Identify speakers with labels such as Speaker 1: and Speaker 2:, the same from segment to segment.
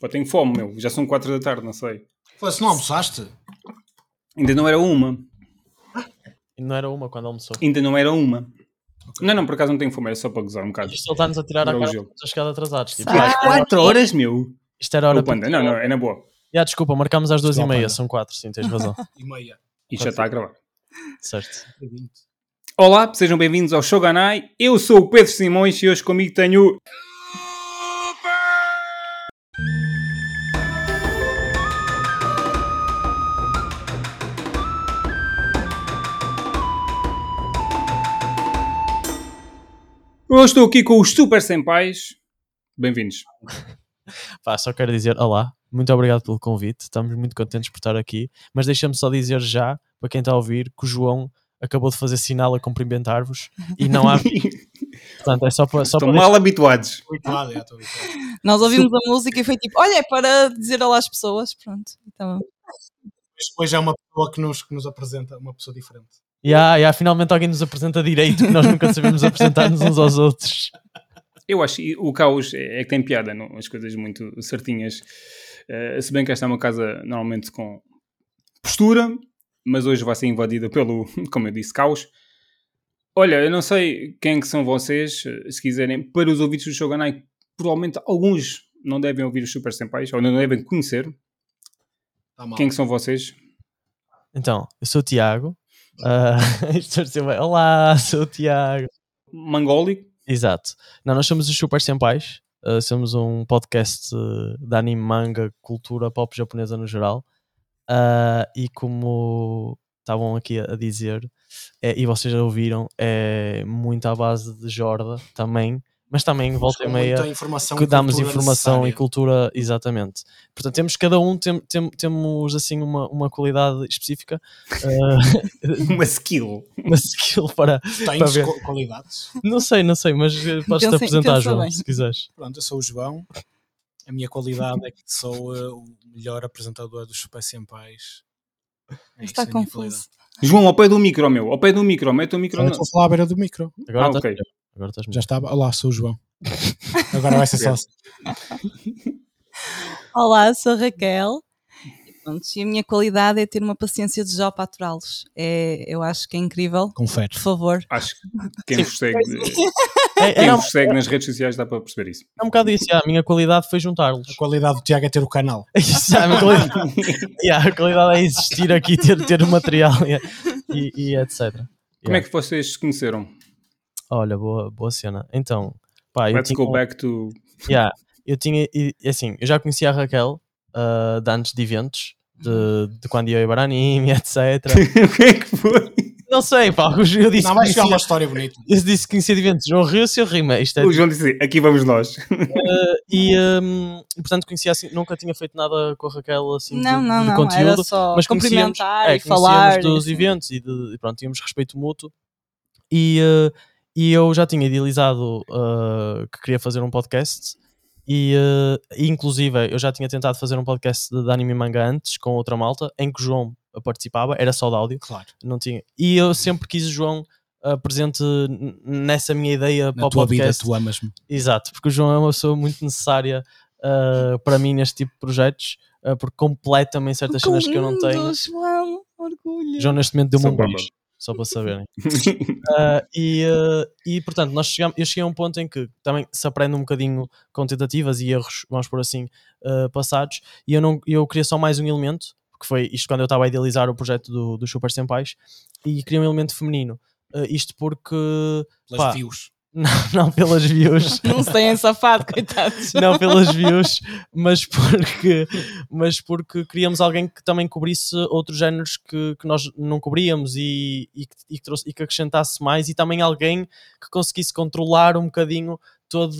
Speaker 1: Pá, tenho fome, meu. Já são quatro da tarde, não sei.
Speaker 2: Pô, se não almoçaste?
Speaker 1: Ainda não era uma.
Speaker 3: Não era uma quando almoçou.
Speaker 1: Ainda não era uma. Não, não, por acaso não tenho fome, era só para gozar um bocado.
Speaker 3: Isto ele está-nos a tirar a
Speaker 1: Era é o
Speaker 3: cara
Speaker 1: jogo.
Speaker 3: a chegar atrasados. Tipo,
Speaker 1: Às Ah, quatro horas, meu.
Speaker 3: isto era a hora
Speaker 1: Eu, panda, não, não, é na boa.
Speaker 3: Já, desculpa, marcámos às duas e
Speaker 2: Desculpa,
Speaker 3: meia,
Speaker 2: Ana.
Speaker 3: são quatro, sim, tens razão.
Speaker 2: E meia.
Speaker 1: Isto já está a gravar.
Speaker 3: certo.
Speaker 2: e vinte.
Speaker 1: Olá, sejam bem-vindos ao Shoganai. Eu sou o Pedro Simões e hoje comigo tenho o Hoje estou aqui com os Super Senpais. Bem-vindos.
Speaker 3: Pá, só quero dizer olá, muito obrigado pelo convite, estamos muito contentes por estar aqui, mas deixa-me só dizer já, para quem está a ouvir, que o João acabou de fazer sinal a cumprimentar-vos e não há. Portanto, é só para. Só
Speaker 1: Estão
Speaker 3: para
Speaker 1: mal habituados.
Speaker 2: Ah, já estou a ver.
Speaker 4: Nós ouvimos a música e foi tipo, olha, é para dizer olá às pessoas, pronto. Então,
Speaker 2: Mas depois é uma pessoa que nos, que nos apresenta, uma pessoa diferente.
Speaker 3: Ya, ya, finalmente alguém nos apresenta direito, que nós nunca sabemos apresentar-nos uns aos outros.
Speaker 1: Eu acho que o caos é, é que tem piada, não? as coisas muito certinhas. Eh, se bem que esta é uma casa normalmente com postura, mas hoje vai ser invadida pelo, como eu disse, caos. Olha, eu não sei quem que são vocês, eh, se quiserem, para os ouvidos do Shogunai, provavelmente alguns não devem ouvir os Super Senpais, ou não devem conhecer.
Speaker 2: Está Tá mal. É
Speaker 1: Quem que são vocês?
Speaker 3: Então, eu sou o Tiago. ah, isto pareceu bem. Olá, sou o Tiago.
Speaker 1: Mangólico?
Speaker 3: Exato. Não, nós somos os Super Senpais. uh, somos um podcast uh, de anime, manga, cultura pop japonesa no geral. Uh, e como estavam aqui a a dizer, é- e vocês já ouviram, é muito à base de Jorda também, mas também volta e
Speaker 2: Com
Speaker 3: é meia
Speaker 2: muita informação
Speaker 3: que
Speaker 2: e
Speaker 3: damos
Speaker 2: é então cultura
Speaker 3: informação e
Speaker 2: necessária.
Speaker 3: cultura, exatamente. Portanto, temos cada um, tem- tem- temos assim uma, uma qualidade específica, uh,
Speaker 1: Uma skill.
Speaker 3: uma skill para. para
Speaker 2: Tens
Speaker 3: ver.
Speaker 2: co- qualidades.
Speaker 3: Não sei, não sei, mas uh, podes-te
Speaker 4: Pensa-
Speaker 3: apresentar,
Speaker 4: pensa
Speaker 3: João,
Speaker 4: bem.
Speaker 3: se quiseres.
Speaker 2: Pronto, eu sou o João. A minha qualidade é que sou eh, o melhor apresentador dos Super Senpais. É isso, é
Speaker 4: está
Speaker 2: a minha qualidade.
Speaker 4: confuso.
Speaker 1: João, ao pé do micro, meu. Ao pé do micro, mete o micro.
Speaker 2: Também
Speaker 1: na-
Speaker 2: estou a falar à beira do micro.
Speaker 3: Agora
Speaker 1: Ah,
Speaker 3: estás
Speaker 1: ok.
Speaker 3: melhor. Agora estás
Speaker 2: Já
Speaker 3: melhor.
Speaker 2: estava. Olá, sou o João. Agora vai ser só assim.
Speaker 4: Olá, sou a Raquel. E, pronto, e a minha qualidade é ter uma paciência de Jó para aturá-los. É, eu acho que é incrível.
Speaker 2: Confere.
Speaker 4: Por favor.
Speaker 1: Acho que quem vos segue,
Speaker 3: É,
Speaker 1: quem
Speaker 3: era um,
Speaker 1: vos segue nas redes sociais dá para perceber isso.
Speaker 3: é um bocado isso. já. A minha qualidade foi
Speaker 2: A
Speaker 3: juntá-los.
Speaker 2: qualidade do Tiago é ter o canal.
Speaker 3: Isso, a, minha qualidade, Yeah, a qualidade é existir aqui, ter, ter o material yeah, e, e etc.
Speaker 1: Como é que vocês se conheceram?
Speaker 3: Olha, boa, boa cena. Então, pá, eu
Speaker 1: Let's
Speaker 3: tinha,
Speaker 1: go back to.
Speaker 3: yeah, eu tinha. e- e Assim, eu já conhecia a Raquel ah, de antes de eventos. De, de quando ia ao Ibaranime, etc.
Speaker 1: o que é que foi?
Speaker 3: Não sei, pá, eu disse, que
Speaker 2: Não, vai chegar uma
Speaker 3: conhecia,
Speaker 2: história bonita.
Speaker 3: eu disse que conhecia de eventos. João riu-se, eu rimei. Isto é
Speaker 1: O João disse: aqui vamos nós.
Speaker 3: Eh, E hum, portanto conhecia assim, nunca tinha feito nada com a Raquel assim
Speaker 4: não,
Speaker 3: de,
Speaker 4: não,
Speaker 3: de
Speaker 4: não.
Speaker 3: conteúdo,
Speaker 4: era só
Speaker 3: mas conhecíamos,
Speaker 4: cumprimentar
Speaker 3: é,
Speaker 4: e falar.
Speaker 3: conhecíamos dos
Speaker 4: e assim.
Speaker 3: eventos e, de, e pronto, tínhamos respeito mútuo e, eh, e eu já tinha idealizado eh, que queria fazer um podcast e eh, e inclusive eu já tinha tentado fazer um podcast de, de anime e manga antes com outra malta em que o João participava, era só de áudio,
Speaker 2: Claro.
Speaker 3: não tinha. E eu sempre quis o João eh, presente n- nessa minha ideia para
Speaker 2: Na
Speaker 3: o
Speaker 2: tua vida,
Speaker 3: podcast.
Speaker 2: tu amas-me.
Speaker 3: Exato, porque o João é uma pessoa muito necessária uh, para mim neste tipo de projetos, uh, porque completa também certas cenas que eu não tenho.
Speaker 4: Lindo, João, orgulho.
Speaker 3: João neste momento deu-me
Speaker 1: Só
Speaker 3: um
Speaker 1: para-
Speaker 3: beijo, só para saberem. Uh, e, uh, e portanto, nós chegamos, eu cheguei a um ponto em que também se aprende um bocadinho com tentativas e erros, vamos por assim, uh, passados, e eu, não, eu queria só mais um elemento, que foi isto quando eu estava a idealizar o projeto do, do Super Senpais, e queria um elemento feminino. Uh, isto porque,
Speaker 2: Pelas
Speaker 3: Pá.
Speaker 2: views.
Speaker 3: não pelas views,
Speaker 4: Não se têm safado, coitados.
Speaker 3: não pelas views, mas porque, mas porque queríamos alguém que também cobrisse outros géneros que, que nós não cobríamos e, e, que- e que trouxe- e que acrescentasse mais, e também alguém que conseguisse controlar um bocadinho toda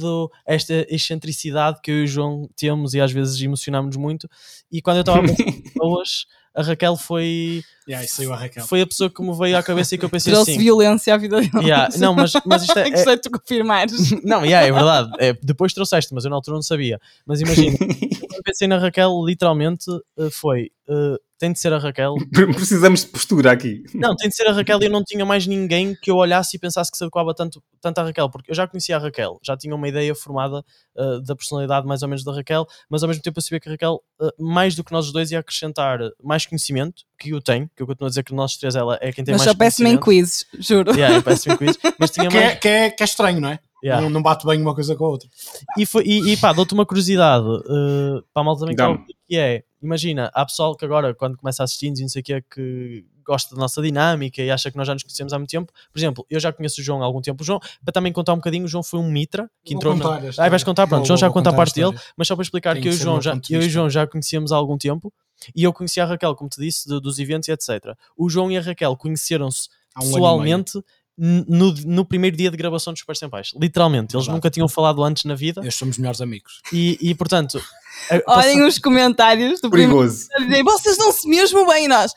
Speaker 3: esta excentricidade que eu e o João temos e às vezes emocionamos muito. E quando eu estava a pensar em pessoas, a Raquel foi,
Speaker 2: E aí saiu a Raquel.
Speaker 3: foi a pessoa que me veio à cabeça e que eu pensei
Speaker 4: Trouxe
Speaker 3: assim.
Speaker 4: violência à vida deles.
Speaker 3: "Yeah, não, mas, mas isto é, é-
Speaker 4: Gostei de tu confirmares.
Speaker 3: não, yeah, é verdade. É, depois trouxeste, mas eu na altura não sabia. Mas imagina, quando pensei na Raquel, literalmente eh, foi eh, tem de ser a Raquel.
Speaker 1: Precisamos de postura aqui.
Speaker 3: Não, tem de ser a Raquel e eu não tinha mais ninguém que eu olhasse e pensasse que se adequava tanto, tanto à Raquel, porque eu já conhecia a Raquel, já tinha uma ideia formada uh, da personalidade mais ou menos da Raquel, mas ao mesmo tempo eu sabia que a Raquel, uh, mais do que nós os dois, ia acrescentar mais conhecimento, que eu tenho, que eu continuo a dizer que nós três ela é quem tem
Speaker 4: Mas
Speaker 3: mais
Speaker 4: só péssimo em
Speaker 3: conhecimento.
Speaker 4: quizzes, juro.
Speaker 3: Yeah, eu péssimo em quiz. Mas tinha
Speaker 2: Que,
Speaker 3: mais...
Speaker 2: é, que, é, que é estranho, não é?
Speaker 3: Yeah.
Speaker 2: Não, não bate bem uma coisa com a outra.
Speaker 3: E, foi, e, e pá, dou-te uma curiosidade uh, para a malta também que
Speaker 1: Dá-me.
Speaker 3: ouve, que é, imagina, há pessoal que agora, quando começa a assistir-nos e não sei o que, que gosta da nossa dinâmica e acha que nós já nos conhecemos há muito tempo. Por exemplo, eu já conheço o João há algum tempo. O João, para também contar um bocadinho, o João foi um mitra que
Speaker 2: Vou
Speaker 3: entrou na-
Speaker 2: contar a
Speaker 3: Ah,
Speaker 2: história.
Speaker 3: vais contar, pronto,
Speaker 2: Vou-
Speaker 3: o João já
Speaker 2: vou
Speaker 3: conta a
Speaker 2: contar
Speaker 3: parte
Speaker 2: história.
Speaker 3: dele, mas só para explicar
Speaker 2: Tem
Speaker 3: que eu e
Speaker 2: que
Speaker 3: o
Speaker 2: ser
Speaker 3: João
Speaker 2: meu
Speaker 3: já,
Speaker 2: ponto de
Speaker 3: eu e o
Speaker 2: vista.
Speaker 3: João já conhecíamos há algum tempo e eu conheci a Raquel, como te disse, de- dos eventos e etc. O João e a Raquel conheceram-se
Speaker 2: Há um ano e meio.
Speaker 3: pessoalmente n- no, no primeiro dia de gravação dos Super Senpais. Literalmente, eles
Speaker 2: Verdade.
Speaker 3: nunca tinham falado antes na vida
Speaker 2: Estes somos melhores amigos.
Speaker 3: e, e, portanto. a- passa-
Speaker 4: Olhem os comentários do primeiro.
Speaker 1: Perigoso.
Speaker 4: a dizer, Vocês não se mesmo bem, nós.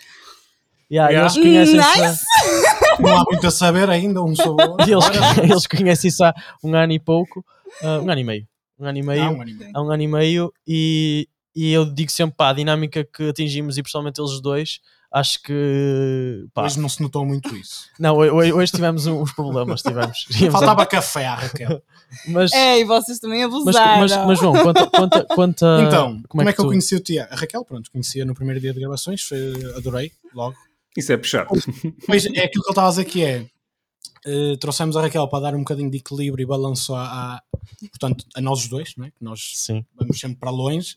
Speaker 3: Yeah,
Speaker 1: Yeah.
Speaker 3: Eles conhecem-se
Speaker 4: Nice.
Speaker 2: Não há muito a saber ainda, um sobre o outro.
Speaker 3: e
Speaker 2: Agora-
Speaker 3: eles, eles conhecem-se há um ano e pouco, ah, um ano e meio. Um ano e meio,
Speaker 2: Não, um ano e meio.
Speaker 3: há um ano e meio, e, e eu digo sempre, pá, a dinâmica que atingimos e pessoalmente eles dois, acho que. Pá,
Speaker 2: Hoje não se notou muito isso.
Speaker 3: Não, ho- ho- hoje tivemos um- uns problemas, tivemos. Íamos a-
Speaker 2: Faltava café à Raquel.
Speaker 3: Mas,
Speaker 4: Ei, vocês também
Speaker 3: mas,
Speaker 4: abusaram.
Speaker 3: mas, mas, João, conta, conta, conta
Speaker 2: Então, como é que eu
Speaker 3: tu-
Speaker 2: conheci o Tiago? A Raquel, pronto, conhecia no primeiro dia de gravações, foi- adorei, logo.
Speaker 1: Isso é puxado.
Speaker 2: Mas é aquilo que ele estava a dizer que é. eh, trouxemos a Raquel para dar um bocadinho de equilíbrio e balanço a, a- portanto, a nós os dois, não é? que nós
Speaker 3: Sim.
Speaker 2: vamos sempre para longe.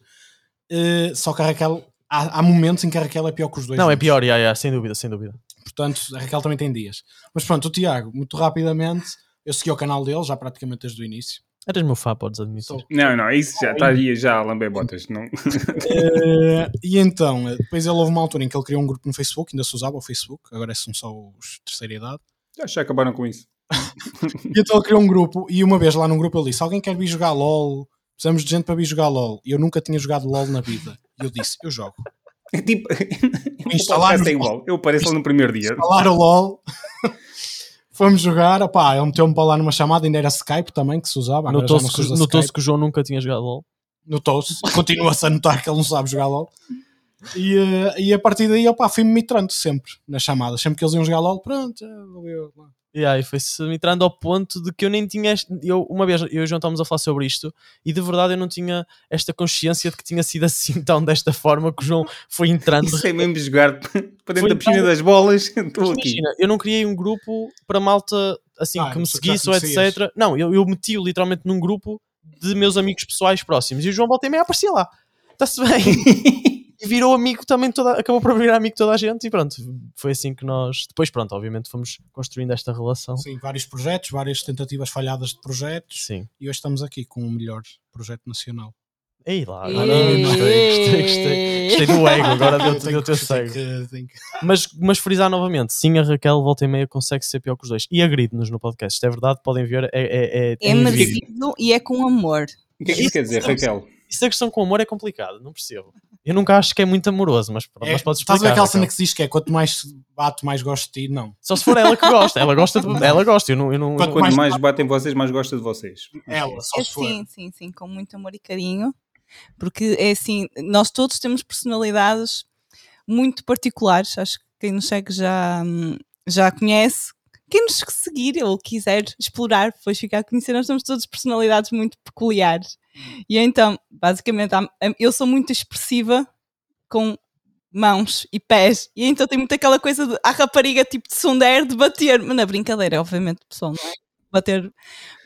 Speaker 2: Eh, só que a Raquel, há, há momentos em que a Raquel é pior que os dois.
Speaker 3: Não, é
Speaker 2: juntos.
Speaker 3: pior, yeah, yeah, sem dúvida, sem dúvida.
Speaker 2: Portanto, a Raquel também tem dias. Mas pronto, o Tiago, muito rapidamente, eu segui o canal dele já praticamente desde o início.
Speaker 3: Eras meu fã, podes admitir.
Speaker 2: Sou.
Speaker 1: Não, não, isso já está aí já a lamber botas. Não.
Speaker 2: Eh, e então, eh, depois ele houve uma altura em que ele criou um grupo no Facebook, ainda se usava o Facebook, agora é são só os de terceira idade.
Speaker 1: Já, já acabaram com isso.
Speaker 2: E então ele criou um grupo, e uma vez lá num grupo ele disse: Alguém quer vir jogar LOL? Precisamos de gente para vir jogar LOL. E eu nunca tinha jogado LOL na vida. E eu disse: Eu jogo.
Speaker 1: É Tipo,
Speaker 2: Instalar
Speaker 1: é
Speaker 2: no-
Speaker 1: igual. Eu apareço lá no primeiro dia.
Speaker 2: Falar o LOL. Fomos jogar, opá, ele meteu-me para lá numa chamada, ainda era Skype também que se usava. agora já não se usa Skype.
Speaker 3: Notou-se que o João nunca tinha jogado LOL.
Speaker 2: Notou-se. Continua-se a notar que ele não sabe jogar LOL. E, eh, e a partir daí, opá, fui-me mitrando sempre nas chamadas. Sempre que eles iam jogar LOL, pronto, eh, vou eu lá.
Speaker 3: E aí foi-se me entrando ao ponto de que eu nem tinha. este- Eu, uma vez, eu e o João estávamos a falar sobre isto e de verdade eu não tinha esta consciência de que tinha sido assim tão desta forma que o João foi entrando.
Speaker 1: Isso é mesmo jogar para dentro
Speaker 3: Foi
Speaker 1: da piscina
Speaker 3: então-
Speaker 1: das bolas. Estou aqui.
Speaker 3: Imagina, eu não criei um grupo para malta assim
Speaker 2: Ah,
Speaker 3: que me
Speaker 2: já
Speaker 3: seguisse ou
Speaker 2: conhecias.
Speaker 3: etc. Não, eu, eu meti-o literalmente num grupo de meus amigos pessoais próximos e o João volta e meia aparecia lá. Está-se bem. E virou amigo também, toda, acabou por virar amigo toda a gente, e pronto, foi assim que nós. Depois, pronto, obviamente fomos construindo esta relação.
Speaker 2: Sim, vários projetos, várias tentativas falhadas de projetos.
Speaker 3: Sim.
Speaker 2: E hoje estamos aqui com o melhor projeto nacional.
Speaker 3: Ei lá,
Speaker 4: Ei.
Speaker 3: agora gostei, gostei, gostei. Gostei do ego, agora deu deu o teu cego.
Speaker 2: que- tenho que-
Speaker 3: Mas, mas frisar novamente, sim, a Raquel volta e meia consegue ser pior que os dois. E agride-nos no podcast, isto é verdade, podem ver. É, é, é,
Speaker 4: É
Speaker 3: em vídeo.
Speaker 4: merecido e é com amor.
Speaker 1: O que é que isso quer dizer, Raquel?
Speaker 3: Isso da questão com amor é complicado, não percebo. Eu nunca acho que é muito amoroso, mas, pronto,
Speaker 2: É,
Speaker 3: mas podes
Speaker 2: Estás a ver
Speaker 3: explicar.
Speaker 2: aquela cena
Speaker 3: Raquel.
Speaker 2: que se diz que é quanto mais bato, mais gosto de ti? Não.
Speaker 3: Só se for ela que gosta, ela gosta, de, ela gosta. Eu não, eu não,
Speaker 2: Quando-
Speaker 1: Quanto
Speaker 2: Mais-
Speaker 1: mais batem vocês, mais gosto de vocês.
Speaker 2: Ela, só
Speaker 4: É
Speaker 2: se for.
Speaker 4: sim, sim, sim, com muito amor e carinho, porque é assim, nós todos temos personalidades muito particulares, acho que quem nos segue já, hum, já conhece. Quem nos seguir ou quiser explorar, depois ficar a conhecer, nós temos todas personalidades muito peculiares. E então, basicamente, há- eu sou muito expressiva com mãos e pés, e então tem muito aquela coisa de, à rapariga tipo de sondar, de bater, mas na brincadeira, obviamente, pessoal, não é? Bater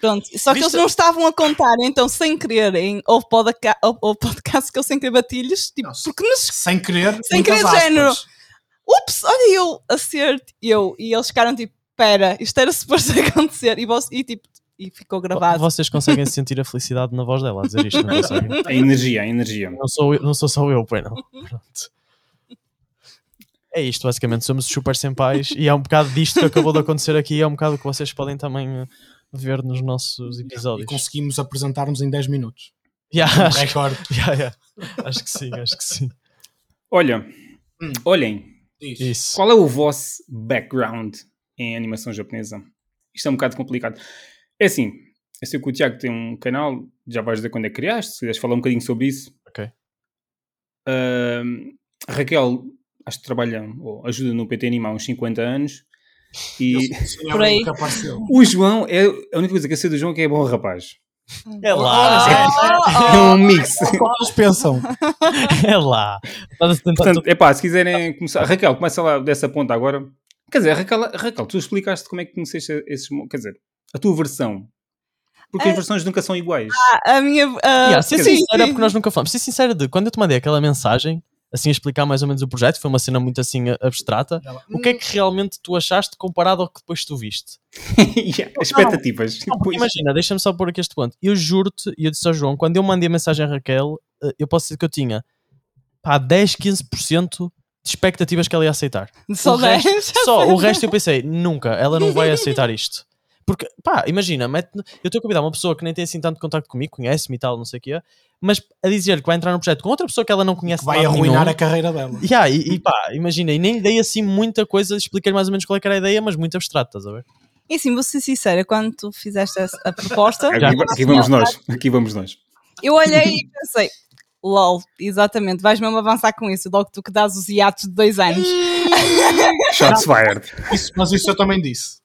Speaker 4: Pronto, só que
Speaker 3: Viste-
Speaker 4: eles não estavam a contar, então sem querer, em, houve, podca houve- houve podcast que eu sem querer bati-lhes, tipo,
Speaker 2: Nossa.
Speaker 4: porque nos.
Speaker 2: Sem querer.
Speaker 4: Sem
Speaker 2: muitas
Speaker 4: querer,
Speaker 2: aspas.
Speaker 4: género. Ups, olha eu, acerto, eu. E eles ficaram tipo, pera, isto era suposto acontecer. E, vos- e, tipo, e ficou gravado.
Speaker 3: Vocês conseguem sentir a felicidade na voz dela a dizer isto, não conseguem?
Speaker 1: A energia, a energia.
Speaker 3: Não sou, eu- não sou só eu, pois não. Pronto. É isto, basicamente. Somos os super senpais e é um bocado disto que acabou de acontecer aqui. e É um bocado que vocês podem também eh, ver nos nossos
Speaker 2: E
Speaker 3: episódios.
Speaker 2: conseguimos apresentar-nos em 10 minutos. Um
Speaker 3: Yeah, acho,
Speaker 2: Recorde.
Speaker 3: que- yeah, yeah. acho que sim, acho que sim.
Speaker 1: Olha,
Speaker 2: Hum.
Speaker 1: olhem,
Speaker 2: Diz.
Speaker 3: Isso.
Speaker 1: Qual é o vosso background em animação japonesa? Isto é um bocado complicado. É assim, eu sei que o Tiago tem um canal, já vais dizer quando é que criaste, se quiseres falar um bocadinho sobre isso.
Speaker 3: Ok.
Speaker 1: Ahm, Raquel, acho que trabalham ou ajudam no PT Anima há uns 50 anos. E
Speaker 2: é
Speaker 4: Por aí.
Speaker 1: o João é a única coisa que eu sei do João é que é bom rapaz.
Speaker 3: É
Speaker 4: Ah,
Speaker 3: lá,
Speaker 1: É um mix.
Speaker 2: Eles pensam.
Speaker 3: é lá. Estás a tentar
Speaker 1: Portanto, é pá, se quiserem começar. Raquel, começa lá dessa ponta agora. Quer dizer, Raquel, Raquel tu explicaste como é que conheceste esses. mo- Quer dizer, a tua versão. Porque
Speaker 4: Ah.
Speaker 1: as versões nunca são iguais.
Speaker 4: A minha. ah,
Speaker 3: Yeah, ser
Speaker 1: quer
Speaker 4: dizer-
Speaker 3: sincera, porque nós nunca falamos. Ser sincera, de quando eu te mandei aquela mensagem, assim a explicar mais ou menos o projeto, foi uma cena muito assim a- abstrata. O que é que realmente tu achaste comparado ao que depois tu viste?
Speaker 1: Yeah, Expectativas.
Speaker 3: Não, porque
Speaker 1: Pois.
Speaker 2: Tipo,
Speaker 3: imagina, deixa-me só pôr aqui este ponto. Eu juro-te, e eu disse ao João, quando eu mandei a mensagem à Raquel, eh, eu posso dizer que eu tinha pá, 10, 15% de expectativas que ela ia aceitar.
Speaker 4: Só
Speaker 3: o resto-
Speaker 4: 10.
Speaker 2: Tá
Speaker 3: Só, o resto eu pensei, nunca, ela não vai aceitar isto. Porque, pá, imagina, mete- eu estou a convidar uma pessoa que nem tem assim tanto contato comigo, conhece-me e tal, não sei o quê, mas a dizer que vai entrar num projeto com outra pessoa que ela não conhece de
Speaker 2: Vai
Speaker 3: lado
Speaker 2: arruinar
Speaker 3: nenhum.
Speaker 2: a carreira dela.
Speaker 3: Yeah, e, e pá, imagina, e nem dei assim muita coisa, expliquei mais ou menos qual é que era a ideia, mas muito abstrato, estás a ver?
Speaker 4: E assim, vou ser sincera, quando tu fizeste a, a proposta,
Speaker 1: Aqui, aqui vamos nós. Aqui vamos nós.
Speaker 4: eu olhei e pensei. LOL, exatamente, vais mesmo avançar com isso, logo tu que dás os hiatos de dois anos.
Speaker 1: Shots fired.
Speaker 2: Isso- mas isso eu também disse.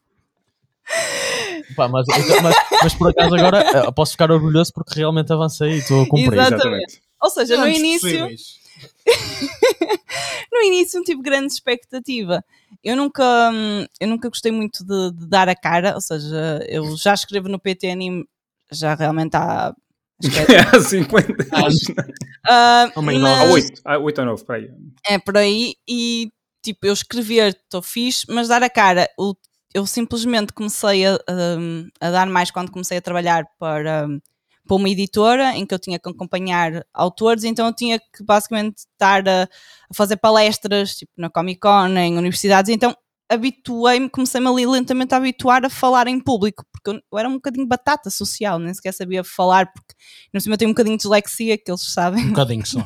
Speaker 3: Pá, mas, então- mas- mas por acaso agora eh, posso ficar orgulhoso porque realmente avancei e estou a cumprir.
Speaker 4: Exato.
Speaker 1: Exatamente.
Speaker 4: Ou seja, no
Speaker 2: Antes
Speaker 4: início,
Speaker 2: possíveis.
Speaker 4: no início não tive grande expectativa. Eu nunca, hum, eu nunca gostei muito de, de dar a cara, ou seja, eu já escrevo no PT Anime, já realmente há. acho que é-
Speaker 1: Há 50 anos.
Speaker 4: Ah,
Speaker 2: Oh my God.
Speaker 1: Há
Speaker 4: mas-
Speaker 1: 8. Há 8 ou 9, peraí.
Speaker 4: é por aí e tipo, eu escrever estou fixe, mas dar a cara, o- eu simplesmente comecei a, um, a dar mais quando comecei a trabalhar para, um, para uma editora em que eu tinha que acompanhar autores, então eu tinha que basicamente estar a, a fazer palestras tipo, na Comic Con, em universidades, então habituei-me, comecei-me ali lentamente a habituar a falar em público, porque eu- eu era um bocadinho batata social, nem sequer sabia falar, porque no cima eu tenho um bocadinho de dislexia, que eles sabem.
Speaker 2: Um bocadinho só.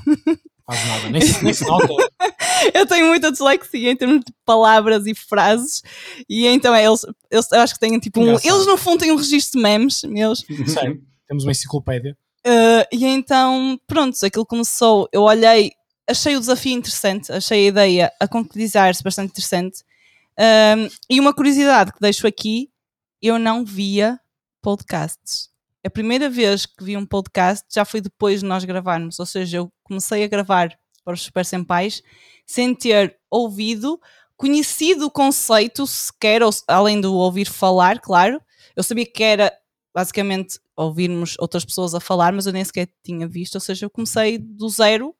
Speaker 2: Faz nada. Nem se, nem se nota.
Speaker 4: eu tenho muita dislexia em termos de palavras e frases, e então é, eles, eles- eu acho que têm tipo um.
Speaker 2: Engraçado.
Speaker 4: Eles no fundo têm um registro de memes meus,
Speaker 2: Sério. Temos uma enciclopédia.
Speaker 4: Uh, e então, pronto, aquilo começou. Eu olhei, achei o desafio interessante, achei a ideia a concretizar-se bastante interessante. Um, e uma curiosidade que deixo aqui: eu não via podcasts. A primeira vez que vi um podcast já foi depois de nós gravarmos, ou seja, eu comecei a gravar para os Super Senpais sem ter ouvido, conhecido o conceito sequer, ou, além do ouvir falar, claro. Eu sabia que era basicamente ouvirmos outras pessoas a falar, mas eu nem sequer tinha visto, ou seja, eu comecei do zero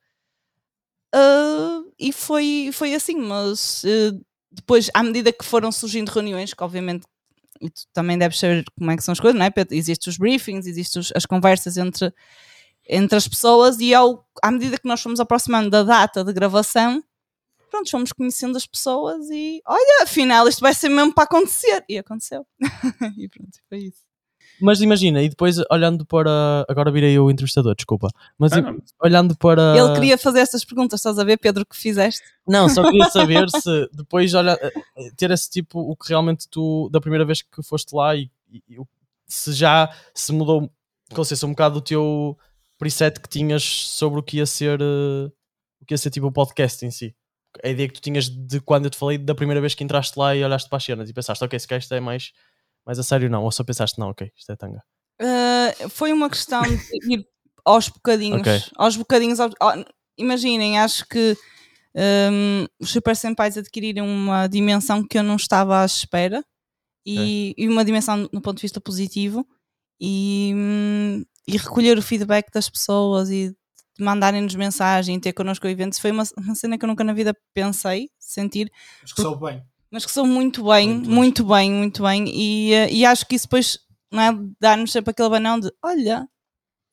Speaker 4: ah, e foi, foi assim, mas ah, depois, à medida que foram surgindo reuniões, que obviamente e tu também deves saber como é que são as coisas, não é? Pedro? Existem os briefings, existem os- as conversas entre, entre as pessoas e ao, à medida que nós fomos aproximando da data de gravação, pronto, fomos conhecendo as pessoas e olha, afinal isto vai ser mesmo para acontecer. E aconteceu. e pronto, foi isso.
Speaker 3: Mas imagina, e depois olhando para. Agora virei o entrevistador, desculpa. Mas
Speaker 1: Ah,
Speaker 3: e-
Speaker 1: não.
Speaker 3: olhando para.
Speaker 4: Ele queria fazer estas perguntas, estás a ver, Pedro, que fizeste?
Speaker 3: Não, só queria saber se depois olha, eh, ter esse tipo, o que realmente tu, da primeira vez que foste lá, e, e- e o- se já se mudou, com licença, um bocado o teu preset que tinhas sobre o que ia ser eh, o que ia ser tipo o podcast em si. A ideia que tu tinhas de quando eu te falei da primeira vez que entraste lá e olhaste para as cenas e pensaste, ok, se calhar isto é mais, mais a sério, não, ou só pensaste, não, ok, isto é tanga.
Speaker 4: Uh, foi uma questão de ir aos bocadinhos.
Speaker 3: Ok.
Speaker 4: Aos bocadinhos. ao- ao- imaginem, acho que um, os Super Senpais adquiriram uma dimensão que eu não estava à espera e, e uma dimensão no ponto de vista positivo e, hum, e recolher o feedback das pessoas e de mandarem-nos mensagem, ter connosco eventos, foi uma, uma cena que eu nunca na vida pensei, sentir,
Speaker 2: Acho que soube bem.
Speaker 4: mas que são muito bem,
Speaker 2: Muito
Speaker 4: muito, bem, muito bem. E, eh, e acho que isso depois não é, dá-nos sempre aquele banão de olha,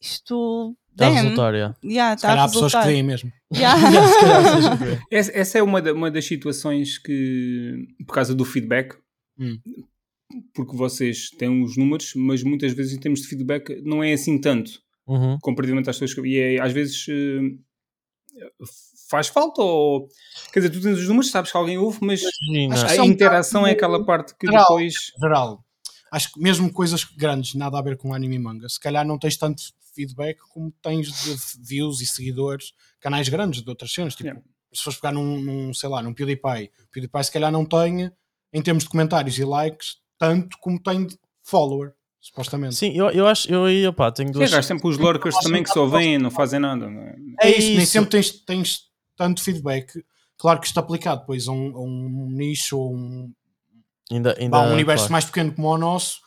Speaker 4: isto
Speaker 3: Está a
Speaker 4: damn,
Speaker 3: resultar, yeah.
Speaker 4: yeah,
Speaker 2: Tá Se
Speaker 4: está
Speaker 2: calhar
Speaker 4: a
Speaker 2: há pessoas que
Speaker 4: resultar.
Speaker 2: veem mesmo.
Speaker 4: Yeah.
Speaker 1: Essa, essa é uma, da- uma das situações que, por causa do feedback,
Speaker 2: Hum.
Speaker 1: porque vocês têm os números, mas muitas vezes em termos de feedback não é assim tanto,
Speaker 3: Uhum.
Speaker 1: comparativamente às pessoas que. E é, às vezes eh, faz falta, ou. Quer dizer, tu tens os números, sabes que alguém ouve, mas
Speaker 3: Imagina.
Speaker 2: Acho que
Speaker 1: a
Speaker 2: são um
Speaker 1: interação é
Speaker 2: bocado
Speaker 1: aquela parte que
Speaker 2: geral.
Speaker 1: depois.
Speaker 2: geral, acho que mesmo coisas grandes, nada a ver com anime e manga, se calhar não tens tanto feedback como tens de views e seguidores, canais grandes de outras cenas, tipo
Speaker 1: Yeah.
Speaker 2: se fores pegar num, num, sei lá, num PewDiePie, o PewDiePie se calhar não tem, em termos de comentários e likes, tanto como tem de follower, supostamente.
Speaker 3: Sim, eu, eu acho, eu aí, opá, tenho duas.
Speaker 1: Sim, é, há sempre os lurkers também que
Speaker 2: um
Speaker 1: só vêm e não fazem nada. não é?
Speaker 2: É isso, nem
Speaker 3: isso.
Speaker 2: sempre tens, tens tanto feedback. Claro que isto é aplicado depois a um, a um nicho ou um,
Speaker 3: Ainda, ainda,
Speaker 2: vá, um universo
Speaker 3: claro.
Speaker 2: mais pequeno como o nosso,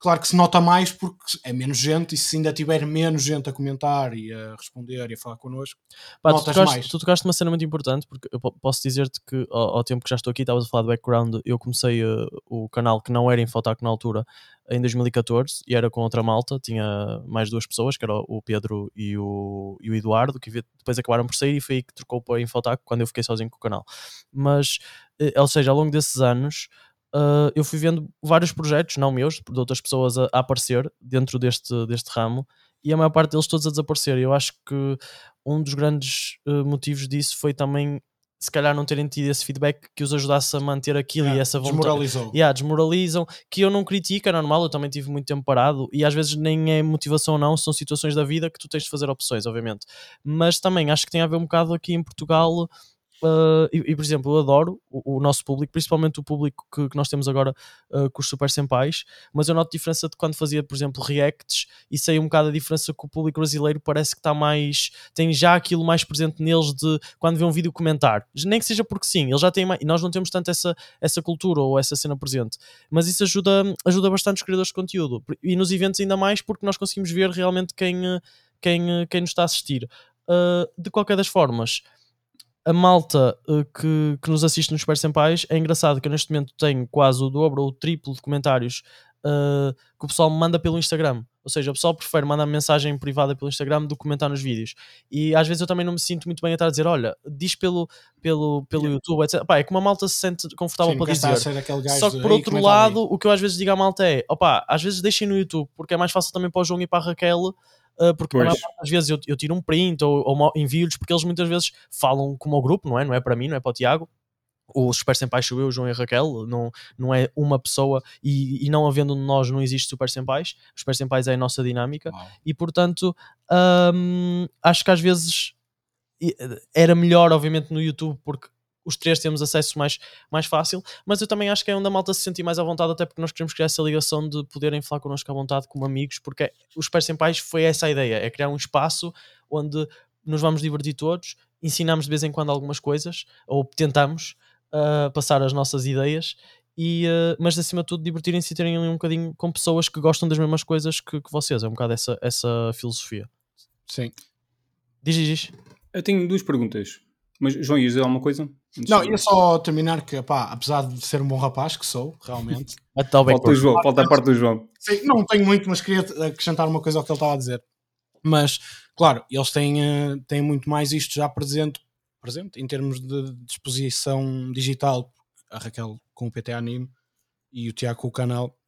Speaker 2: claro que se nota mais porque é menos gente e se ainda tiver menos gente a comentar e a responder e a falar connosco,
Speaker 3: Pá, tu,
Speaker 2: notas
Speaker 3: tocaste,
Speaker 2: mais.
Speaker 3: tu tocaste uma cena muito importante, porque eu po- posso dizer-te que ao, ao tempo que já estou aqui, estavas a falar de background, eu comecei eh, o canal que não era Infotac na altura, em 2014, e era com outra malta, tinha mais duas pessoas, que era o- o Pedro e o, e o Eduardo, que vi- depois acabaram por sair e foi aí que trocou para Infotac quando eu fiquei sozinho com o canal. Mas, eh, ou seja, ao longo desses anos, eh, eu fui vendo vários projetos, não meus, de outras pessoas a, a aparecer dentro deste, deste ramo, e a maior parte deles todos a desaparecer. Eu acho que um dos grandes eh, motivos disso foi também se calhar não terem tido esse feedback que os ajudasse a manter aquilo e essa vontade.
Speaker 2: desmoralizou.
Speaker 3: Yeah, desmoralizam, que eu não critico, é normal, eu também tive muito tempo parado e às vezes nem é motivação ou não, são situações da vida que tu tens de fazer opções, obviamente. Mas também acho que tem a ver um bocado aqui em Portugal. eh, e, e, por exemplo, eu adoro o, o nosso público, principalmente o público que, que nós temos agora eh, com os Super Senpais, mas eu noto diferença de quando fazia, por exemplo, reacts e sei um bocado a diferença que o público brasileiro parece que está mais. tem já aquilo mais presente neles de quando vê um vídeo comentar. Nem que seja porque sim, eles já têm mais. e nós não temos tanto essa, essa cultura ou essa cena presente. Mas isso ajuda, ajuda bastante os criadores de conteúdo. E nos eventos ainda mais porque nós conseguimos ver realmente quem, eh, quem, eh, quem nos está a assistir. Ah, de qualquer das formas, a malta eh, que, que nos assiste nos Super Senpais é engraçado que eu neste momento tenho quase o dobro ou o triplo de comentários eh, que o pessoal me manda pelo Instagram. Ou seja, o pessoal prefere mandar mensagem privada pelo Instagram do que comentar nos vídeos. E às vezes eu também não me sinto muito bem a estar a dizer: olha, diz pelo, pelo, pelo YouTube, etc. Pá, é que uma malta se sente confortável
Speaker 2: Sim,
Speaker 3: para
Speaker 2: nunca está a
Speaker 3: dizer.
Speaker 2: ser aquele gajo
Speaker 3: Só que
Speaker 2: de,
Speaker 3: por
Speaker 2: "Ei,
Speaker 3: outro
Speaker 2: comenta ali".
Speaker 3: lado, o que eu às vezes digo à malta é: opá, às vezes deixem no YouTube, porque é mais fácil também para o João e para a Raquel, ah, porque a
Speaker 1: Pois.
Speaker 3: maior parte das vezes eu, eu tiro um print ou, ou mo- envio-lhes, porque eles muitas vezes falam como o grupo, não é? Não é para mim, não é para o Tiago. O Super Senpai sou eu, o João e a Raquel, não, não é uma pessoa, e, e não havendo nós, não existe Super Senpais. Os Super Senpais é a nossa dinâmica,
Speaker 2: Uau.
Speaker 3: e portanto, hum, acho que às vezes e- era melhor, obviamente, no YouTube, porque os três temos acesso mais, mais fácil, mas eu também acho que é onde a malta se sentir mais à vontade, até porque nós queremos criar essa ligação de poderem falar connosco à vontade como amigos, porque é- os pais sem pais foi essa a ideia, é criar um espaço onde nos vamos divertir todos, ensinamos de vez em quando algumas coisas, ou tentamos ah, passar as nossas ideias, e, ah, mas acima de tudo divertirem-se e terem ali um bocadinho com pessoas que gostam das mesmas coisas que, que vocês, é um bocado essa, essa filosofia.
Speaker 2: Sim.
Speaker 3: Diz, diz, diz.
Speaker 1: Eu tenho duas perguntas. Mas, João, ias dizer alguma coisa? Antes
Speaker 2: Não,
Speaker 1: de-
Speaker 2: ia só terminar que, pá, apesar de ser um bom rapaz, que sou, realmente,
Speaker 3: Até ao
Speaker 1: Falta o João, falta a parte do João.
Speaker 2: Sim, não tenho muito, mas queria acrescentar uma coisa ao que ele estava a dizer. Mas, claro, eles têm, eh, têm muito mais isto já presente, presente em termos de disposição digital. A Raquel com o PT Anime e o Tiago com o canal.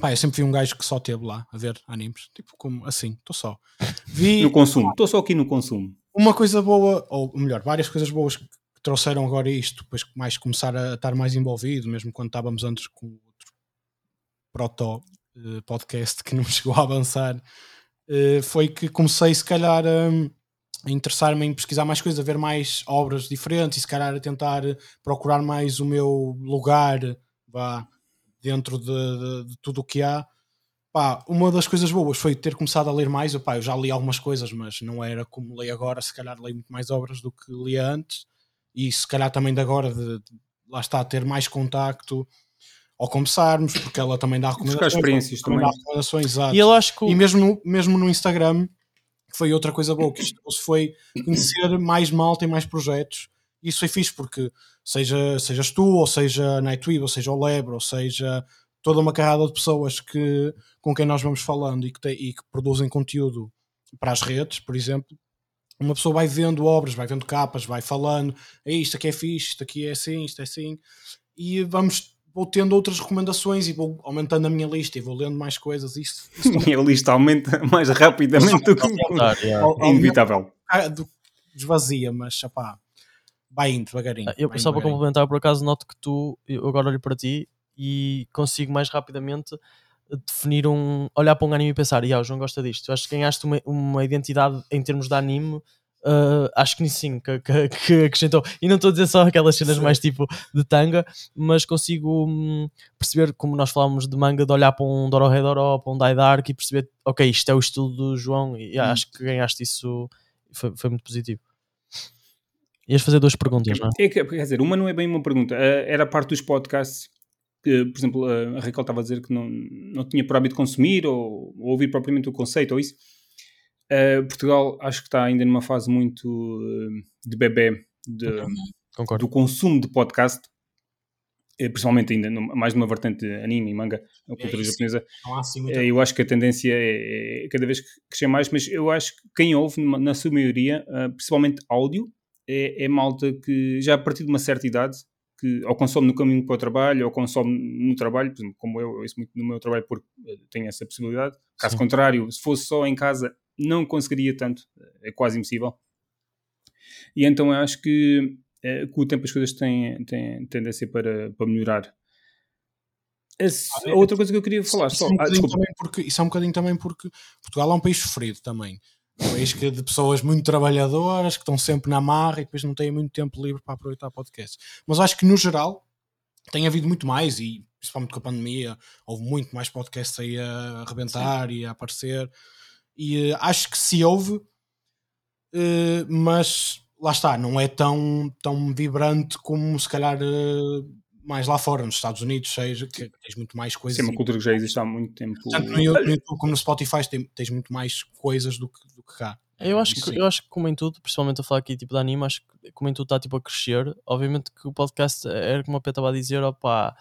Speaker 2: Pá, eu sempre vi um gajo que só teve lá a ver animes. Tipo, como assim, estou só. Vi
Speaker 1: No consumo. Estou só aqui no consumo.
Speaker 2: uma coisa boa, ou melhor, várias coisas boas que trouxeram agora isto, depois que mais começar a estar mais envolvido, mesmo quando estávamos antes com outro proto eh, podcast que não chegou a avançar, eh, foi que comecei se calhar hum, a interessar-me em pesquisar mais coisas, a ver mais obras diferentes e se calhar a tentar procurar mais o meu lugar vá, dentro de, de- de tudo o que há. Pá, uma das coisas boas foi ter começado a ler mais. Eu, pá, eu já li algumas coisas, mas não era como leio agora. Se calhar leio muito mais obras do que lia antes. E se calhar também de agora, de, de- lá está, ter mais contacto ao começarmos, porque ela também dá recomendações.
Speaker 1: experiências
Speaker 2: também dá
Speaker 1: também.
Speaker 2: recomendações, exato.
Speaker 3: E eu acho que o-
Speaker 2: E mesmo no, mesmo no Instagram, que foi outra coisa boa que isto trouxe, foi conhecer mais malta e mais projetos. Isso foi fixe, porque seja, sejas tu, ou seja a Nightweave, ou seja o Lebro, ou seja toda uma carrada de pessoas que, com quem nós vamos falando e que, te- e que produzem conteúdo para as redes, por exemplo, uma pessoa vai vendo obras, vai vendo capas, vai falando, "Ei, isto aqui é fixe, isto aqui é assim, isto é assim, e vamos vou tendo outras recomendações e vou aumentando a minha lista e vou lendo mais coisas. Isto, isto
Speaker 1: A lista aumenta mais rapidamente do que.
Speaker 3: Comentar, yeah.
Speaker 1: É inevitável.
Speaker 2: ah, do- desvazia, mas opá, vai indo devagarinho.
Speaker 3: Ah, Eu,
Speaker 2: vai
Speaker 3: só
Speaker 2: indo
Speaker 3: para
Speaker 2: devagarinho.
Speaker 3: complementar, por acaso, noto que tu, eu agora olho para ti e consigo mais rapidamente eh, definir um. olhar para um anime e pensar, "Ya, o João gosta disto. Eu acho que ganhaste uma, uma identidade em termos de anime Uh, acho que sim, que, que- que acrescentou. E não estou a dizer só aquelas cenas mais tipo de tanga, mas consigo hum, perceber, como nós falámos de manga, de olhar para um Dorohedoro, para um Dai Dark e perceber, ok, isto é o estilo do João e acho que ganhaste isso, foi, foi muito positivo. Ias fazer duas perguntas, não é?
Speaker 1: É que, quer dizer, uma não é bem uma pergunta. Eh, era a parte dos podcasts que, por exemplo, eh, a Raquel estava a dizer que não, não tinha por hábito consumir ou, ou ouvir propriamente o conceito ou isso. Eh, Portugal acho que está ainda numa fase muito eh, de bebê de,
Speaker 3: Concordo.
Speaker 1: do consumo de podcast, eh, principalmente ainda numa- mais numa vertente de anime e manga, ou cultura
Speaker 2: isso.
Speaker 1: japonesa.
Speaker 2: Não há assim muita
Speaker 1: Eh, Eu acho que a tendência é, é cada vez que crescer mais, mas eu acho que quem ouve, numa- na sua maioria, ah, principalmente áudio, é, é malta que já a partir de uma certa idade, que ou consome no caminho para o trabalho, ou consome no trabalho, por exemplo, como eu, eu ouço muito no meu trabalho porque eh, tenho essa possibilidade. Caso
Speaker 3: Sim.
Speaker 1: contrário, se fosse só em casa, não conseguiria tanto, é quase impossível. E então eu acho que eh, com o tempo as coisas têm, têm tendência para, para melhorar. Esse-
Speaker 2: Ah, é-
Speaker 1: outra coisa que eu queria falar,
Speaker 2: Isso
Speaker 1: só.
Speaker 2: é um
Speaker 1: Ah,
Speaker 2: bocadinho
Speaker 1: desculpa.
Speaker 2: também porque- isso é um bocadinho também porque Portugal é um país sofrido também. Um país que é de pessoas muito trabalhadoras, que estão sempre na marra e depois não têm muito tempo livre para aproveitar podcasts. Mas acho que no geral tem havido muito mais e principalmente com a pandemia houve muito mais podcasts aí a arrebentar e a aparecer. E eh, acho que se houve, eh, mas lá está, não é tão, tão vibrante como se calhar eh, mais lá fora, nos Estados Unidos, seja que tens muito mais coisas.
Speaker 1: Isso é uma
Speaker 2: e-
Speaker 1: cultura que já existe há muito tempo.
Speaker 2: tanto no YouTube no YouTube como no Spotify tem- tens muito mais coisas do que, do que cá.
Speaker 3: Eu acho,
Speaker 2: É, Sim.
Speaker 3: que, eu acho que, como em tudo, principalmente a falar aqui tipo de anime, acho que, como em tudo, está tipo a crescer. Obviamente que o podcast é, era como a Peta estava a dizer, opá,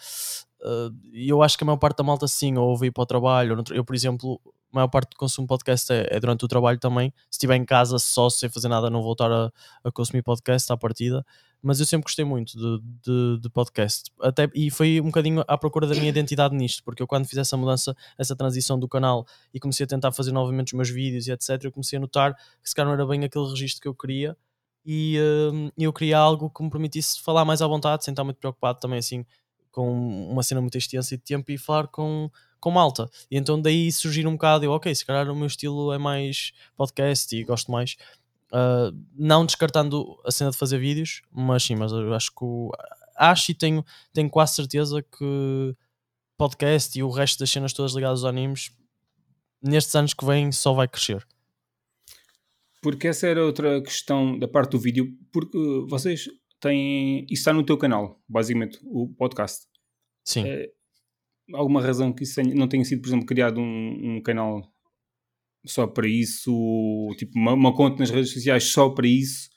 Speaker 3: eh, e eu acho que a maior parte da malta sim, ou ouvir para o trabalho. ou no tra- Eu, por exemplo, a maior parte do consumo de podcast é, é durante o trabalho também. Se estiver em casa só, sem fazer nada, não voltar a, a consumir podcast à partida. Mas eu sempre gostei muito de, de, de podcast. Até, e foi um bocadinho à procura da minha identidade nisto, porque eu quando fiz essa mudança, essa transição do canal e comecei a tentar fazer novamente os meus vídeos e etc. Eu comecei a notar que se calhar não era bem aquele registro que eu queria e hum, eu queria algo que me permitisse falar mais à vontade, sem estar muito preocupado também assim com uma cena muito extensa e de tempo e falar com, com malta. E então daí surgir um bocado, eu, ok, se calhar o meu estilo é mais podcast e gosto mais. ah, não descartando a cena de fazer vídeos, mas sim, mas eu acho que o- acho e tenho, tenho quase certeza que podcast e o resto das cenas todas ligadas aos animes nestes anos que vêm só vai crescer.
Speaker 1: Porque essa era outra questão da parte do vídeo, porque uh, vocês têm. Isso está no teu canal, basicamente, o podcast.
Speaker 3: Sim.
Speaker 1: É, alguma razão que isso tenha- não tenha sido, por exemplo, criado um, um canal só para isso, tipo uma, uma conta nas redes sociais só para isso,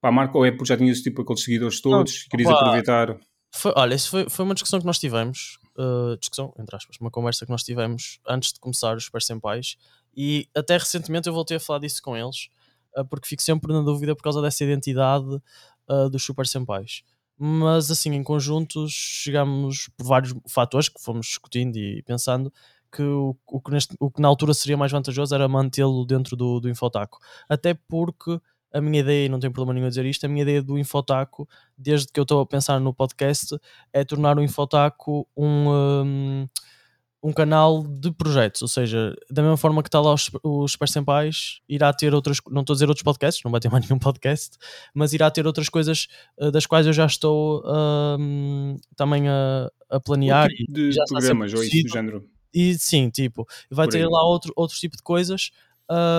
Speaker 1: para a marca, ou é porque já tinhas tipo aqueles seguidores todos, querias
Speaker 3: opa.
Speaker 1: aproveitar.
Speaker 3: Foi- olha, isso foi, foi uma discussão que nós tivemos, eh, discussão, entre aspas, uma conversa que nós tivemos antes de começar os Pais Sem Pais, e até recentemente eu voltei a falar disso com eles, eh, porque fico sempre na dúvida por causa dessa identidade eh, dos Super Senpais. Mas assim, em conjuntos, chegámos por vários fatores que fomos discutindo e pensando que o, o que, neste- o que na altura seria mais vantajoso era mantê-lo dentro do, do Infotaco. Até porque a minha ideia, e não tem problema nenhum a dizer isto, a minha ideia do Infotaco desde que eu estou a pensar no podcast, é tornar o Infotaco um, um, um canal de projetos. Ou seja, da mesma forma que está lá os, os Super Senpais, irá ter outras, não estou a dizer outros podcasts, não vai ter mais nenhum podcast, mas irá ter outras coisas eh, das quais eu já estou um, também a, a planear.
Speaker 1: Que tipo de
Speaker 3: já está a ser
Speaker 1: programas ou isso do
Speaker 3: produzido.
Speaker 1: género?
Speaker 3: E sim, tipo, vai
Speaker 1: Por
Speaker 3: ter
Speaker 1: aí.
Speaker 3: lá outro, outro tipo de coisas.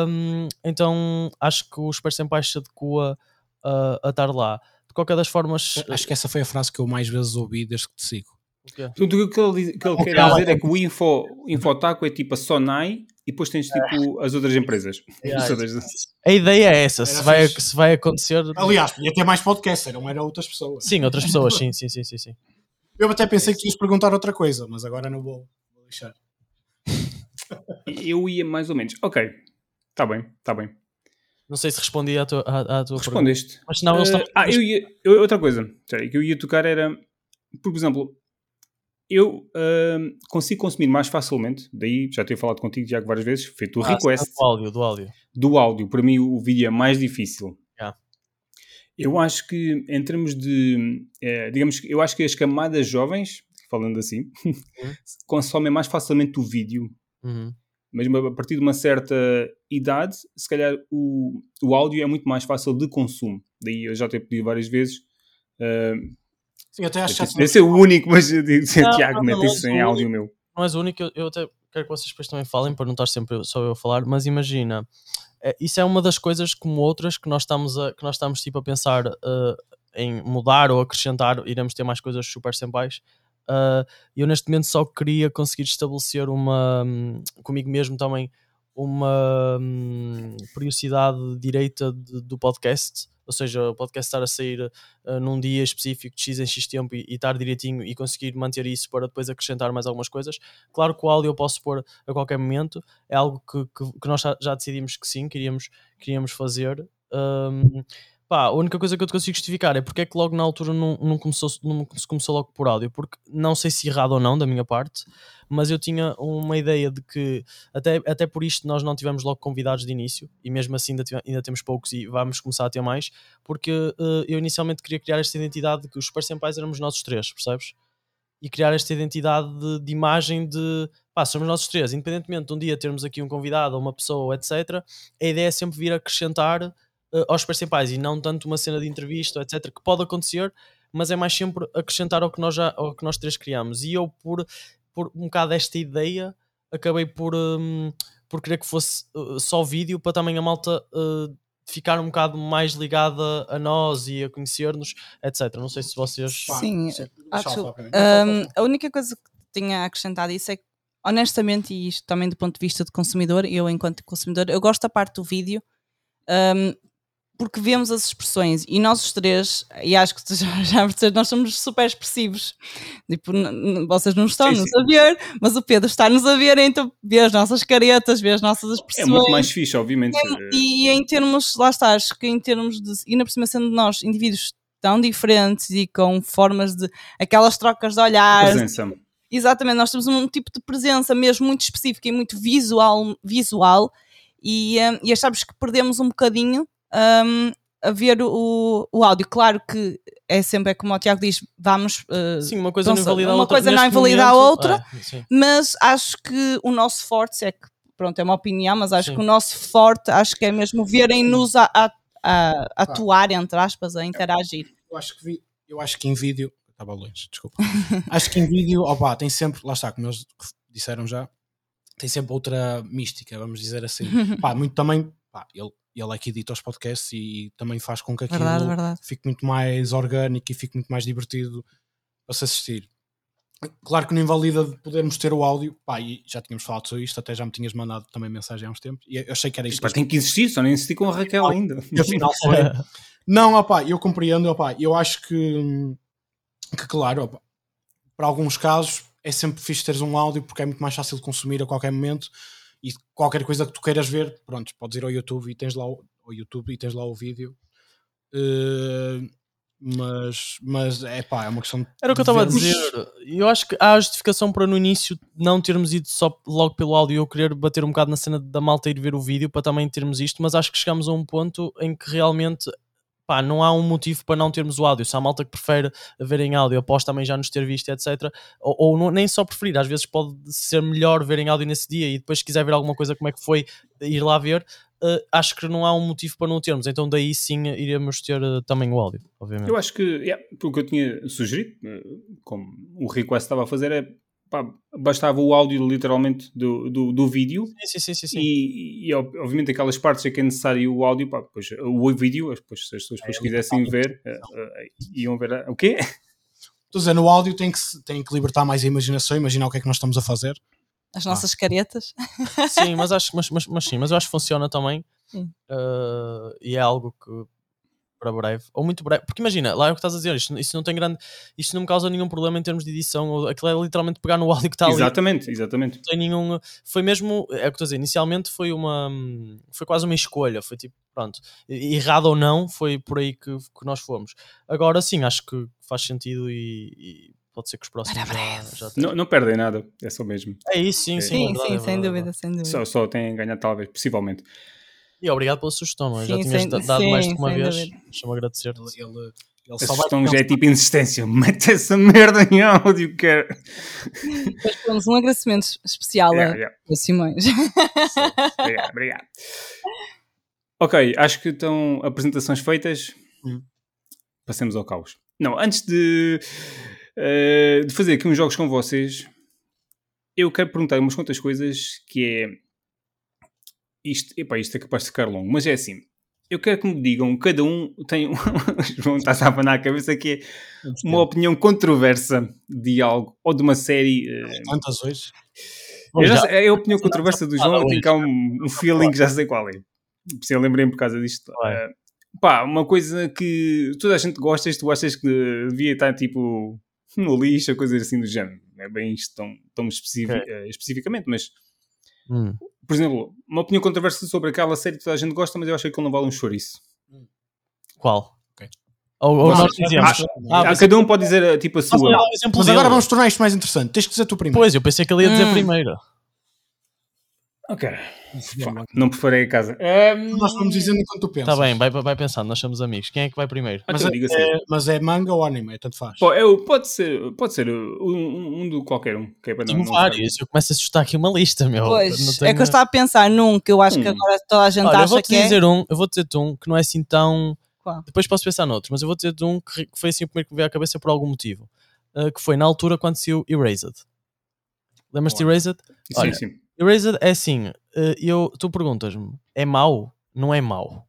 Speaker 3: Hum, então acho que o Super Senpais se adequa ah, a estar lá. De qualquer das formas.
Speaker 1: É,
Speaker 2: Acho que essa foi a frase que eu mais vezes ouvi desde que te sigo.
Speaker 1: Portanto, o que ele, o que ele
Speaker 2: Ok,
Speaker 1: quer
Speaker 2: ah,
Speaker 1: dizer é que o info, Infotaco é tipo a Sonai e depois tens tipo as outras empresas.
Speaker 3: É. Yeah,
Speaker 1: As outras-
Speaker 3: A ideia é essa, se
Speaker 2: Era
Speaker 3: vai,
Speaker 2: fixe.
Speaker 3: se vai acontecer.
Speaker 2: Aliás, podia ter mais podcasts, eram era outras pessoas.
Speaker 3: Sim, outras pessoas, sim, sim, sim, sim. sim.
Speaker 2: Eu até pensei que ias perguntar outra coisa, mas agora não vou, vou deixar.
Speaker 1: Eu ia mais ou menos. Ok, está bem, está bem.
Speaker 3: Não sei se respondi à tua, à, à tua pergunta.
Speaker 1: Respondeste.
Speaker 3: Mas senão eles
Speaker 1: Eh,
Speaker 3: estão.
Speaker 1: ah, eu ia, eu- outra coisa sério, que eu ia tocar era, por exemplo, eu eh, consigo consumir mais facilmente, daí já tenho falado contigo, Tiago, várias vezes, feito o
Speaker 3: Ah,
Speaker 1: request
Speaker 3: Do áudio, do áudio.
Speaker 1: do áudio. Para mim, o vídeo é mais difícil.
Speaker 3: Yeah.
Speaker 1: Eu acho que, em termos de. eh, digamos que eu acho que as camadas jovens, falando assim, consomem mais facilmente o vídeo
Speaker 3: Uhum.
Speaker 1: Mesmo a partir de uma certa idade, se calhar o, o áudio é muito mais fácil de consumo. Daí eu já te pedi várias vezes. Uh,
Speaker 2: Sim, eu até acho que já
Speaker 1: deve ser é o único, mas eu digo,
Speaker 3: Não,
Speaker 1: Tiago,
Speaker 3: não,
Speaker 1: mete
Speaker 3: não,
Speaker 1: isso
Speaker 3: não,
Speaker 1: em
Speaker 3: não.
Speaker 1: áudio meu.
Speaker 3: não és o único, eu, eu até quero que vocês depois também falem, para não estar sempre só eu a falar, mas imagina, eh, isso é uma das coisas como outras que nós estamos, a, que nós estamos tipo a pensar eh, em mudar ou acrescentar, iremos ter mais coisas super senpais. Eh, eu neste momento só queria conseguir estabelecer uma, hum, comigo mesmo também, uma hum, curiosidade direita de- do podcast, ou seja, o podcast estar a sair eh, num dia específico de X em X tempo e, e estar direitinho e conseguir manter isso para depois acrescentar mais algumas coisas. Claro que o áudio eu posso pôr a qualquer momento, é algo que, que- que nós já- já decidimos que sim, queríamos, queríamos fazer. Ahm, pá, a única coisa que eu te consigo justificar é porque é que logo na altura não, não, começou, não se começou logo por áudio, porque não sei se errado ou não da minha parte, mas eu tinha uma ideia de que até, até por isto nós não tivemos logo convidados de início e mesmo assim ainda, tive- ainda temos poucos e vamos começar a ter mais porque eh, eu inicialmente queria criar esta identidade de que os super senpais éramos nós os três, percebes? E criar esta identidade de, de imagem de pá, somos nós os três, independentemente de um dia termos aqui um convidado ou uma pessoa, etc. A ideia é sempre vir acrescentar eh, aos super senpais e não tanto uma cena de entrevista, etc., que pode acontecer, mas é mais sempre acrescentar ao que nós, já, ao que nós três criamos. E eu, por, por um bocado esta ideia, acabei por, hum, por querer que fosse eh, só vídeo para também a malta. eh, ficar um bocado mais ligada a nós e a conhecer-nos, etc. Não sei se vocês.
Speaker 2: Pá,
Speaker 4: Sim, hum, acho-
Speaker 2: Fala, Fábio.
Speaker 4: Ahm, a única coisa que tinha acrescentado isso é que, honestamente, e isto também do ponto de vista de consumidor, eu enquanto consumidor, eu gosto da parte do vídeo ahm, porque vemos as expressões e nós os três, e acho que tu já, já percebes, nós somos super expressivos. Tipo, n- n- vocês não estão-nos
Speaker 1: sim.
Speaker 4: a ver, mas o Pedro está-nos a ver, então vê as nossas caretas, vê as nossas
Speaker 1: É
Speaker 4: expressões.
Speaker 1: muito mais fixe, obviamente. eh,
Speaker 4: E em termos, lá está, acho que em termos de. E na aproximação de nós, indivíduos tão diferentes e com formas de. aquelas trocas de olhares.
Speaker 1: Presença.
Speaker 4: Exatamente, nós temos um tipo de presença mesmo muito específica e muito visual. visual e, hum, e achamos que perdemos um bocadinho hum, a ver o, o áudio. Claro que é sempre, é como o Tiago diz, vamos. eh,
Speaker 3: Sim, uma coisa
Speaker 4: Então,
Speaker 3: não invalida a
Speaker 4: uma
Speaker 3: outra.
Speaker 4: coisa não
Speaker 3: Neste
Speaker 4: invalida a
Speaker 3: momento-
Speaker 4: outra.
Speaker 3: É, sim.
Speaker 4: mas acho que o nosso forte é que pronto, é uma opinião, mas acho
Speaker 3: Sim.
Speaker 4: que o nosso forte acho que é mesmo verem-nos a, a- a- a atuar, entre aspas, a interagir.
Speaker 2: eu acho que vi- eu acho que em vídeo estava longe, desculpa. acho que em vídeo, opá, tem sempre, lá está, como eles disseram já, tem sempre outra mística, vamos dizer assim. Pá, muito também, pá, ele, ele é que edita os podcasts e também faz com que aquilo
Speaker 4: verdade.
Speaker 2: fique muito mais orgânico e fique muito mais divertido para se assistir. Claro que não invalida de podermos ter o áudio, pá, e já tínhamos falado sobre isto, até já me tinhas mandado também mensagem há uns tempos, e eu achei que era isto.
Speaker 1: Pá, tem que existir, só nem insisti com a Raquel ainda.
Speaker 2: E afinal foi. Não, opá, eu compreendo, opá, eu acho que, que claro, opá, para alguns casos é sempre fixe teres um áudio porque é muito mais fácil de consumir a qualquer momento e qualquer coisa que tu queiras ver, pronto, podes ir ao YouTube e tens lá o, ao YouTube e tens lá o vídeo. Eh, mas, mas é pá, é uma questão de
Speaker 3: Era o que eu estava a
Speaker 2: vermos.
Speaker 3: dizer. Eu acho que há a justificação para no início não termos ido só logo pelo áudio e eu querer bater um bocado na cena da malta ir ver o vídeo para também termos isto, mas acho que chegamos a um ponto em que realmente pá, não há um motivo para não termos o áudio. Se há malta que prefere ver em áudio após também já nos ter visto, etc. Ou, ou não- nem só preferir, às vezes pode ser melhor ver em áudio nesse dia e depois se quiser ver alguma coisa como é que foi, ir lá ver. Eh, acho que não há um motivo para não termos, então daí sim iremos ter eh, também o áudio, obviamente.
Speaker 1: Eu acho que, yeah, pelo que eu tinha sugerido, eh, como o request estava a fazer, é pá, bastava o áudio literalmente do, do, do vídeo
Speaker 3: Sim, sim, sim, sim. sim.
Speaker 1: e, e, ob- obviamente aquelas partes em que é necessário o áudio, pá, depois, o vídeo, depois, se as
Speaker 3: É,
Speaker 1: pessoas depois quisessem ver, eh, eh, iam ver. a- O quê?
Speaker 2: Estou a dizer, é no áudio tem que, se- tem que libertar mais a imaginação, imaginar o que é que nós estamos a fazer.
Speaker 4: As nossas
Speaker 3: Ah.
Speaker 4: caretas.
Speaker 3: Sim, mas acho, mas, mas, mas sim, mas eu acho que funciona também.
Speaker 4: Sim.
Speaker 3: Eh, e é algo que para breve, ou muito breve, porque imagina, lá é o que estás a dizer, isto, isto não tem grande, isto não me causa nenhum problema em termos de edição, ou, aquilo é literalmente pegar no áudio que está ali,
Speaker 1: Exatamente, exatamente.
Speaker 3: não tem nenhum. Foi mesmo, é o que estou a dizer, inicialmente foi uma. Foi quase uma escolha, foi tipo, pronto, e- errado ou não, foi por aí que, que nós fomos. Agora sim, acho que faz sentido e, e pode ser que os próximos.
Speaker 4: Para
Speaker 3: já-
Speaker 4: breve.
Speaker 3: já tenham.
Speaker 1: Não, não perdem nada, é só mesmo.
Speaker 3: É isso, sim, sim. é
Speaker 4: Sim,
Speaker 3: verdade,
Speaker 4: sim,
Speaker 3: é
Speaker 4: sem
Speaker 3: verdade, é
Speaker 4: dúvida, sem dúvida.
Speaker 1: Só, só têm a ganhar, talvez, possivelmente.
Speaker 3: E obrigado pela sugestão, não é? Já
Speaker 4: Sim,
Speaker 3: tinhas
Speaker 4: sem-
Speaker 3: da- dado mais
Speaker 4: sim,
Speaker 3: de uma
Speaker 4: sem
Speaker 3: vez.
Speaker 4: dúvida.
Speaker 3: Deixa-me agradecer.
Speaker 2: Ele, ele- Ele
Speaker 1: A
Speaker 2: só vai um
Speaker 1: sugestão já é
Speaker 3: um
Speaker 1: tipo insistência. Mete essa merda em áudio, é- quero.
Speaker 4: Mas temos um agradecimento especial
Speaker 1: Yeah,
Speaker 4: a-
Speaker 1: yeah.
Speaker 4: a Simões.
Speaker 1: Obrigado, obrigado. Ok, acho que estão apresentações feitas.
Speaker 2: Hum.
Speaker 1: Passemos ao caos. Não, antes de, eh, de fazer aqui uns jogos com vocês, eu quero perguntar umas quantas coisas que é. Isto, epá, isto é capaz de ficar longo, mas é assim. Eu quero que me digam, cada um tem. um- João está-se a abanar a cabeça que é uma opinião controversa de algo ou de uma série. eh,
Speaker 2: tantas hoje.
Speaker 1: eu já
Speaker 3: Já.
Speaker 1: sei- é a opinião controversa do João, eu
Speaker 3: hoje.
Speaker 1: tenho cá um, um feeling que já sei qual é. Se eu lembrei-me por causa disto.
Speaker 3: Vai.
Speaker 1: Eh, pá, uma coisa que toda a gente gosta, tu achas que devia estar tipo no lixo, ou coisa assim do género. Não é bem isto tão, tão especifi-
Speaker 3: Ok.
Speaker 1: eh, especificamente, mas,
Speaker 3: Hum,
Speaker 1: por exemplo, uma opinião controversa sobre aquela série que toda a gente gosta, mas eu acho que aquilo não vale um chouriço.
Speaker 3: Qual?
Speaker 2: Ok.
Speaker 3: Ou, ou
Speaker 2: Não,
Speaker 3: nós dizemos.
Speaker 2: acho-
Speaker 3: Ah,
Speaker 1: Ah,
Speaker 3: mas-
Speaker 1: cada um pode dizer eh, tipo a
Speaker 3: Posso
Speaker 1: sua.
Speaker 3: dar um exemplo
Speaker 2: Mas
Speaker 3: dele?
Speaker 2: agora vamos tornar isto mais interessante. Tens que dizer tu primeiro.
Speaker 3: Pois, eu pensei que ele ia dizer
Speaker 4: Hum.
Speaker 3: primeiro.
Speaker 1: Ok, não preferei a casa. Ehm,
Speaker 2: Tipo, Nós vamos dizendo enquanto tu pensas.
Speaker 3: Está Tá bem, vai, vai pensando, nós somos amigos. Quem é que vai primeiro?
Speaker 1: então
Speaker 2: Mas é,
Speaker 1: diga assim.
Speaker 2: mas é manga ou anime, é tanto faz.
Speaker 1: Pô, eu- pode ser, pode ser um, um- um do qualquer um. Que é para não,
Speaker 3: Tenho
Speaker 1: não ficar-
Speaker 3: Tipo, vários, eu começo a assustar aqui uma lista, meu. Não
Speaker 4: Pois,
Speaker 3: tenho-
Speaker 4: é que eu estava a pensar num que eu acho que
Speaker 1: Hum.
Speaker 4: agora toda a gente
Speaker 3: Olha, eu
Speaker 4: acha
Speaker 3: vou-te
Speaker 4: que é.
Speaker 3: dizer um, eu vou dizer-te um que não é assim tão.
Speaker 4: Qual?
Speaker 3: Depois posso pensar noutro, mas eu vou dizer-te um que que foi assim o primeiro que me veio à cabeça por algum motivo. Uh, que foi na altura quando saiu Erased. Lembras-te de
Speaker 1: Olha.
Speaker 3: Erased?
Speaker 1: Sim,
Speaker 3: Olha,
Speaker 1: sim.
Speaker 3: Erased é assim, eh, eu, tu perguntas-me, é mau? Não é mau.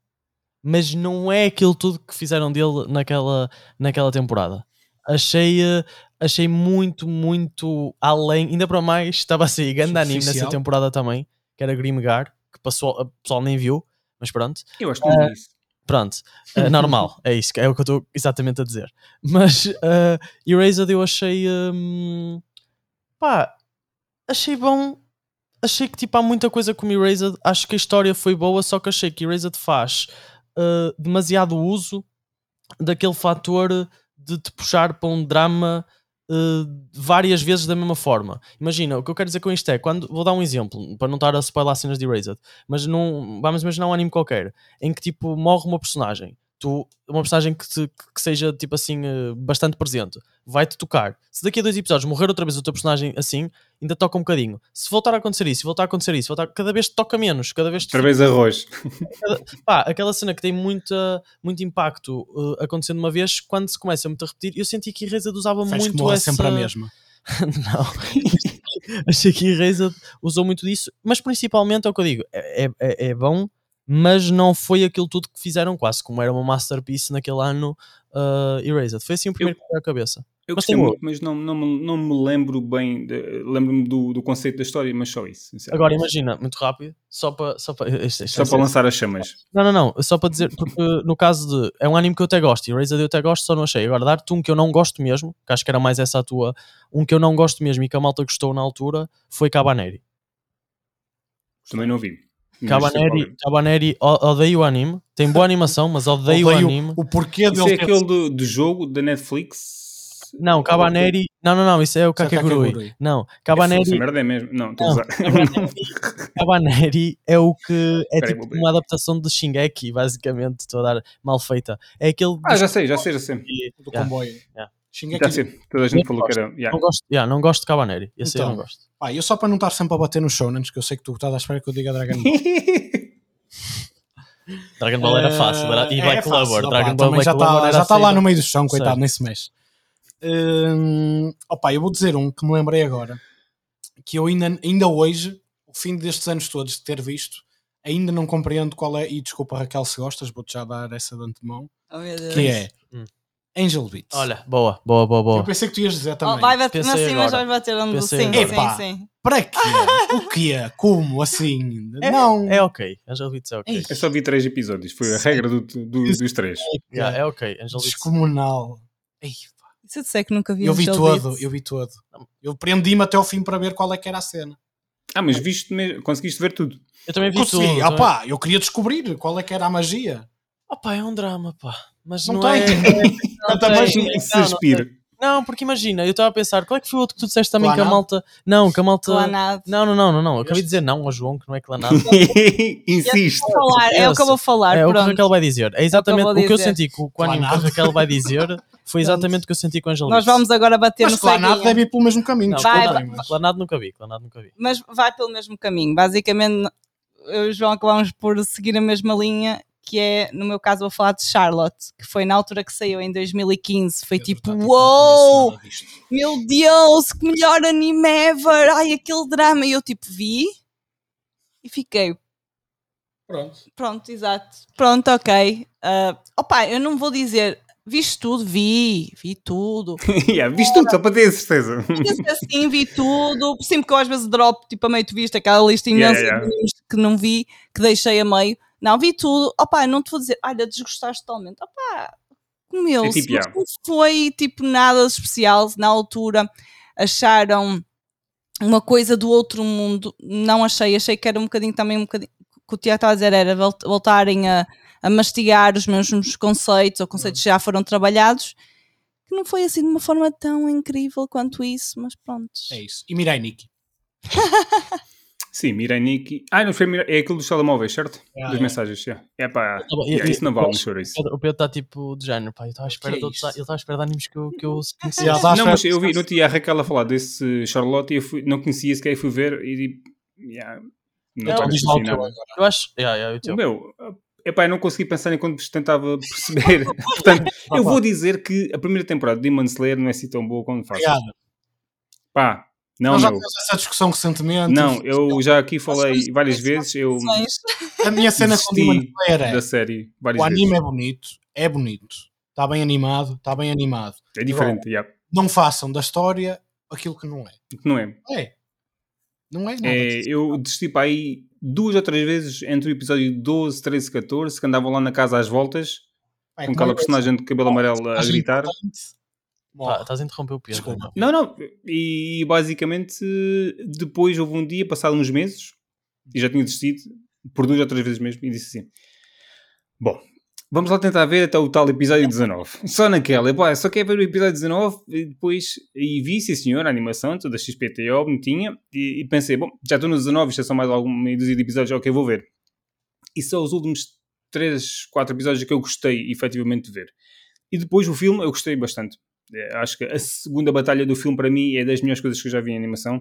Speaker 3: Mas não é aquilo tudo que fizeram dele naquela, naquela temporada. Achei, eh, achei muito, muito além. Ainda para mais, estava a sair grande anime nessa
Speaker 2: Superficial.
Speaker 3: temporada também, que era Grimgar, que passou, o pessoal nem viu, mas pronto.
Speaker 1: Eu acho que
Speaker 3: Ah,
Speaker 1: não é isso.
Speaker 3: Pronto, é normal, é isso, que- é o que eu estou exatamente a dizer. Mas uh, Erased eu achei. hum, pá, achei bom. Achei que tipo, há muita coisa como Erased. Acho que a história foi boa, só que achei que Erased faz uh, demasiado uso daquele fator de te puxar para um drama uh, várias vezes da mesma forma. Imagina, o que eu quero dizer com isto é, quando vou dar um exemplo, para não estar a spoiler cenas de Erased, mas não, vamos imaginar um anime qualquer, em que tipo morre uma personagem, tu, uma personagem que, te- que seja tipo assim eh, bastante presente, vai-te tocar. Se daqui a dois episódios morrer outra vez o teu personagem assim, ainda toca um bocadinho. Se voltar a acontecer isso, se voltar a acontecer isso, voltar, cada vez te toca menos, cada vez te
Speaker 1: Outra vez arroz.
Speaker 3: pá, aquela cena que tem muita, muito impacto uh, acontecendo uma vez, quando se começa muito a repetir, eu senti que a Reza usava
Speaker 2: Faz que
Speaker 3: muito
Speaker 2: morra
Speaker 3: essa...
Speaker 2: sempre a mesma.
Speaker 3: Não. Achei que a Reza usou muito disso, mas principalmente é o que eu digo, é, é- é, é bom, mas não foi aquilo tudo que fizeram quase, como era uma masterpiece naquele ano uh, Erased. Foi assim o primeiro que me veio à cabeça.
Speaker 1: Eu
Speaker 3: Mas
Speaker 1: gostei
Speaker 3: tem
Speaker 1: muito, mas não, não, me- não me lembro bem. de- Lembro-me do, do conceito da história, mas só isso. sinceramente.
Speaker 3: Agora imagina, muito rápido, só para... Só para, isto- isto
Speaker 1: Só
Speaker 3: vai ser-
Speaker 1: para lançar as chamas.
Speaker 3: Não, não, não. Só para dizer, porque no caso de. É um anime que eu até gosto, e Razor eu até gosto, só não achei. Agora, dar-te um que eu não gosto mesmo, que acho que era mais essa a tua. Um que eu não gosto mesmo e que a malta gostou na altura foi Cabaneri.
Speaker 1: Também não vi. Mas sei qual é.
Speaker 3: Cabaneri, Cabaneri o- odeio o anime. Tem boa animação, mas odeio,
Speaker 2: Odeio
Speaker 3: o anime.
Speaker 2: o porquê
Speaker 1: é. Isso
Speaker 2: dele
Speaker 1: é
Speaker 2: ter-
Speaker 1: aquele do, do jogo da Netflix?
Speaker 3: um Não, Cabaneri. Não, não, não. Isso é o
Speaker 2: Isso é
Speaker 3: Kakegurui.
Speaker 2: Kakegurui.
Speaker 3: Não,
Speaker 1: Essa
Speaker 3: Cabaneri,
Speaker 1: merda é mesmo. Não, estou a
Speaker 3: Não.
Speaker 1: usar.
Speaker 3: Cabaneri é o que. É
Speaker 1: Espera aí,
Speaker 3: tipo
Speaker 1: vou ver.
Speaker 3: uma adaptação de Shingeki, basicamente. Estou a dar mal feita. É aquele.
Speaker 1: Ah, já sei, já sei, já sei.
Speaker 3: que-
Speaker 2: do
Speaker 3: Yeah.
Speaker 2: comboio.
Speaker 3: Yeah.
Speaker 2: Shingeki-
Speaker 1: Já sei. Toda a gente
Speaker 3: Não
Speaker 1: falou que era.
Speaker 3: Não
Speaker 1: Yeah.
Speaker 3: gosto, yeah, não gosto de Cabaneri. Esse aí eu
Speaker 2: Então.
Speaker 3: não gosto.
Speaker 2: Pá, eu só para não estar sempre a bater nos shonens, que eu sei que tu estás à espera que eu diga Dragon Ball.
Speaker 3: Dragon Ball era fácil. Eh, Era, então, e
Speaker 2: É,
Speaker 3: Black
Speaker 2: é fácil,
Speaker 3: Clover.
Speaker 2: opá,
Speaker 3: Dragon Ball
Speaker 2: também
Speaker 3: Black
Speaker 2: já
Speaker 3: Clover
Speaker 2: está
Speaker 3: um era
Speaker 2: já está lá
Speaker 3: assim,
Speaker 2: no meio do chão, coitado,
Speaker 3: Sei.
Speaker 2: nem se mexe. Hum, opá, eu vou dizer um que me lembrei agora, que eu ainda, ainda hoje, o fim destes anos todos de ter visto, ainda não compreendo qual é, e desculpa Raquel se gostas, vou-te já dar essa de antemão,
Speaker 4: Oh, meu Deus.
Speaker 2: que é
Speaker 3: Hum.
Speaker 2: Angel Beats.
Speaker 3: Olha, boa, boa, boa,
Speaker 2: eu
Speaker 3: boa.
Speaker 2: pensei que tu ias dizer
Speaker 4: Oh,
Speaker 2: também.
Speaker 4: vai bater,
Speaker 3: Pensei
Speaker 4: mas sim, mas
Speaker 3: agora.
Speaker 4: vai bater onde
Speaker 3: Pensei
Speaker 4: sim,
Speaker 2: agora.
Speaker 4: sim,
Speaker 2: Epá.
Speaker 4: sim.
Speaker 2: Para quê? o quê? Como? Assim? não.
Speaker 3: É ok. Angel Beats é ok.
Speaker 1: Eu só vi três episódios. Foi a regra do- do- dos três.
Speaker 3: Yeah, é ok. Angel Beats.
Speaker 2: Descomunal. Ei, pá.
Speaker 4: E se eu disser que nunca vi um
Speaker 2: eu vi
Speaker 4: Angel
Speaker 2: todo,
Speaker 4: Beats?
Speaker 2: eu vi todo. Eu prendi-me até ao fim para ver qual é que era a cena.
Speaker 1: Ah, mas viste mesmo. Conseguiste ver tudo.
Speaker 3: Eu também vi tudo.
Speaker 2: Consegui,
Speaker 3: também-
Speaker 2: opá, eu queria descobrir qual é que era a magia.
Speaker 3: Opá, é um drama, pá. Mas
Speaker 2: Não
Speaker 3: não,
Speaker 2: tem.
Speaker 3: é. não
Speaker 1: Está mais
Speaker 3: tem.
Speaker 1: um
Speaker 3: Não, não
Speaker 1: suspiro.
Speaker 3: Não, porque imagina, eu estava a pensar, qual é que foi o outro que tu disseste também que a
Speaker 2: Clanado?
Speaker 3: malta. Não, que a malta.
Speaker 4: Clanado.
Speaker 3: Não, não, não, não, não. Acabei de dizer não ao João, que não é clanado.
Speaker 1: Insisto.
Speaker 4: Vou falar, é o que eu vou falar,
Speaker 3: É o que a
Speaker 4: pronto.
Speaker 3: Raquel vai dizer. É exatamente
Speaker 4: vou
Speaker 3: o que eu
Speaker 4: dizer.
Speaker 3: senti com o ânimo que a
Speaker 2: Clanado.
Speaker 3: Raquel vai dizer. Foi exatamente o que eu senti com a
Speaker 2: Então
Speaker 3: Angelina.
Speaker 4: Nós vamos agora bater
Speaker 2: Mas
Speaker 4: no
Speaker 2: claro, nada
Speaker 4: ceguinho.
Speaker 2: deve ir pelo mesmo caminho,
Speaker 3: Não,
Speaker 4: Vai,
Speaker 2: desculpem.
Speaker 3: clanado,
Speaker 2: mas-
Speaker 3: clanado nunca vi, clanado nunca vi.
Speaker 4: mas vai pelo mesmo caminho. Basicamente, eu e o João acabamos por seguir a mesma linha, que é, no meu caso, vou falar de Charlotte, que foi na altura que saiu em 2015. Foi tipo,
Speaker 2: Portanto, eu não conheço
Speaker 4: uou,
Speaker 2: nada disto.
Speaker 4: meu Deus, que melhor anime ever! Ai, aquele drama! E eu tipo, vi e fiquei,
Speaker 2: Pronto.
Speaker 4: Pronto, exato. Pronto, ok. Ah, opa, eu não vou dizer, viste tudo? Vi, vi tudo.
Speaker 1: yeah, viste tudo, só para ter a certeza.
Speaker 4: Disse assim, vi tudo. Sempre que eu às vezes drop, tipo, a meio tu viste aquela lista imensa
Speaker 1: Yeah, yeah,
Speaker 4: de animes que não vi, que deixei a meio. Não, vi tudo. Opa, não te vou dizer, olha, desgostaste totalmente. Opa, comeu
Speaker 1: É tipo, yeah.
Speaker 4: Não foi, tipo, nada especial na altura. Acharam uma coisa do outro mundo. Não achei. Achei que era um bocadinho também, um bocadinho... O que o Tiago estava a dizer era vol- voltarem a, a mastigar os mesmos conceitos ou conceitos que já foram trabalhados que não foi assim de uma forma tão incrível quanto isso, mas pronto.
Speaker 2: É isso. E Mirai Nikki.
Speaker 1: Sim, Mirai Nikki. Ah, não foi Mirai. É aquilo dos telemóveis, certo?
Speaker 2: Ah,
Speaker 1: das
Speaker 2: é.
Speaker 1: mensagens, yeah. é. pá.
Speaker 3: bom,
Speaker 1: yeah,
Speaker 3: e-
Speaker 1: isso não vale,
Speaker 3: e-
Speaker 1: não choro isso.
Speaker 3: O Pedro está tipo de género, pá. Eu estava à espera
Speaker 2: que é
Speaker 3: de outros-
Speaker 2: isto?
Speaker 3: ele estava à espera de animes que eu, que eu conhecia.
Speaker 2: Já está à
Speaker 1: Não,
Speaker 2: espera-
Speaker 1: mas eu vi, não tinha a Raquel a falar desse Charlotte e eu fui- não conhecia sequer, fui ver e tipo, yeah, não
Speaker 3: Não,
Speaker 1: estava
Speaker 3: Então, diz
Speaker 1: a
Speaker 3: lá
Speaker 1: assistir
Speaker 3: o teu
Speaker 1: nada.
Speaker 3: agora. Eu acho. Yeah, yeah, o teu.
Speaker 1: Meu, eh, epá, eu não consegui pensar enquanto tentava perceber. Portanto, eu vou dizer que a primeira temporada de Demon Slayer não é assim tão boa quanto faz.
Speaker 2: Obrigado.
Speaker 1: Pá, não,
Speaker 2: Nós já
Speaker 1: meu.
Speaker 2: tivemos essa discussão recentemente.
Speaker 1: Não, eu já aqui falei
Speaker 4: Nós
Speaker 1: várias
Speaker 4: somos-
Speaker 1: vezes, eu
Speaker 4: Mas,
Speaker 2: A minha cena com o
Speaker 1: desisti
Speaker 2: Demon Slayer é
Speaker 1: da série, várias
Speaker 2: o anime
Speaker 1: vezes.
Speaker 2: é bonito, é bonito, está bem animado, está bem animado.
Speaker 1: É diferente, yeah.
Speaker 2: Não façam da história aquilo que não é.
Speaker 1: não é?
Speaker 2: Não É. Não é nada.
Speaker 1: É,
Speaker 2: disso.
Speaker 1: eu desisti para aí duas ou três vezes entre o episódio 12, 13 e 14, que andavam lá na casa às voltas,
Speaker 2: Pá,
Speaker 1: com
Speaker 2: como é
Speaker 1: aquela
Speaker 2: que
Speaker 1: personagem de cabelo amarelo a
Speaker 2: personagem
Speaker 1: gritar.
Speaker 2: importante
Speaker 3: Pá,
Speaker 2: morre?
Speaker 3: estás a interromper o Pedro.
Speaker 2: Desculpa.
Speaker 1: Não, não. E basicamente depois houve um dia, passado uns meses, e já tinha desistido, por duas ou três vezes mesmo, e disse assim: Bom, vamos lá tentar ver até o tal episódio 19. Só naquela, pá, só quer ver o episódio 19 e depois e vi, sim senhor, a animação, toda XPTO, bonitinha, e, e pensei, bom, já estou no 19, isto é só mais alguma meia dúzia de episódios, ok, vou ver. E só os últimos 3, 4 episódios é que eu gostei efetivamente de ver. E depois o filme eu gostei bastante. É, Acho que a segunda batalha do filme, para mim, é das melhores coisas que eu já vi em animação.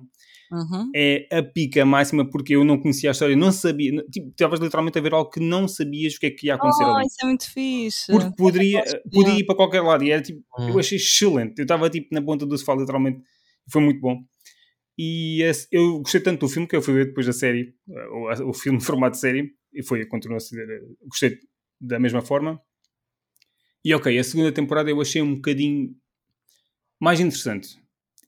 Speaker 4: uhum.
Speaker 1: É a pica máxima, porque eu não conhecia a história, não sabia. não- Tipo, estavas literalmente a ver algo que não sabias o que é que ia acontecer
Speaker 4: Oh,
Speaker 1: ali.
Speaker 4: isso é muito fixe.
Speaker 1: Porque poderia, podia ir para qualquer lado. E era tipo,
Speaker 3: Hum.
Speaker 1: eu achei excelente. Eu estava tipo na ponta do sofá, literalmente. Foi muito bom. E esse- eu gostei tanto do filme que eu fui ver depois da série, eh, o, o filme em formato de série, e foi, continuou a ser. eh, Gostei da mesma forma. E ok, a segunda temporada eu achei um bocadinho mais interessante.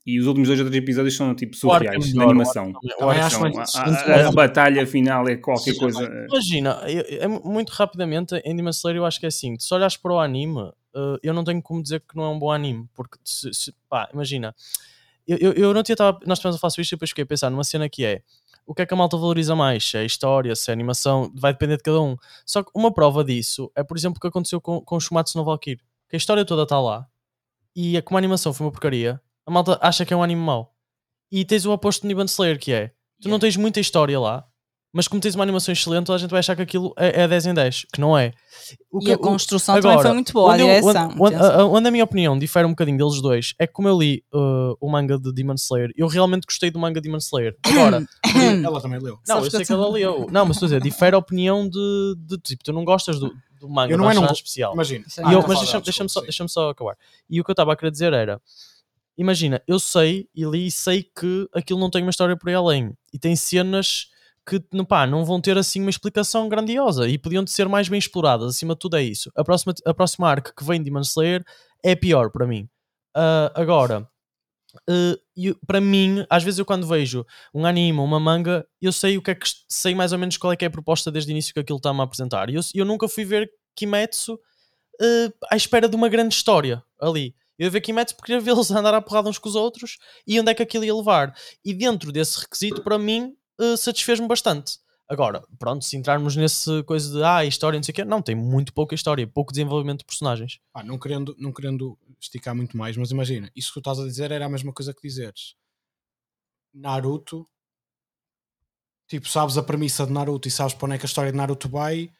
Speaker 1: E os últimos dois ou três episódios são tipo
Speaker 3: O arco é
Speaker 1: surreais, de
Speaker 3: melhor,
Speaker 1: animação.
Speaker 3: o arco é melhor.
Speaker 2: Também
Speaker 3: O arco-
Speaker 2: acho
Speaker 1: São-
Speaker 2: mais
Speaker 1: a,
Speaker 2: interessante.
Speaker 1: a- a batalha final é qualquer
Speaker 2: Sim,
Speaker 1: coisa. eh,
Speaker 3: Imagina, eu- eu- é mu- muito rapidamente, em Demon Slayer eu acho que é assim, se olhas para o anime, eh, eu não tenho como dizer que não é um bom anime, porque, se, se- pá, imagina, eu, eu, eu não tinha, tava, nós estamos a falar sobre isto e depois fiquei a pensar numa cena que é, o que é que a malta valoriza mais? Se é a história, se é a animação, vai depender de cada um. Só que uma prova disso é, por exemplo, o que aconteceu com, com o Shumatsu no Valkyrie, que a história toda está lá, e é como a animação foi uma porcaria, a malta acha que é um anime mau. E tens o oposto de Demon Slayer, que é, tu não tens muita história lá, mas como tens uma animação excelente, toda a gente vai achar que aquilo é, é 10 em 10, que não é. O que
Speaker 4: E a
Speaker 3: o-
Speaker 4: construção também
Speaker 3: agora,
Speaker 4: foi muito boa, a
Speaker 3: onde eu- ah,
Speaker 4: direção.
Speaker 3: onde- onde- a- onde a minha opinião difere um bocadinho deles dois é que, como eu li uh, o manga de Demon Slayer, eu realmente gostei do manga Demon Slayer. Agora,
Speaker 2: Ela também leu.
Speaker 3: não, eu
Speaker 4: Sabes que
Speaker 3: sei
Speaker 4: eu
Speaker 3: que ela
Speaker 4: sou-
Speaker 3: leu. Não, mas estou a dizer, difere a opinião de, de tipo, tu não gostas do, do manga,
Speaker 2: Eu
Speaker 3: não,
Speaker 2: não é, não
Speaker 3: achas nada
Speaker 2: gosto,
Speaker 3: especial.
Speaker 2: Imagina.
Speaker 4: Sim.
Speaker 3: E
Speaker 4: Ah,
Speaker 3: eu-
Speaker 4: tá
Speaker 3: mas
Speaker 2: a
Speaker 3: deixa-me
Speaker 2: falar,
Speaker 3: deixa-me só,
Speaker 2: é desculpa, sim.
Speaker 3: deixa só acabar. E o que eu estava a querer dizer era: imagina, eu sei e li e sei que aquilo não tem uma história por aí além. E tem cenas que não- pá, não vão ter assim uma explicação grandiosa e podiam de ser mais bem exploradas. Acima de tudo, é isso. A próxima, a próxima arc que vem de Demon Slayer é pior para mim. Ah, agora, eh, e para mim, às vezes eu quando vejo um anime, uma manga, eu sei o que é que sei mais ou menos qual é que é a proposta desde o início que aquilo está-me a apresentar. E Eu, eu nunca fui ver Kimetsu eh, à espera de uma grande história ali. Eu ia ver Kimetsu porque queria vê-los andar à porrada uns com os outros e onde é que aquilo ia levar. E dentro desse requisito, para mim, eh, satisfez-me bastante. Agora, pronto, se entrarmos nesse coisa de ah, história, não sei o quê, não, tem muito pouca história, pouco desenvolvimento de personagens.
Speaker 2: Pá, não, querendo, não querendo esticar muito mais, mas imagina, isso que tu estás a dizer era a mesma coisa que dizeres Naruto. Tipo, sabes a premissa de Naruto e sabes para onde é que a história de Naruto vai.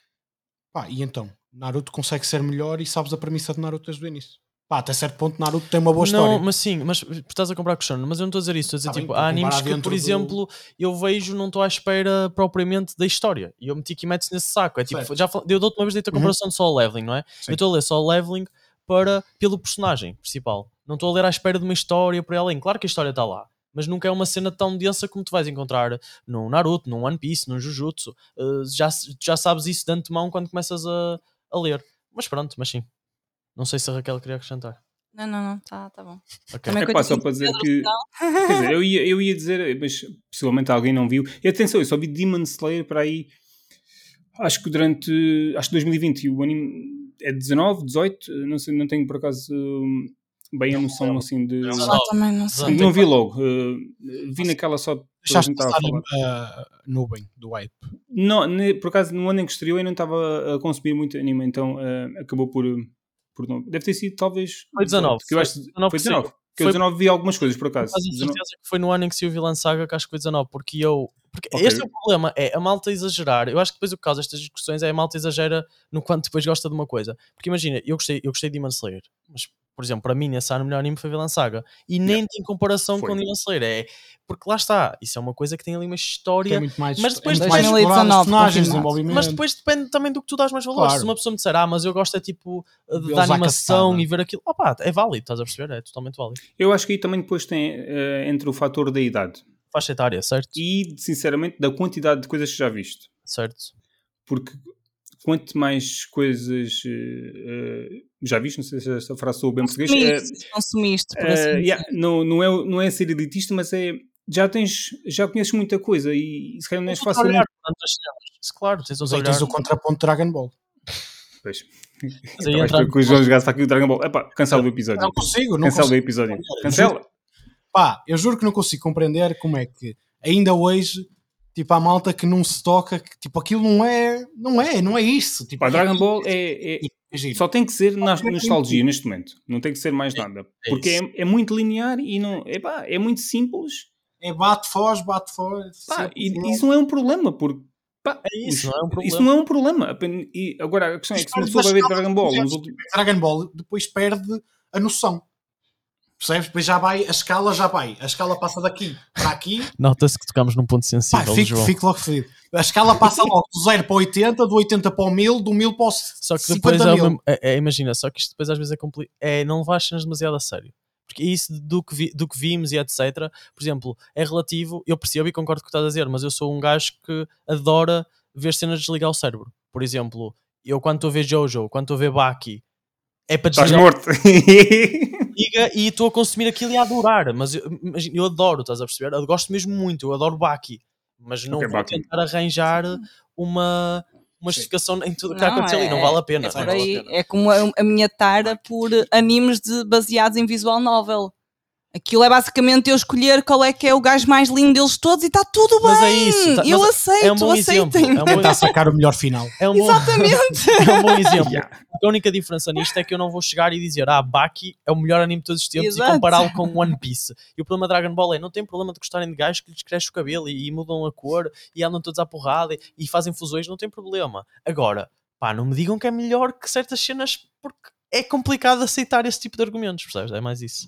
Speaker 2: Pá, e então? Naruto consegue ser melhor e sabes a premissa de Naruto desde o início. Pá, até certo ponto Naruto tem uma boa
Speaker 3: não,
Speaker 2: história.
Speaker 3: mas sim, mas estás a comprar com o Shonen, mas eu não estou a dizer isso, estou
Speaker 2: Tá
Speaker 3: a dizer
Speaker 2: bem,
Speaker 3: tipo,
Speaker 2: estou a
Speaker 3: há animes
Speaker 2: comparar
Speaker 3: que,
Speaker 2: dentro
Speaker 3: por
Speaker 2: do-
Speaker 3: exemplo, eu vejo, não estou à espera propriamente da história, e eu meti aqui metes nesse saco, é tipo,
Speaker 2: Certo.
Speaker 3: já fal- eu dou-te uma vez dei a
Speaker 2: Uhum.
Speaker 3: comparação de só o leveling, não é?
Speaker 2: Sim.
Speaker 3: Eu estou a ler só o leveling para, pelo personagem principal, não estou a ler à espera de uma história por aí além, claro que a história está lá. Mas nunca é uma cena tão densa como tu vais encontrar num Naruto, num One Piece, num Jujutsu. Uh, já, se- já sabes isso de antemão quando começas a, a ler. Mas pronto, mas sim. Não sei se a Raquel queria acrescentar.
Speaker 4: Não, não, não, tá, tá bom.
Speaker 3: Ok.
Speaker 4: Também
Speaker 1: É pá,
Speaker 4: quando
Speaker 1: só
Speaker 4: diz
Speaker 1: para dizer que. Quer dizer, eu ia, eu ia dizer, mas possivelmente alguém não viu. E atenção, eu só vi Demon Slayer para aí. Acho que durante. Acho que 2020. E o anime é 19, 18. Não, sei, não tenho por acaso hum, bem a noção assim de.
Speaker 3: Não,
Speaker 4: Lá também não sei.
Speaker 3: Exato.
Speaker 1: Não vi logo. eh, vi naquela só. que a
Speaker 2: Deixaste
Speaker 1: gente estava a
Speaker 2: passar
Speaker 3: é?
Speaker 1: falar.
Speaker 2: a, a nuvem do hype.
Speaker 1: Não, ne- por acaso, no ano em que estreou, eu não estava a consumir muito anime, então eh, acabou por, por não. Deve ter sido talvez.
Speaker 3: Foi 19,
Speaker 1: que eu acho-
Speaker 3: foi 19
Speaker 1: foi
Speaker 3: que
Speaker 1: 19. Que eu
Speaker 3: Foi-
Speaker 1: 19 vi algumas coisas, por acaso.
Speaker 3: Mas a
Speaker 1: 19.
Speaker 3: certeza um é que foi no ano em que saiu o Vilã Saga que acho que foi 19, porque eu. Porque
Speaker 1: Ok.
Speaker 3: este é o problema, é a malta exagerar. Eu acho que depois o que causa estas discussões é a malta exagera no quanto depois gosta de uma coisa. Porque imagina, eu gostei, eu gostei de Demon Slayer, mas por exemplo, para mim, nesse ano, o melhor anime foi Vilã Saga. E nem tem comparação
Speaker 1: Foi.
Speaker 3: com Demon Slayer. É, porque lá está, isso é uma coisa que tem ali uma história.
Speaker 2: Tem muito mais,
Speaker 3: Mas
Speaker 2: é
Speaker 3: depois
Speaker 2: muito mais
Speaker 4: 2019
Speaker 2: explorar os personagens,
Speaker 4: confirmado.
Speaker 2: desenvolvimento.
Speaker 3: Mas depois depende também do que tu dás mais valor.
Speaker 2: Claro.
Speaker 3: Se uma pessoa me disser, ah, mas eu gosto é tipo de-
Speaker 2: Vê-los
Speaker 3: da
Speaker 2: à
Speaker 3: animação
Speaker 2: cacetada.
Speaker 3: e ver aquilo, opá, é válido, estás a perceber? É totalmente válido.
Speaker 1: Eu acho que aí também depois tem eh, entre o fator da idade
Speaker 3: Faixa etária, certo?
Speaker 1: e, sinceramente, da quantidade de coisas que já viste.
Speaker 3: Certo.
Speaker 1: Porque quanto mais coisas eh, eh, já viste, não sei se esta frase sou bem português, eh,
Speaker 4: Consumiste, consumiste, por
Speaker 1: eh,
Speaker 4: assim dizer.
Speaker 1: yeah, não, não, é, não é ser elitista, mas é. Já tens, já conheces muita coisa e, se calhar não és
Speaker 3: Tens outro
Speaker 1: facilmente
Speaker 3: olhar para outras cenas. Claro, tens
Speaker 2: Mas
Speaker 3: outro
Speaker 2: aí
Speaker 3: olhar.
Speaker 2: tens o contraponto de Dragon Ball.
Speaker 1: Pois.
Speaker 3: Mas aí
Speaker 1: Estava à
Speaker 3: entra-
Speaker 1: espera que o João jogasse para aqui o Dragon Ball. Epá, cancela o episódio.
Speaker 2: Não consigo, não
Speaker 1: Cancela o
Speaker 2: consigo.
Speaker 1: episódio. Cancela.
Speaker 2: Pá, eu juro que não consigo compreender como é que ainda hoje, tipo, há malta que não se toca, que, tipo, aquilo não é, não é, não é isso. Tipo,
Speaker 1: Pá, Dragon Ball é, é-
Speaker 2: Imagina.
Speaker 1: só tem que ser na nostalgia neste momento. Não tem que ser mais nada. Porque é, é muito linear e não, epá, é muito simples.
Speaker 2: É bate, foge, bate, foge.
Speaker 1: Pá,
Speaker 2: sempre
Speaker 1: e,
Speaker 2: futebol.
Speaker 1: isso não é um problema. Porque, pá,
Speaker 3: É
Speaker 1: os-
Speaker 3: isso, não é um problema.
Speaker 1: isso não é um problema. Apen- E agora a questão é que se uma
Speaker 2: Mas-
Speaker 1: pessoa vai ver
Speaker 2: mas-
Speaker 1: Dragon Ball
Speaker 2: mas-
Speaker 1: nos últimos.
Speaker 2: Dragon Ball depois perde a noção. Percebes? Depois já vai, a escala já vai. A escala passa daqui para aqui.
Speaker 3: Nota-se que tocamos num ponto
Speaker 2: Pá,
Speaker 3: sensível,
Speaker 2: fico,
Speaker 3: João.
Speaker 2: fico logo fedido. A escala passa logo do 0 para o 80, do 80 para o 1000, do 1000 para o
Speaker 3: Só que
Speaker 2: 50
Speaker 3: depois há
Speaker 2: mil.
Speaker 3: uma, é, é, imagina, só que isto depois às vezes é complicado. É, não levar as cenas demasiado a sério. Porque é isso do que, vi- do que vimos e etc., por exemplo, é relativo. Eu percebo e concordo com o que estás a dizer, mas eu sou um gajo que adora ver cenas desligar o cérebro. Por exemplo, eu quando estou a ver Jojo, quando estou a ver Baki, é para
Speaker 1: Estás
Speaker 3: desligar
Speaker 1: morto.
Speaker 3: liga e estou a consumir aquilo e a adorar, mas eu, imagina, eu adoro, estás a perceber? Eu gosto mesmo muito, eu adoro Baki, mas não
Speaker 1: Ok,
Speaker 3: vou
Speaker 1: Baki.
Speaker 3: tentar arranjar uma, uma justificação em tudo o que está a
Speaker 4: Não,
Speaker 3: acontecer ali, não
Speaker 4: é-
Speaker 3: vale a pena.
Speaker 4: É,
Speaker 3: não
Speaker 4: por
Speaker 3: vale a
Speaker 4: aí,
Speaker 3: pena.
Speaker 4: é como a, a minha tara por animes de- baseados em visual novel. Aquilo é basicamente eu escolher qual é que é o gajo mais lindo deles todos e está tudo bem.
Speaker 3: Mas é isso, tá-
Speaker 4: eu
Speaker 3: mas
Speaker 4: aceito,
Speaker 3: é um bom exemplo,
Speaker 4: aceitem.
Speaker 3: é um bom
Speaker 2: Tentar tá sacar o melhor final.
Speaker 3: É um bom,
Speaker 4: Exatamente.
Speaker 3: é um bom exemplo.
Speaker 1: Yeah.
Speaker 3: A única diferença nisto é que eu não vou chegar e dizer ah, Baki é o melhor anime de todos os tempos
Speaker 4: Exato.
Speaker 3: e compará-lo com One Piece. E o problema de Dragon Ball é não tem problema de gostarem de gajos que lhes cresce o cabelo e, e mudam a cor e andam todos à porrada e, e fazem fusões, não tem problema. Agora, pá, não me digam que é melhor que certas cenas porque é complicado aceitar esse tipo de argumentos, percebes? É mais isso.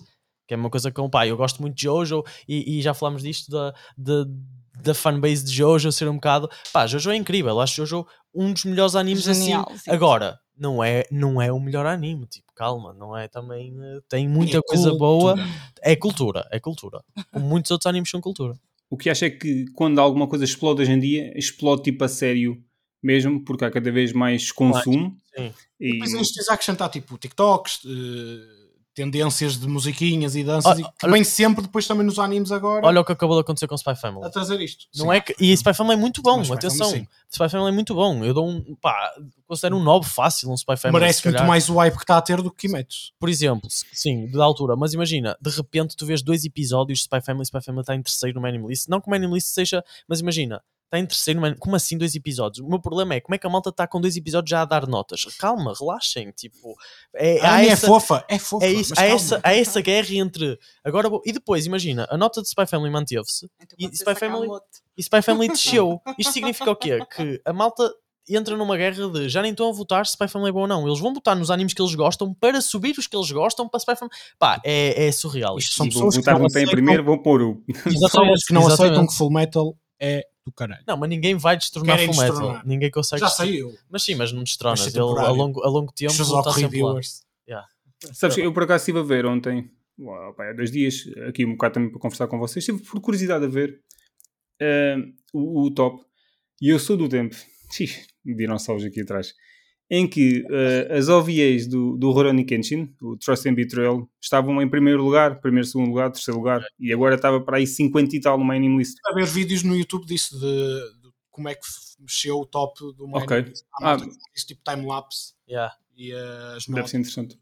Speaker 3: Que é uma coisa com, pá, eu gosto muito de Jojo e, e já falámos disto da, da, da fanbase de Jojo ser um bocado. Pá, Jojo é incrível, eu acho Jojo um dos melhores animes assim
Speaker 4: Genial, sim.
Speaker 3: Agora, não é, não é o melhor anime, tipo, calma, não é também. eh, Tem muita
Speaker 2: É
Speaker 3: coisa
Speaker 2: cultura.
Speaker 3: boa. É cultura, é cultura. Como muitos outros animes são cultura.
Speaker 1: O que acho é que quando alguma coisa explode hoje em dia, explode tipo a sério mesmo, porque há cada vez mais consumo.
Speaker 3: Sim.
Speaker 1: E,
Speaker 2: Mas isto tens a acrescentar tipo TikToks, eh, tendências de musiquinhas e danças,
Speaker 3: Olha-
Speaker 2: e que vem sempre depois também nos animes agora
Speaker 3: Olha o que acabou de acontecer com Spy Family.
Speaker 2: a trazer isto.
Speaker 3: Não
Speaker 2: Sim.
Speaker 3: é que, e Spy Family é muito bom,
Speaker 2: Mas Spy
Speaker 3: atenção.
Speaker 2: Family,
Speaker 3: Spy Family é muito bom. Eu dou um, pá, considero um 9 fácil um Spy Family.
Speaker 2: Hum. Merece
Speaker 3: se
Speaker 2: muito
Speaker 3: calhar.
Speaker 2: mais o hype que está a ter do que Kimetsu.
Speaker 3: Por exemplo, s- sim, da altura, mas imagina, de tá repente tu vês dois episódios de Spy Family, Spy Family está em terceiro no Animal List. Não que o Animal List seja, mas imagina, Está em terceiro, mano. Como assim dois episódios? O meu problema é como é que a malta está com dois episódios já a dar notas? Calma, relaxem. Tipo, é,
Speaker 2: A
Speaker 3: há
Speaker 2: Annie
Speaker 3: essa-
Speaker 2: é fofa, é fofa.
Speaker 3: é isso,
Speaker 2: mas
Speaker 3: há
Speaker 2: calma.
Speaker 3: essa, há essa guerra entre. Agora, vou- e depois, imagina, a nota de Spy Family manteve-se
Speaker 4: Então,
Speaker 3: E
Speaker 4: pode ser
Speaker 3: Spy
Speaker 4: sacar um
Speaker 3: Family?
Speaker 4: lote.
Speaker 3: e Spy Family desceu. Isto significa o quê? Que a malta entra numa guerra de já nem estão a votar se Spy Family é bom ou não. Eles vão votar nos animes que eles gostam para subir os que eles gostam para Spy Family. Pá, é, é surreal isto.
Speaker 2: Isto são
Speaker 1: E vão
Speaker 2: pessoas que
Speaker 1: botar
Speaker 2: não
Speaker 1: um pé em
Speaker 2: aceitam-
Speaker 1: primeiro, vão pôr o.
Speaker 2: pessoas que não aceitam
Speaker 3: exatamente.
Speaker 2: que Full Metal é do caralho.
Speaker 3: Não, mas ninguém vai destronar
Speaker 2: Querem
Speaker 3: Full Metal.
Speaker 2: destronar.
Speaker 3: Ninguém consegue.
Speaker 2: Já
Speaker 3: destronar.
Speaker 2: saiu.
Speaker 3: Mas sim, mas não destronas.
Speaker 2: Vai ser
Speaker 3: Ele, a,
Speaker 2: temporário.
Speaker 3: longo, a longo tempo
Speaker 2: Pessoas
Speaker 3: ele está
Speaker 2: ao
Speaker 3: sempre lá.
Speaker 2: reviewers.
Speaker 1: Sabes, eu por acaso estive a ver ontem, uau, pá, há dois dias, aqui um bocado também para conversar com vocês, estive por curiosidade a ver eh, o, o top. E eu sou do tempo, Xiii, dinossauros aqui atrás, em que eh, as OVAs do, do Rurouni Kenshin, o Trust and Betrayal, estavam em primeiro lugar, primeiro, segundo lugar, terceiro lugar, e agora estava para aí 50 e tal numa anime list.
Speaker 2: A ver vídeos no YouTube disso, de, de como é que f- mexeu o top do uma
Speaker 1: Ok. Ah.
Speaker 2: anime. Há malta que faz isso, tipo timelapse
Speaker 3: Yeah.
Speaker 2: e eh, as
Speaker 1: Deve
Speaker 2: notas.
Speaker 1: ser interessante.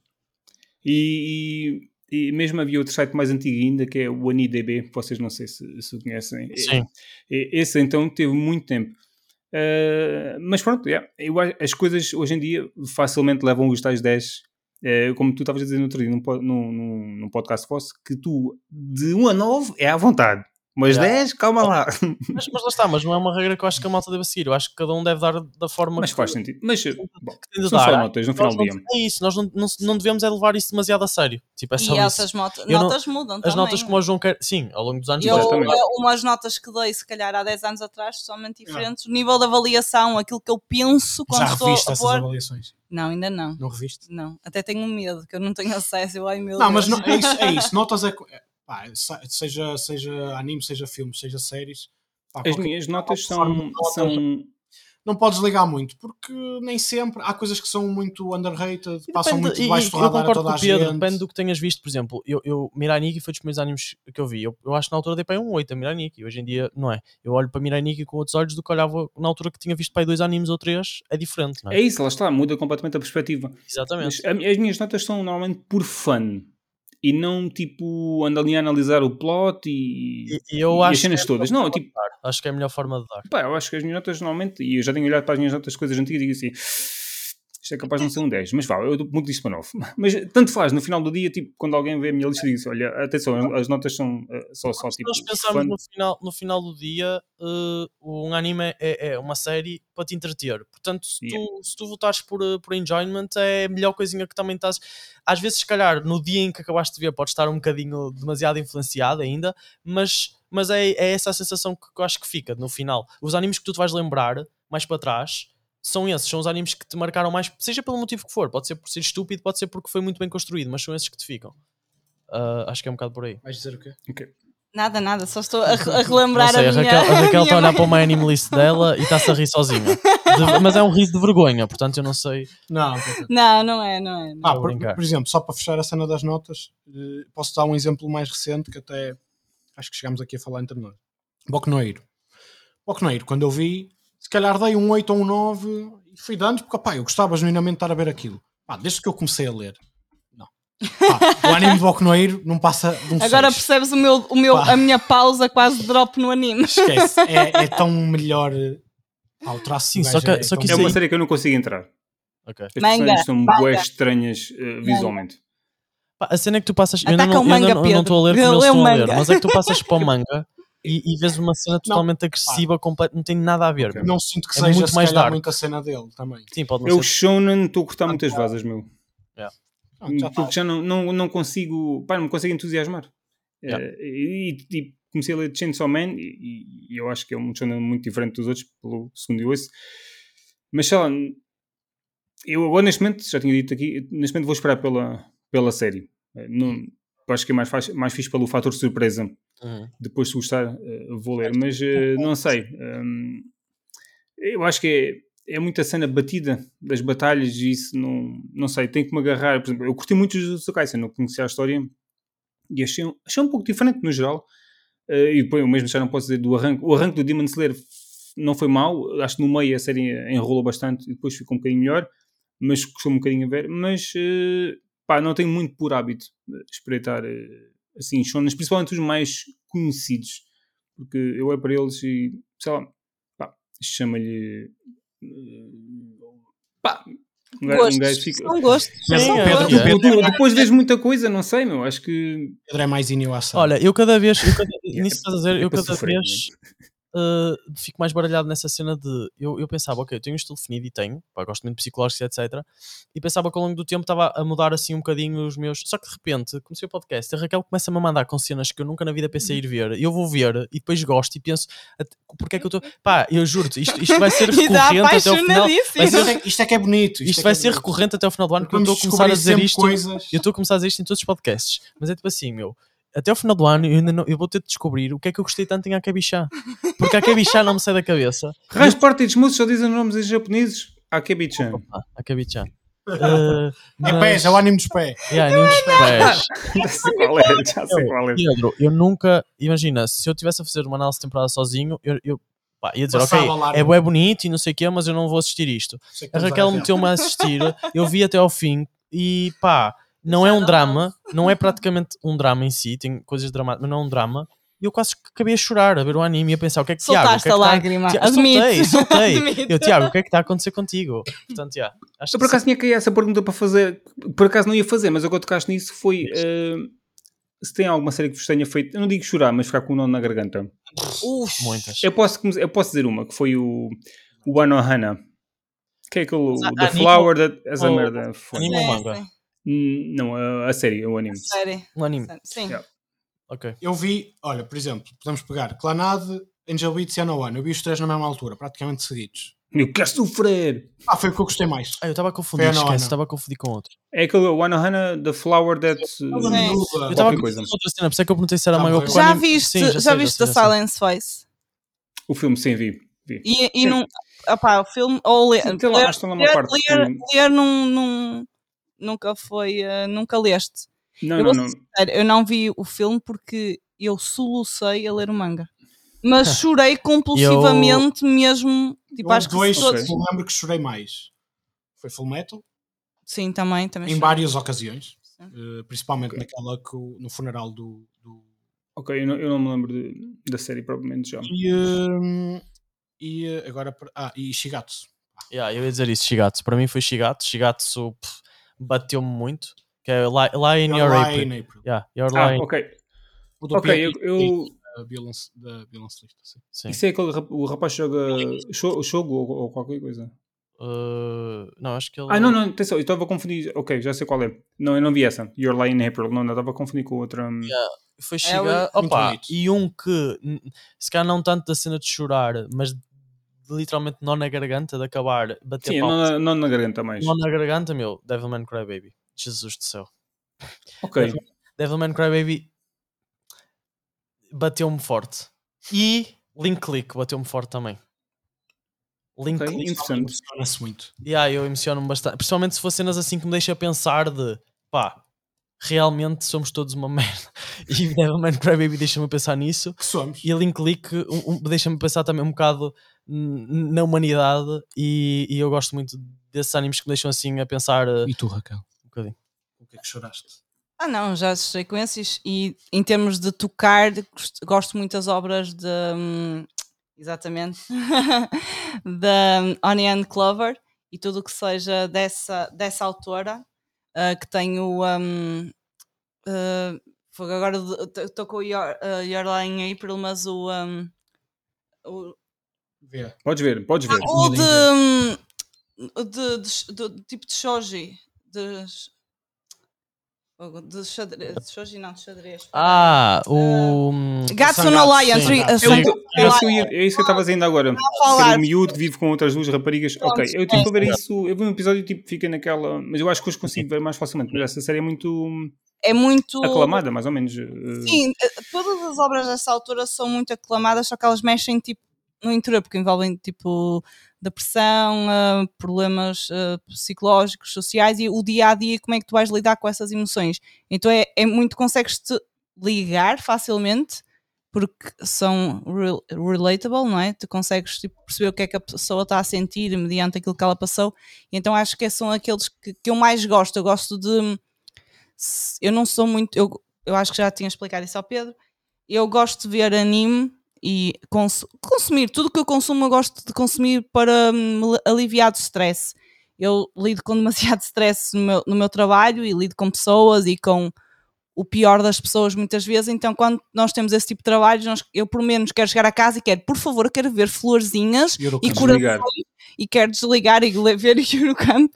Speaker 1: E, e- e mesmo havia outro site mais antigo ainda, que é o AniDB, vocês não sei se, se o conhecem.
Speaker 3: Sim.
Speaker 1: E- Esse então teve muito tempo. Eh, mas pronto, yeah, eu acho- as coisas hoje em dia facilmente levam os tais 10. eh, como tu estavas a dizer no outro dia, num, po- num, num- num podcast fosse, que tu de 1 a 9 é à vontade, mas
Speaker 3: Yeah.
Speaker 1: 10, calma lá.
Speaker 3: Mas, mas lá está, mas não é uma regra que eu acho que a malta deve seguir. Eu acho que cada um deve dar da forma
Speaker 1: mas
Speaker 3: que,
Speaker 1: faz sentido. Mas bom,
Speaker 3: que tem de
Speaker 1: são só
Speaker 3: dar.
Speaker 1: notas no
Speaker 3: Nós
Speaker 1: final do
Speaker 3: não,
Speaker 1: dia.
Speaker 3: é isso, nós não, não, não devemos é levar isso demasiado a sério. Tipo, é só
Speaker 4: E
Speaker 3: isso.
Speaker 4: essas moto-
Speaker 3: Eu não- é?
Speaker 4: notas mudam
Speaker 3: As
Speaker 4: também.
Speaker 3: notas como o João quer. Sim, ao longo dos anos.
Speaker 4: Eu,
Speaker 3: vai-
Speaker 1: Exatamente.
Speaker 4: eu- umas notas que dei, se calhar, há 10 anos atrás, totalmente diferentes. O nível de avaliação, aquilo que eu penso quando
Speaker 2: Ah. Já
Speaker 4: estou
Speaker 2: reviste
Speaker 4: a
Speaker 2: essas
Speaker 4: pôr.
Speaker 2: avaliações?
Speaker 4: Não, ainda não.
Speaker 2: Não reviste?
Speaker 4: Não. Até tenho medo, que eu não tenho acesso. Eu, ai meu
Speaker 2: Não, mas
Speaker 4: Deus.
Speaker 2: não, é, isso, é isso. Notas é. co- é, pá, se- seja, seja anime, seja filme, seja séries. pá,
Speaker 1: As
Speaker 2: qualquer-
Speaker 1: minhas notas
Speaker 2: forma
Speaker 1: são,
Speaker 2: de notas.
Speaker 1: são
Speaker 2: Não podes ligar muito, porque nem sempre. Há coisas que são muito underrated,
Speaker 3: E
Speaker 2: passam
Speaker 3: depende-
Speaker 2: muito
Speaker 3: e-
Speaker 2: debaixo
Speaker 3: e
Speaker 2: do
Speaker 3: eu
Speaker 2: radar a
Speaker 3: concordo
Speaker 2: toda
Speaker 3: com
Speaker 2: a
Speaker 3: o Pedro,
Speaker 2: gente.
Speaker 3: depende do que tenhas visto, por exemplo, eu, eu Mirai Nikki foi dos primeiros animes que eu vi. Eu, eu acho que na altura dei para um 8 a Mirai Nikki, hoje em dia não é. Eu olho para Mirai Nikki com outros olhos do que olhava na altura que tinha visto para aí dois animes ou três, é diferente, não é?
Speaker 1: É isso, lá está, muda completamente a perspectiva.
Speaker 3: Exatamente.
Speaker 1: Mas a mi- as minhas notas são normalmente por fã e não tipo ando ali a analisar o plot e,
Speaker 3: E, e eu
Speaker 1: e
Speaker 3: acho
Speaker 1: as cenas
Speaker 3: que é
Speaker 1: todas.
Speaker 3: a melhor
Speaker 1: Não,
Speaker 3: forma
Speaker 1: tipo,
Speaker 3: de dar. acho que é a melhor forma de dar.
Speaker 1: pá, eu acho que as minhas notas normalmente, e eu já tenho olhado para as minhas notas coisas antigas e digo assim, isto é capaz de não ser um 10, mas vá, eu dou muito disso para 9. Mas tanto faz, no final do dia, tipo, quando alguém vê a minha lista e diz, olha, atenção, as notas são eh, só, só
Speaker 3: Se
Speaker 1: tipo.
Speaker 3: nós pensarmos
Speaker 1: fã.
Speaker 3: no final, no final do dia, eh, um anime é, é uma série para te entreter. Portanto, se tu, se tu votares por, eh, por enjoyment, é a melhor coisinha que também estás. Às vezes, se calhar, no dia em que acabaste de ver, podes estar um bocadinho demasiado influenciado ainda, mas, mas é, é essa a sensação que, que eu acho que fica no final. Os animes que tu te vais lembrar mais para trás. São esses, são os animes que te marcaram mais, seja pelo motivo que for, pode ser por ser estúpido, pode ser porque foi muito bem construído, mas são esses que te ficam. Ah, acho que é um bocado por aí.
Speaker 2: Vais dizer o quê?
Speaker 4: Nada, nada. Só estou a, re- a
Speaker 3: Não
Speaker 4: relembrar
Speaker 3: sei,
Speaker 4: a minha.
Speaker 3: Raquel, a Raquel
Speaker 4: minha
Speaker 3: está a olhar
Speaker 4: mãe.
Speaker 3: para uma anime list dela e está-se a rir sozinha. De- mas é um riso de vergonha, portanto eu não sei.
Speaker 2: Não, não, não.
Speaker 4: Não, não é, não é. não.
Speaker 2: Ah,
Speaker 3: Vou
Speaker 2: por,
Speaker 3: brincar.
Speaker 2: por exemplo, só para fechar a cena das notas, eh, posso dar um exemplo mais recente que até acho que chegámos aqui a falar entre nós. Boku no Hero. Boku no Hero, quando eu vi, se calhar dei um 8 ou um 9 e fui dando porque pá, eu gostava genuinamente de estar a ver aquilo. Pá, desde que eu comecei a ler. Não. Pá, o anime de Boku no Hero não passa de um
Speaker 4: é. Agora
Speaker 2: seis.
Speaker 4: percebes o meu, o meu,
Speaker 2: Pá.
Speaker 4: a minha pausa quase drop no anime.
Speaker 2: Esquece. É, é tão melhor. eh, Pá, o traço
Speaker 3: Sim,
Speaker 2: do
Speaker 3: só
Speaker 2: gajo
Speaker 3: que-
Speaker 2: é
Speaker 3: só
Speaker 2: tão
Speaker 3: que
Speaker 1: É
Speaker 3: isso
Speaker 2: bom.
Speaker 1: uma
Speaker 3: aí-
Speaker 1: série que eu não consigo entrar.
Speaker 3: Ok.
Speaker 1: As
Speaker 4: Manga,
Speaker 1: personagens são
Speaker 4: manga.
Speaker 1: bué estranhas eh, visualmente.
Speaker 3: Pá, a cena é que tu passas. Eu ainda
Speaker 4: Ataca
Speaker 3: não,
Speaker 4: o
Speaker 3: eu ainda
Speaker 4: manga,
Speaker 3: não- eu não estou a ler
Speaker 4: Pedro.
Speaker 3: como eles
Speaker 4: Lê o
Speaker 3: estão a ler,
Speaker 4: manga.
Speaker 3: mas é que tu passas para o manga e, e vês uma cena totalmente agressiva, completa, não tem nada a ver.
Speaker 1: Ok.
Speaker 2: Não sinto que
Speaker 3: É
Speaker 2: seja
Speaker 3: muito
Speaker 2: se
Speaker 3: mais
Speaker 2: calhar,
Speaker 3: dark.
Speaker 2: muito a cena dele também.
Speaker 3: Sim, pode não
Speaker 1: Eu,
Speaker 3: ser.
Speaker 1: Shonen, estou a
Speaker 3: Ah,
Speaker 1: cortar
Speaker 3: tá.
Speaker 1: muitas vasas, meu.
Speaker 2: Pronto, já tá.
Speaker 1: porque já não, não, não consigo, pá, não me consigo entusiasmar.
Speaker 3: Yeah.
Speaker 1: Eh, e, e comecei a ler Chainsaw Man e, e eu acho que é um shonen muito diferente dos outros, pelo segundo e ouço. Mas sei lá, eu agora neste momento, já tinha dito aqui, neste momento vou esperar pela, pela série. Eh, Não, acho que é mais, faz, mais fixe pelo fator surpresa
Speaker 3: Uhum.
Speaker 1: depois se gostar eh, vou ler, mas eh, não sei. Hum, eu acho que é, é muita cena batida das batalhas e isso não, não sei, tem que me agarrar. Por exemplo, eu curti muito Jujutsu Kaisen, não conhecia a história e achei, um- achei um pouco diferente no geral. Eh, e depois eu mesmo já não posso dizer do arranque. O arranque do Demon Slayer f- não foi mau, acho que no meio a série enrolou bastante e depois ficou um bocadinho melhor, mas custou um bocadinho a ver. Mas eh, pá, não tenho muito por hábito eh, espreitar eh, assim, shonens, principalmente os mais conhecidos, porque eu é para eles e sei lá, pá, chama-lhe. eh, Pá! Um gajo- um
Speaker 4: Gostos. é
Speaker 1: gajo fica-
Speaker 4: São gostos.
Speaker 2: Mas
Speaker 3: é
Speaker 4: são
Speaker 2: o
Speaker 4: gostos.
Speaker 2: Pedro-
Speaker 1: Tu- tu- Depois vês muita coisa, não sei, meu. Acho que.
Speaker 2: Pedro é mais inovação.
Speaker 3: Olha, eu cada vez, eu cada, nisso estás a dizer,
Speaker 1: é
Speaker 3: eu
Speaker 1: para
Speaker 3: cada
Speaker 1: sofrer,
Speaker 3: vez eh, fico mais baralhado nessa cena de. Eu, eu pensava, ok, eu tenho um estilo definido e tenho, pá, gosto muito de psicológicos, etc. E pensava que ao longo do tempo estava a mudar assim um bocadinho os meus. Só que de repente comecei o podcast, a Raquel começa-me a mandar com cenas que eu nunca na vida pensei ir ver, e eu vou ver, e depois gosto e penso, "At- porque é que eu estou. Pá, eu juro-te, isto, isto vai ser
Speaker 4: E está
Speaker 3: recorrente até o final.
Speaker 4: é apaixonadíssimo.
Speaker 3: vai
Speaker 2: Mas
Speaker 3: ser-
Speaker 2: isto é, isto é que é bonito.
Speaker 3: Isto, vai ser
Speaker 2: recorrente.
Speaker 3: recorrente até o final do ano, porque eu estou a começar a dizer isto.
Speaker 2: Coisas.
Speaker 3: Eu estou a começar a dizer isto em todos os podcasts, mas é tipo assim, meu. Até ao final do ano eu, ainda não- eu vou ter de descobrir o que é que eu gostei tanto em Akabixá. Porque Akabixá não me sai da cabeça.
Speaker 1: Rãs Porta e Desmoços só dizem nomes em japoneses. é Akebi-chan.
Speaker 3: Ah, Akabixá.
Speaker 2: É pés, é o é ânimo dos pés.
Speaker 3: Yeah, nem dos pés.
Speaker 1: Já sei qual é, já sei qual é.
Speaker 3: Pedro, eu nunca. Imagina, se eu estivesse a fazer uma análise de temporada sozinho, eu, eu pá, ia dizer,
Speaker 2: Passava né? ao
Speaker 3: ok,
Speaker 2: largo.
Speaker 3: é bué bonito e não sei o quê, mas eu não vou assistir isto.
Speaker 2: Sei é que
Speaker 3: A
Speaker 2: estamos
Speaker 3: Raquel
Speaker 2: ver.
Speaker 3: é meteu-me a assistir, eu vi até ao fim e pá, não é um drama, não é praticamente um drama em si, tem coisas dramáticas, mas não é um drama. E eu quase que acabei a chorar, a ver o anime e a pensar o que é que Tiago, o que é que
Speaker 4: Soltaste a
Speaker 3: tá-
Speaker 4: lágrima.
Speaker 3: Ti-
Speaker 4: Admito.
Speaker 3: Soltei, soltei.
Speaker 4: Admito.
Speaker 3: Eu, Tiago, o que é que está a acontecer contigo? Portanto, já. acho
Speaker 1: Eu por
Speaker 3: que
Speaker 1: acaso tinha que essa pergunta para fazer, por acaso não ia fazer, mas agora tocaste nisso foi eh, se tem alguma série que vos tenha feito, eu não digo chorar, mas ficar com o nó na garganta.
Speaker 3: sim, muitas.
Speaker 1: Eu posso, come- eu posso dizer uma, que foi o, o Ano Hana. Que é aquele, o
Speaker 3: a-
Speaker 1: The
Speaker 3: anime
Speaker 1: Flower that, essa
Speaker 3: ou-
Speaker 1: merda foi.
Speaker 3: anime?
Speaker 4: Sim,
Speaker 3: manga.
Speaker 4: sim.
Speaker 1: Hum, Não, a, a série, o anime.
Speaker 4: Sério.
Speaker 3: Um anime.
Speaker 4: Sim.
Speaker 1: Yeah.
Speaker 3: Ok.
Speaker 2: Eu vi, olha, por exemplo, podemos pegar Clanade, Angel Beats e Ana One. Eu vi os três na mesma altura, praticamente seguidos.
Speaker 1: Eu quero sofrer!
Speaker 2: Ah, foi o que eu gostei mais.
Speaker 3: Ah, eu estava a confundir,
Speaker 2: Foi a nona.
Speaker 3: esquece, estava a confundir com outro.
Speaker 1: É aquele o Ano Hana, The Flower that.
Speaker 2: Ela
Speaker 3: é.
Speaker 4: Sim.
Speaker 2: miúda.
Speaker 3: Eu estava a
Speaker 1: Qualquer
Speaker 3: confundir
Speaker 1: coisa.
Speaker 3: com outra cena, por isso é que eu perguntei se era
Speaker 1: Tá
Speaker 2: Já
Speaker 3: manga ou
Speaker 2: morreu.
Speaker 3: com
Speaker 4: Já
Speaker 3: anime.
Speaker 4: viste,
Speaker 3: Sim,
Speaker 4: já
Speaker 3: sei,
Speaker 4: viste
Speaker 3: sei,
Speaker 4: The
Speaker 3: sei.
Speaker 4: Silence Voice?
Speaker 1: O filme, sim, vi. vi.
Speaker 4: E, e
Speaker 1: Sim.
Speaker 4: num. Opá, o filme. Ou ler,
Speaker 3: É,
Speaker 1: Sim, tem lá, acho que tem lá uma
Speaker 4: ler-
Speaker 1: parte. que-
Speaker 4: ler- ler num, num- nunca foi. eh, nunca leste.
Speaker 1: Não,
Speaker 4: eu
Speaker 1: não,
Speaker 4: vou
Speaker 1: não.
Speaker 4: ser sincera, eu não vi o filme porque eu solucei a ler o manga. Mas chorei compulsivamente mesmo. Tipo,
Speaker 2: Eu
Speaker 4: acho que
Speaker 2: um dois,
Speaker 4: todos.
Speaker 2: eu lembro que chorei mais. Foi Full Metal,
Speaker 4: Sim, também. também
Speaker 3: é.
Speaker 2: em
Speaker 4: chorei.
Speaker 2: várias ocasiões, eh, principalmente
Speaker 1: Ok.
Speaker 2: naquela que o- no funeral do. do-
Speaker 1: Ok, eu não, eu não me lembro de- da série propriamente já.
Speaker 2: e,
Speaker 3: ehm,
Speaker 2: eh, e eh, agora. per- Ah, e Shigatsu.
Speaker 3: Yeah, eu ia dizer isso, Shigatsu. Para mim foi Shigatsu. Shigatsu pff, bateu-me muito. Que é Lie, lie in
Speaker 2: Your
Speaker 3: Your
Speaker 2: Lie
Speaker 3: Apron.
Speaker 2: in April.
Speaker 3: Yeah, Your
Speaker 1: Ah,
Speaker 3: Lie.
Speaker 1: ok.
Speaker 2: O do
Speaker 1: Ok, eu,
Speaker 2: pianista
Speaker 1: eu,
Speaker 2: da Violence- Da Violence List. Sim.
Speaker 3: Sim.
Speaker 1: Isso é aquele rap- o rapaz joga cho- jogo ou, ou qualquer coisa.
Speaker 3: Uh, não, acho que ele.
Speaker 1: Ah, não, não, atenção, eu estava a confundir. Ok, já sei qual é. Não, eu não vi essa. Your Lie in April. Não, não, eu estava a confundir com outra. hum.
Speaker 3: Yeah. Foi
Speaker 4: É,
Speaker 3: chegar.
Speaker 2: muito
Speaker 3: Opa,
Speaker 2: bonito.
Speaker 3: e um que, n- se calhar não tanto da cena de chorar, mas de literalmente não na garganta, de acabar, bater
Speaker 1: Sim,
Speaker 3: palmas.
Speaker 1: não, não na garganta mais.
Speaker 3: Não na garganta, meu. Devilman Crybaby. Jesus do céu.
Speaker 1: Ok.
Speaker 3: Devilman Crybaby bateu-me forte. E Link Click bateu-me forte também. Link
Speaker 1: Ok,
Speaker 3: Click.
Speaker 1: interessante.
Speaker 2: Emociona-se muito.
Speaker 3: Yeah, ah, eu emociono-me bastante. Principalmente se for cenas assim que me deixa pensar de pá, realmente somos todos uma merda. E Devilman Crybaby deixa-me pensar nisso.
Speaker 2: Que somos.
Speaker 3: E a Link Click um, um, deixa-me pensar também um bocado n- na humanidade. E, e eu gosto muito desses animes que me deixam assim a pensar uh,
Speaker 2: tu, Raquel?
Speaker 3: um bocadinho.
Speaker 2: O que é que choraste?
Speaker 4: Ah, não, já as sequências. E em termos de tocar, gosto- gosto muito das obras de. hum, Exatamente. da hum, Onion Clover e tudo o que seja dessa, dessa autora ah, que tem o. hum, ah, fogo, agora estou com o Your, uh, Your Line em April, mas o. hum, o
Speaker 2: Vê.
Speaker 1: Podes ver, podes ver.
Speaker 2: Tinha
Speaker 4: ou de,
Speaker 2: ideia.
Speaker 4: hum, de, de- do tipo de shoji. De, fogo, de, xadrez, de shoji, não, de xadrez.
Speaker 3: Ah, o. hum,
Speaker 4: Gatsu no
Speaker 2: Sangatsu,
Speaker 4: Lion,
Speaker 2: sim.
Speaker 4: tri-
Speaker 2: Sangatsu.
Speaker 1: Eu-
Speaker 4: Sangatsu
Speaker 1: É
Speaker 4: no
Speaker 1: isso que eu
Speaker 4: Lion.
Speaker 1: ia- é isso que eu estava dizendo agora.
Speaker 4: falar.
Speaker 1: Ser um miúdo que vive com outras duas raparigas. Ok, eu tipo a ver
Speaker 3: é.
Speaker 1: isso. Eu vi um episódio e tipo fica naquela. Mas eu acho que hoje consigo ver mais facilmente. Mas essa série é muito hum,
Speaker 4: É muito.
Speaker 1: aclamada, mais ou menos. eh,
Speaker 4: Sim, eh, todas as obras dessa altura são muito aclamadas, só que elas mexem tipo no interior, porque envolvem tipo depressão, eh, problemas eh, psicológicos, sociais e o dia a dia, como é que tu vais lidar com essas emoções. Então é, é muito, consegues-te ligar facilmente porque são rel- relatable, não é? Tu consegues tipo, perceber o que é que a pessoa está a sentir mediante aquilo que ela passou. Então acho que são aqueles que, que eu mais gosto. Eu gosto de. se- Eu não sou muito. Eu, eu acho que já tinha explicado isso ao Pedro. Eu gosto de ver anime e cons- consumir tudo o que eu consumo eu gosto de consumir para hum, me aliviar do stress eu lido com demasiado stress no meu, no meu trabalho e lido com pessoas e com o pior das pessoas muitas vezes então quando nós temos esse tipo de trabalhos nós- eu pelo menos quero chegar a casa e quero por favor eu quero ver florzinhas e
Speaker 1: cura-
Speaker 2: Eurocamp.
Speaker 1: Desligar.
Speaker 4: corações e quero desligar e le- ver o Eurocamp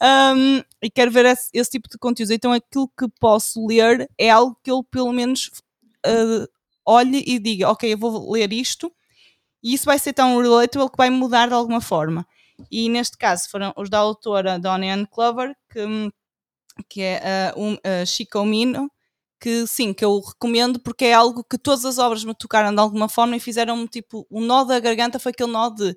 Speaker 4: um, e quero ver esse, esse tipo de conteúdo. Então aquilo que posso ler é algo que eu pelo menos uh, olhe e diga, ok, eu vou ler isto e isso vai ser tão relatable que vai mudar de alguma forma. E neste caso foram os da autora Donna Ann Clover, que, hum, que é uh, um, uh, Chico Mino, que sim, que eu recomendo porque é algo que todas as obras me tocaram de alguma forma e fizeram-me tipo, o nó da garganta foi aquele nó de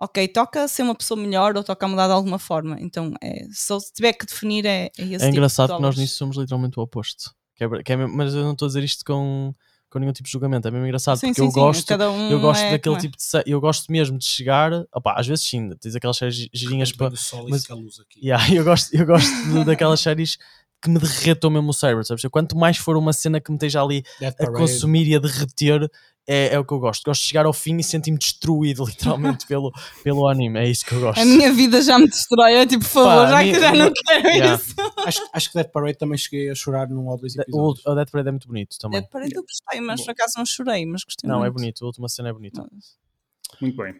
Speaker 4: ok, toca ser uma pessoa melhor ou toca mudar de alguma forma. Então, é, só se tiver que definir, é, é esse
Speaker 3: É engraçado
Speaker 4: tipo de
Speaker 3: que nós
Speaker 4: obras.
Speaker 3: nisso somos literalmente o oposto. Que é ver- que é mesmo- mas eu não estou a dizer isto com, com nenhum tipo de julgamento. É mesmo engraçado
Speaker 4: Sim,
Speaker 3: porque
Speaker 4: sim,
Speaker 3: eu
Speaker 4: sim,
Speaker 3: gosto.
Speaker 4: cada um
Speaker 3: eu gosto
Speaker 4: é
Speaker 3: daquele
Speaker 4: como é.
Speaker 3: tipo de. se- Eu gosto mesmo de chegar. Opá, às vezes sim, tens aquelas séries gi- girinhas para. mas- Yeah, eu gosto, eu gosto de- daquelas séries que me derretam mesmo o cérebro, sabes? Quanto mais for uma cena que me esteja ali
Speaker 2: Dead
Speaker 3: a
Speaker 2: Parade.
Speaker 3: consumir e a derreter, é, é o que eu gosto. Gosto de chegar ao fim e sentir-me destruído, literalmente, pelo, pelo anime. É isso que eu gosto.
Speaker 4: A minha vida já me destrói, eu tipo, por favor,
Speaker 3: Pá,
Speaker 4: já
Speaker 3: a minha-
Speaker 4: que já não quero
Speaker 3: Yeah.
Speaker 4: isso.
Speaker 2: Acho, acho que Dead Parade também cheguei a chorar num ou dois
Speaker 3: O,
Speaker 2: episódios.
Speaker 3: o Dead Parade é muito bonito também.
Speaker 4: Eu parei, eu gostei, mas por acaso não chorei, mas gostei
Speaker 3: Não,
Speaker 4: muito.
Speaker 3: é bonito. A última cena é bonita.
Speaker 1: Muito bem.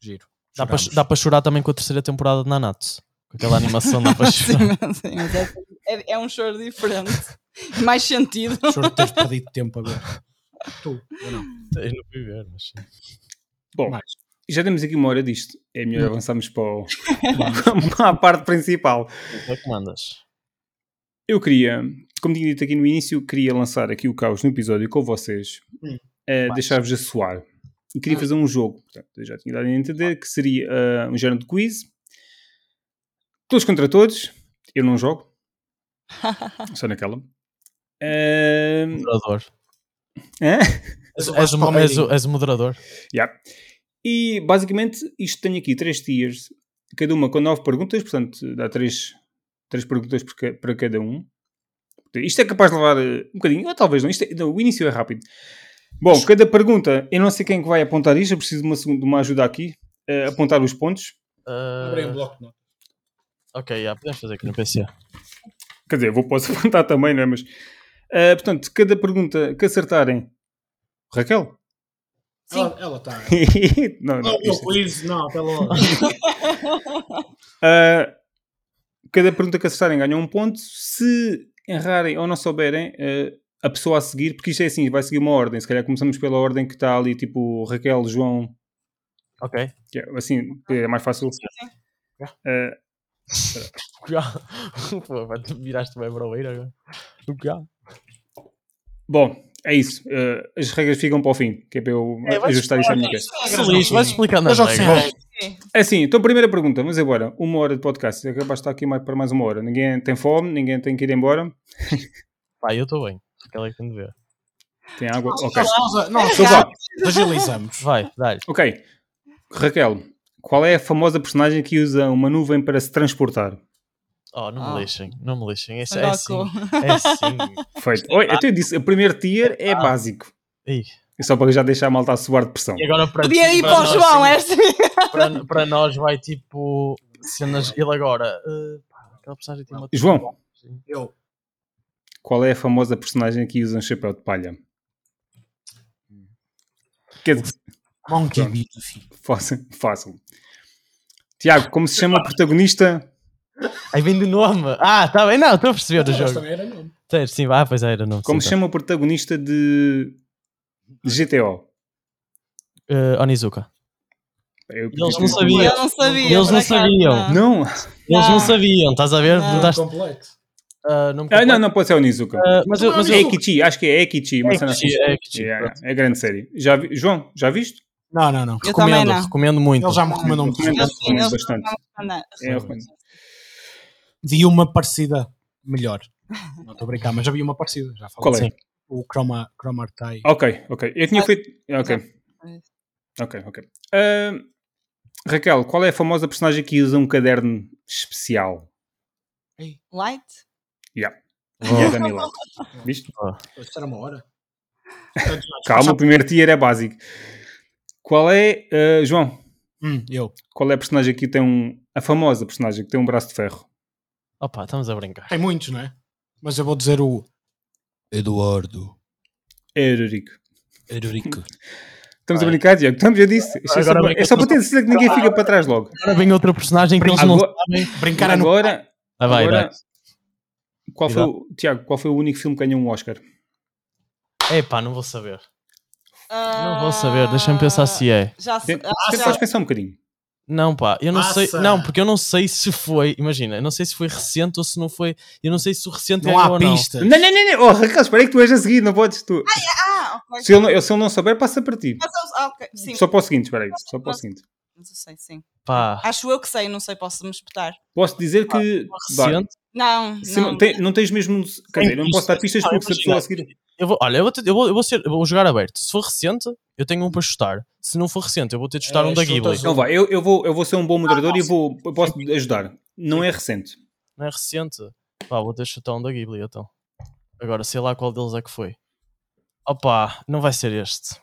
Speaker 2: Giro.
Speaker 3: Dá para,
Speaker 2: Chorámos.
Speaker 3: dá para chorar também com a terceira temporada de Nanatsu. Com aquela animação dá para
Speaker 4: Sim,
Speaker 3: chorar.
Speaker 4: mas- sim, mas é, é- é um choro diferente, mais sentido.
Speaker 2: Choro de teres perdido tempo a ver. tu, eu não.
Speaker 3: Eu não fui ver, mas sim.
Speaker 1: Bom,
Speaker 2: Mais.
Speaker 1: já temos aqui uma hora disto. É melhor avançarmos para, o- para a parte principal.
Speaker 3: Então, que mandas.
Speaker 1: Eu queria, como tinha dito aqui no início, queria lançar aqui o caos no episódio com vocês,
Speaker 2: Hum.
Speaker 1: eh, deixar-vos a suar. E queria fazer um jogo, portanto, eu já tinha dado a entender, que seria eh, um género de quiz. Todos contra todos. Eu não jogo. Só naquela. Eh,
Speaker 3: Moderador.
Speaker 1: hã?
Speaker 3: És,
Speaker 2: Eu
Speaker 3: és
Speaker 2: gosto
Speaker 3: é o-
Speaker 2: de Palmeirinho.
Speaker 3: és o- és o moderador.
Speaker 1: Yeah. E basicamente isto tem aqui três tiers, cada uma com nove perguntas, portanto dá três, três perguntas por ca- para cada um. Isto é capaz de levar eh, um bocadinho, ou talvez não, isto é- não, o início é rápido. Bom, cada pergunta, eu não sei quem é que vai apontar isto, eu preciso de uma, segunda- de uma ajuda aqui, eh, apontar os pontos.
Speaker 3: Ah,
Speaker 2: Abri um bloco, não.
Speaker 3: ok, já podemos fazer aqui no PC.
Speaker 1: Quer dizer, eu vou, posso apontar também, não é? Mas, eh, portanto, cada pergunta que acertarem... Raquel?
Speaker 4: Sim.
Speaker 2: Ela- Ela tá. está.
Speaker 1: não, não,
Speaker 2: Não, meu
Speaker 1: isto-
Speaker 2: quiz, não, até logo.
Speaker 1: Uh, cada pergunta que acertarem ganha um ponto. Se errarem ou não souberem, uh, a pessoa a seguir, porque isto é assim, vai seguir uma ordem. Se calhar começamos pela ordem que está ali, tipo Raquel, João,
Speaker 3: Ok.
Speaker 1: que é, assim é mais fácil. Uh,
Speaker 3: Pô, vai- tu viraste bem para o beira agora. O que há?
Speaker 1: bom, é isso. Uh, as regras ficam para o fim, que é para eu
Speaker 3: É, vais
Speaker 1: ajustar isto à minha cabeça.
Speaker 3: Feliz, vais explicando as
Speaker 2: Mas, ó, sem
Speaker 3: regras.
Speaker 2: regras.
Speaker 1: É assim, então primeira pergunta, vamos embora. Uma hora de podcast, acabaste de estar aqui mais- para mais uma hora. Ninguém tem fome, ninguém tem que ir embora.
Speaker 3: Pá, eu estou bem. Aquela é que tem de ver.
Speaker 1: Tem água? Ok.
Speaker 2: Nós- Nós
Speaker 1: Então vá.
Speaker 2: agilizamos.
Speaker 3: Vai, dá-lhe.
Speaker 1: Ok. Raquel, qual é a famosa personagem que usa uma nuvem para se transportar?
Speaker 3: Oh, não
Speaker 4: Ah.
Speaker 3: me lixem, não me lixem. É, é assim.
Speaker 4: Sudoku.
Speaker 3: É assim.
Speaker 1: Feito. Oi, até eu disse, o primeiro tier
Speaker 3: Ah.
Speaker 1: é básico.
Speaker 3: Ih,
Speaker 1: É só para já deixar a malta a suar de pressão.
Speaker 3: E agora para
Speaker 4: Podia
Speaker 3: ti,
Speaker 4: ir para o
Speaker 3: nós,
Speaker 4: João,
Speaker 3: sim,
Speaker 4: esta.
Speaker 3: para, para nós vai tipo cenas. Ele agora. eh, pá, aquela personagem tem uma.
Speaker 1: João,
Speaker 2: Eu.
Speaker 1: qual é a famosa personagem que usa um chapéu de palha? Quer dizer,
Speaker 2: Monkey
Speaker 1: Pronto.
Speaker 2: Beauty.
Speaker 1: fácil. fácil. Tiago, como se chama a protagonista?
Speaker 3: Aí vem do nome. Ah, tá bem, não, estou a perceber do
Speaker 2: Mas
Speaker 3: jogo.
Speaker 2: também era nome.
Speaker 3: Sério, Sim, ah, pois era não.
Speaker 1: Como se
Speaker 3: sim,
Speaker 1: chama o protagonista de, de GTO?
Speaker 3: tá. Eh, Onizuka.
Speaker 1: Eu-
Speaker 3: Eles não sabiam.
Speaker 4: Eu não sabia.
Speaker 3: Eles
Speaker 4: por
Speaker 3: não
Speaker 4: acaso,
Speaker 3: sabiam.
Speaker 4: não.
Speaker 1: Não.
Speaker 3: Eles
Speaker 4: Não.
Speaker 3: não sabiam, estás a ver?
Speaker 4: Não.
Speaker 3: Não. Estás,
Speaker 2: Complexo.
Speaker 3: Ah, não, me
Speaker 1: Ah, não,
Speaker 3: completo.
Speaker 1: não pode ser o Nizuka.
Speaker 3: Ah, mas eu. Mas
Speaker 1: É
Speaker 3: eu
Speaker 1: Ekichi, acho que é Ekichi. uma cena assim.
Speaker 3: Ekichi, Ekichi,
Speaker 1: Yeah,
Speaker 3: pronto.
Speaker 1: é grande série. Já vi- João, já viste?
Speaker 2: Não, não, não.
Speaker 4: Eu também
Speaker 3: recomendo,
Speaker 4: não.
Speaker 3: recomendo muito.
Speaker 2: Ele já me recomendou um
Speaker 1: Recomendo,
Speaker 4: Eu-
Speaker 1: recomendo
Speaker 4: eu-
Speaker 1: bastante.
Speaker 4: Não,
Speaker 1: É, eu recomendo.
Speaker 2: Vi uma parecida melhor. Não estou a brincar, mas já vi uma parecida. Já falei.
Speaker 1: Qual é?
Speaker 3: Sim.
Speaker 2: O Chroma, Chroma Artai.
Speaker 1: Ok, ok. Eu tinha
Speaker 4: Ah,
Speaker 1: feito. Ok. Ok, ok. Ah, Raquel, qual é a famosa personagem que usa um caderno especial?
Speaker 4: Light?
Speaker 3: Oh.
Speaker 1: E é da Milão. Viste?
Speaker 2: Isso era uma hora. Portanto,
Speaker 1: Calma, o
Speaker 2: passar-
Speaker 1: primeiro tier é básico. Qual é, eh, João,
Speaker 2: Hum, eu.
Speaker 1: qual é a personagem que tem um. A famosa personagem que tem um braço de ferro?
Speaker 3: Opa, estamos a brincar.
Speaker 2: Tem muitos, não é? Mas eu vou dizer o Eduardo
Speaker 1: É Eurico.
Speaker 2: Eurico.
Speaker 1: Estamos a
Speaker 3: Ai.
Speaker 1: brincar, Diego. Estamos, eu disse. Isto é só,
Speaker 3: Agora
Speaker 1: para-
Speaker 3: brinca-
Speaker 1: é só para ter certeza que ninguém fica para trás logo.
Speaker 3: Agora vem outra personagem que eles não
Speaker 1: Agora,
Speaker 3: sabem.
Speaker 2: Brincar é no.
Speaker 1: agora,
Speaker 3: Ah, vai,
Speaker 1: agora-
Speaker 3: vai.
Speaker 1: qual foi,
Speaker 3: Exato.
Speaker 1: o- Tiago, qual foi o único filme que ganhou um Oscar?
Speaker 3: Epá, não vou saber. Não vou saber, deixa-me pensar se é.
Speaker 4: Ah, Já se...
Speaker 1: Sempre-
Speaker 4: ah,
Speaker 1: Sempre
Speaker 4: já-
Speaker 1: podes pensar um bocadinho.
Speaker 3: Não, pá, eu não sei.
Speaker 2: Massa.
Speaker 3: Não, porque eu não sei se foi. Imagina, eu não sei se foi recente ou se não foi. Eu não sei se o recente
Speaker 2: Não
Speaker 3: ganhou
Speaker 2: há
Speaker 3: ou não.
Speaker 2: pista.
Speaker 1: Não, não, não, não. Oh, Raquel, espera aí que tu és a seguir, não podes tu.
Speaker 4: ah, ok.
Speaker 1: Se ele, não- se ele não souber, passa para ti.
Speaker 4: Mas eu- ah, ok, Sim,
Speaker 1: Só para o seguinte, espera aí. Só para o
Speaker 4: Posso-
Speaker 1: seguinte.
Speaker 4: mas eu sei, sim.
Speaker 3: Pá,
Speaker 4: Acho eu que sei, não sei, posso me espetar.
Speaker 1: Posso dizer que. vá,
Speaker 3: recente.
Speaker 4: Não,
Speaker 1: se não,
Speaker 4: Ah, não.
Speaker 1: tem- não tens mesmo. Quer dizer, eu não posso dar pistas
Speaker 3: Ah,
Speaker 1: porque se a pessoa a seguir.
Speaker 3: Eu vou, olha, eu vou, ter- eu vou, eu vou ser, eu vou jogar aberto. Se for recente, eu tenho um para chutar. Se não for recente, eu vou ter de chutar
Speaker 2: É,
Speaker 3: um da
Speaker 2: chutas
Speaker 3: Ghibli.
Speaker 2: um.
Speaker 1: Então vá, eu, eu, vou, eu vou ser um
Speaker 4: Ah,
Speaker 1: bom moderador e vou, eu posso ajudar. Não é recente.
Speaker 3: Não é recente? Pá, vou ter de chutar um da Ghibli, então. Agora, sei lá qual deles é que foi. Opa, não vai ser este.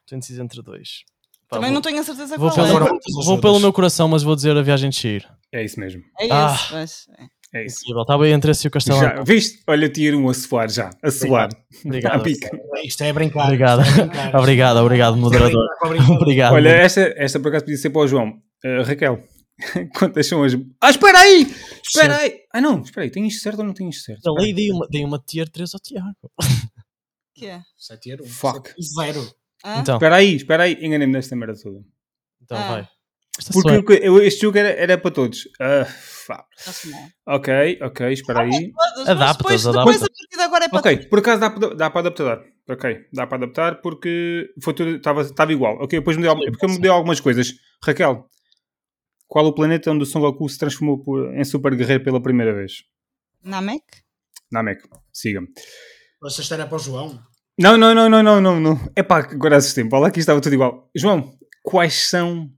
Speaker 3: Estou indeciso entre dois. Pá,
Speaker 4: Também
Speaker 3: vou,
Speaker 4: não tenho a certeza
Speaker 3: Tá vou
Speaker 4: qual
Speaker 3: pelo,
Speaker 4: é.
Speaker 2: Agora,
Speaker 3: vou pelo meu coração, mas vou dizer a viagem de Shir.
Speaker 1: É isso mesmo.
Speaker 4: É esse,
Speaker 3: Ah.
Speaker 4: mas... é.
Speaker 1: É isso.
Speaker 3: Estava entre esse e o Castelo.
Speaker 1: Já, viste? Olha, tiro um a suar já. A suar. Tá
Speaker 3: Obrigado.
Speaker 1: a pique.
Speaker 2: Isto é brincar.
Speaker 3: Obrigado.
Speaker 2: Isto é brincar.
Speaker 3: obrigado, obrigado, moderador. Obrigado.
Speaker 1: Olha, esta, esta por acaso podia ser para o João. Uh, Raquel, quantas são as. Ah, espera aí! Espera aí! Ah, não, espera aí, tenho isto certo ou não tenho isto certo?
Speaker 3: a lei dei uma, dei uma tier 3 ao Tiago.
Speaker 4: Que é?
Speaker 2: Isto é ter um.
Speaker 1: Fuck.
Speaker 2: Zero.
Speaker 4: Hã?
Speaker 3: Então,
Speaker 1: Ah, Espera aí, espera aí, enganei-me nesta merda toda.
Speaker 3: então
Speaker 4: Ah.
Speaker 3: vai. Esta é- sou
Speaker 1: Porque
Speaker 3: eu.
Speaker 1: o que- eu- este jogo era, era para todos. Ah, fá.
Speaker 4: Já se não.
Speaker 1: ok, ok, espera aí.
Speaker 4: Todas, mas
Speaker 3: Adaptas,
Speaker 4: depois, depois
Speaker 3: adaptas.
Speaker 4: a partir de agora é para
Speaker 1: Ok, por acaso dá, para- dá para adaptar. Ok, dá para adaptar porque foi tudo, estava, estava igual. Ok, depois mudei, al- é porque eu mudei algumas coisas. Raquel, qual o planeta onde o Son Goku se transformou por- em super guerreiro pela primeira vez?
Speaker 4: Namek?
Speaker 1: Namek, siga-me.
Speaker 2: Vocês terem é para o João.
Speaker 1: Não, não, não, não, não, não, não. É pá, agora assustei-me. Olha que isto estava tudo igual. João, quais são.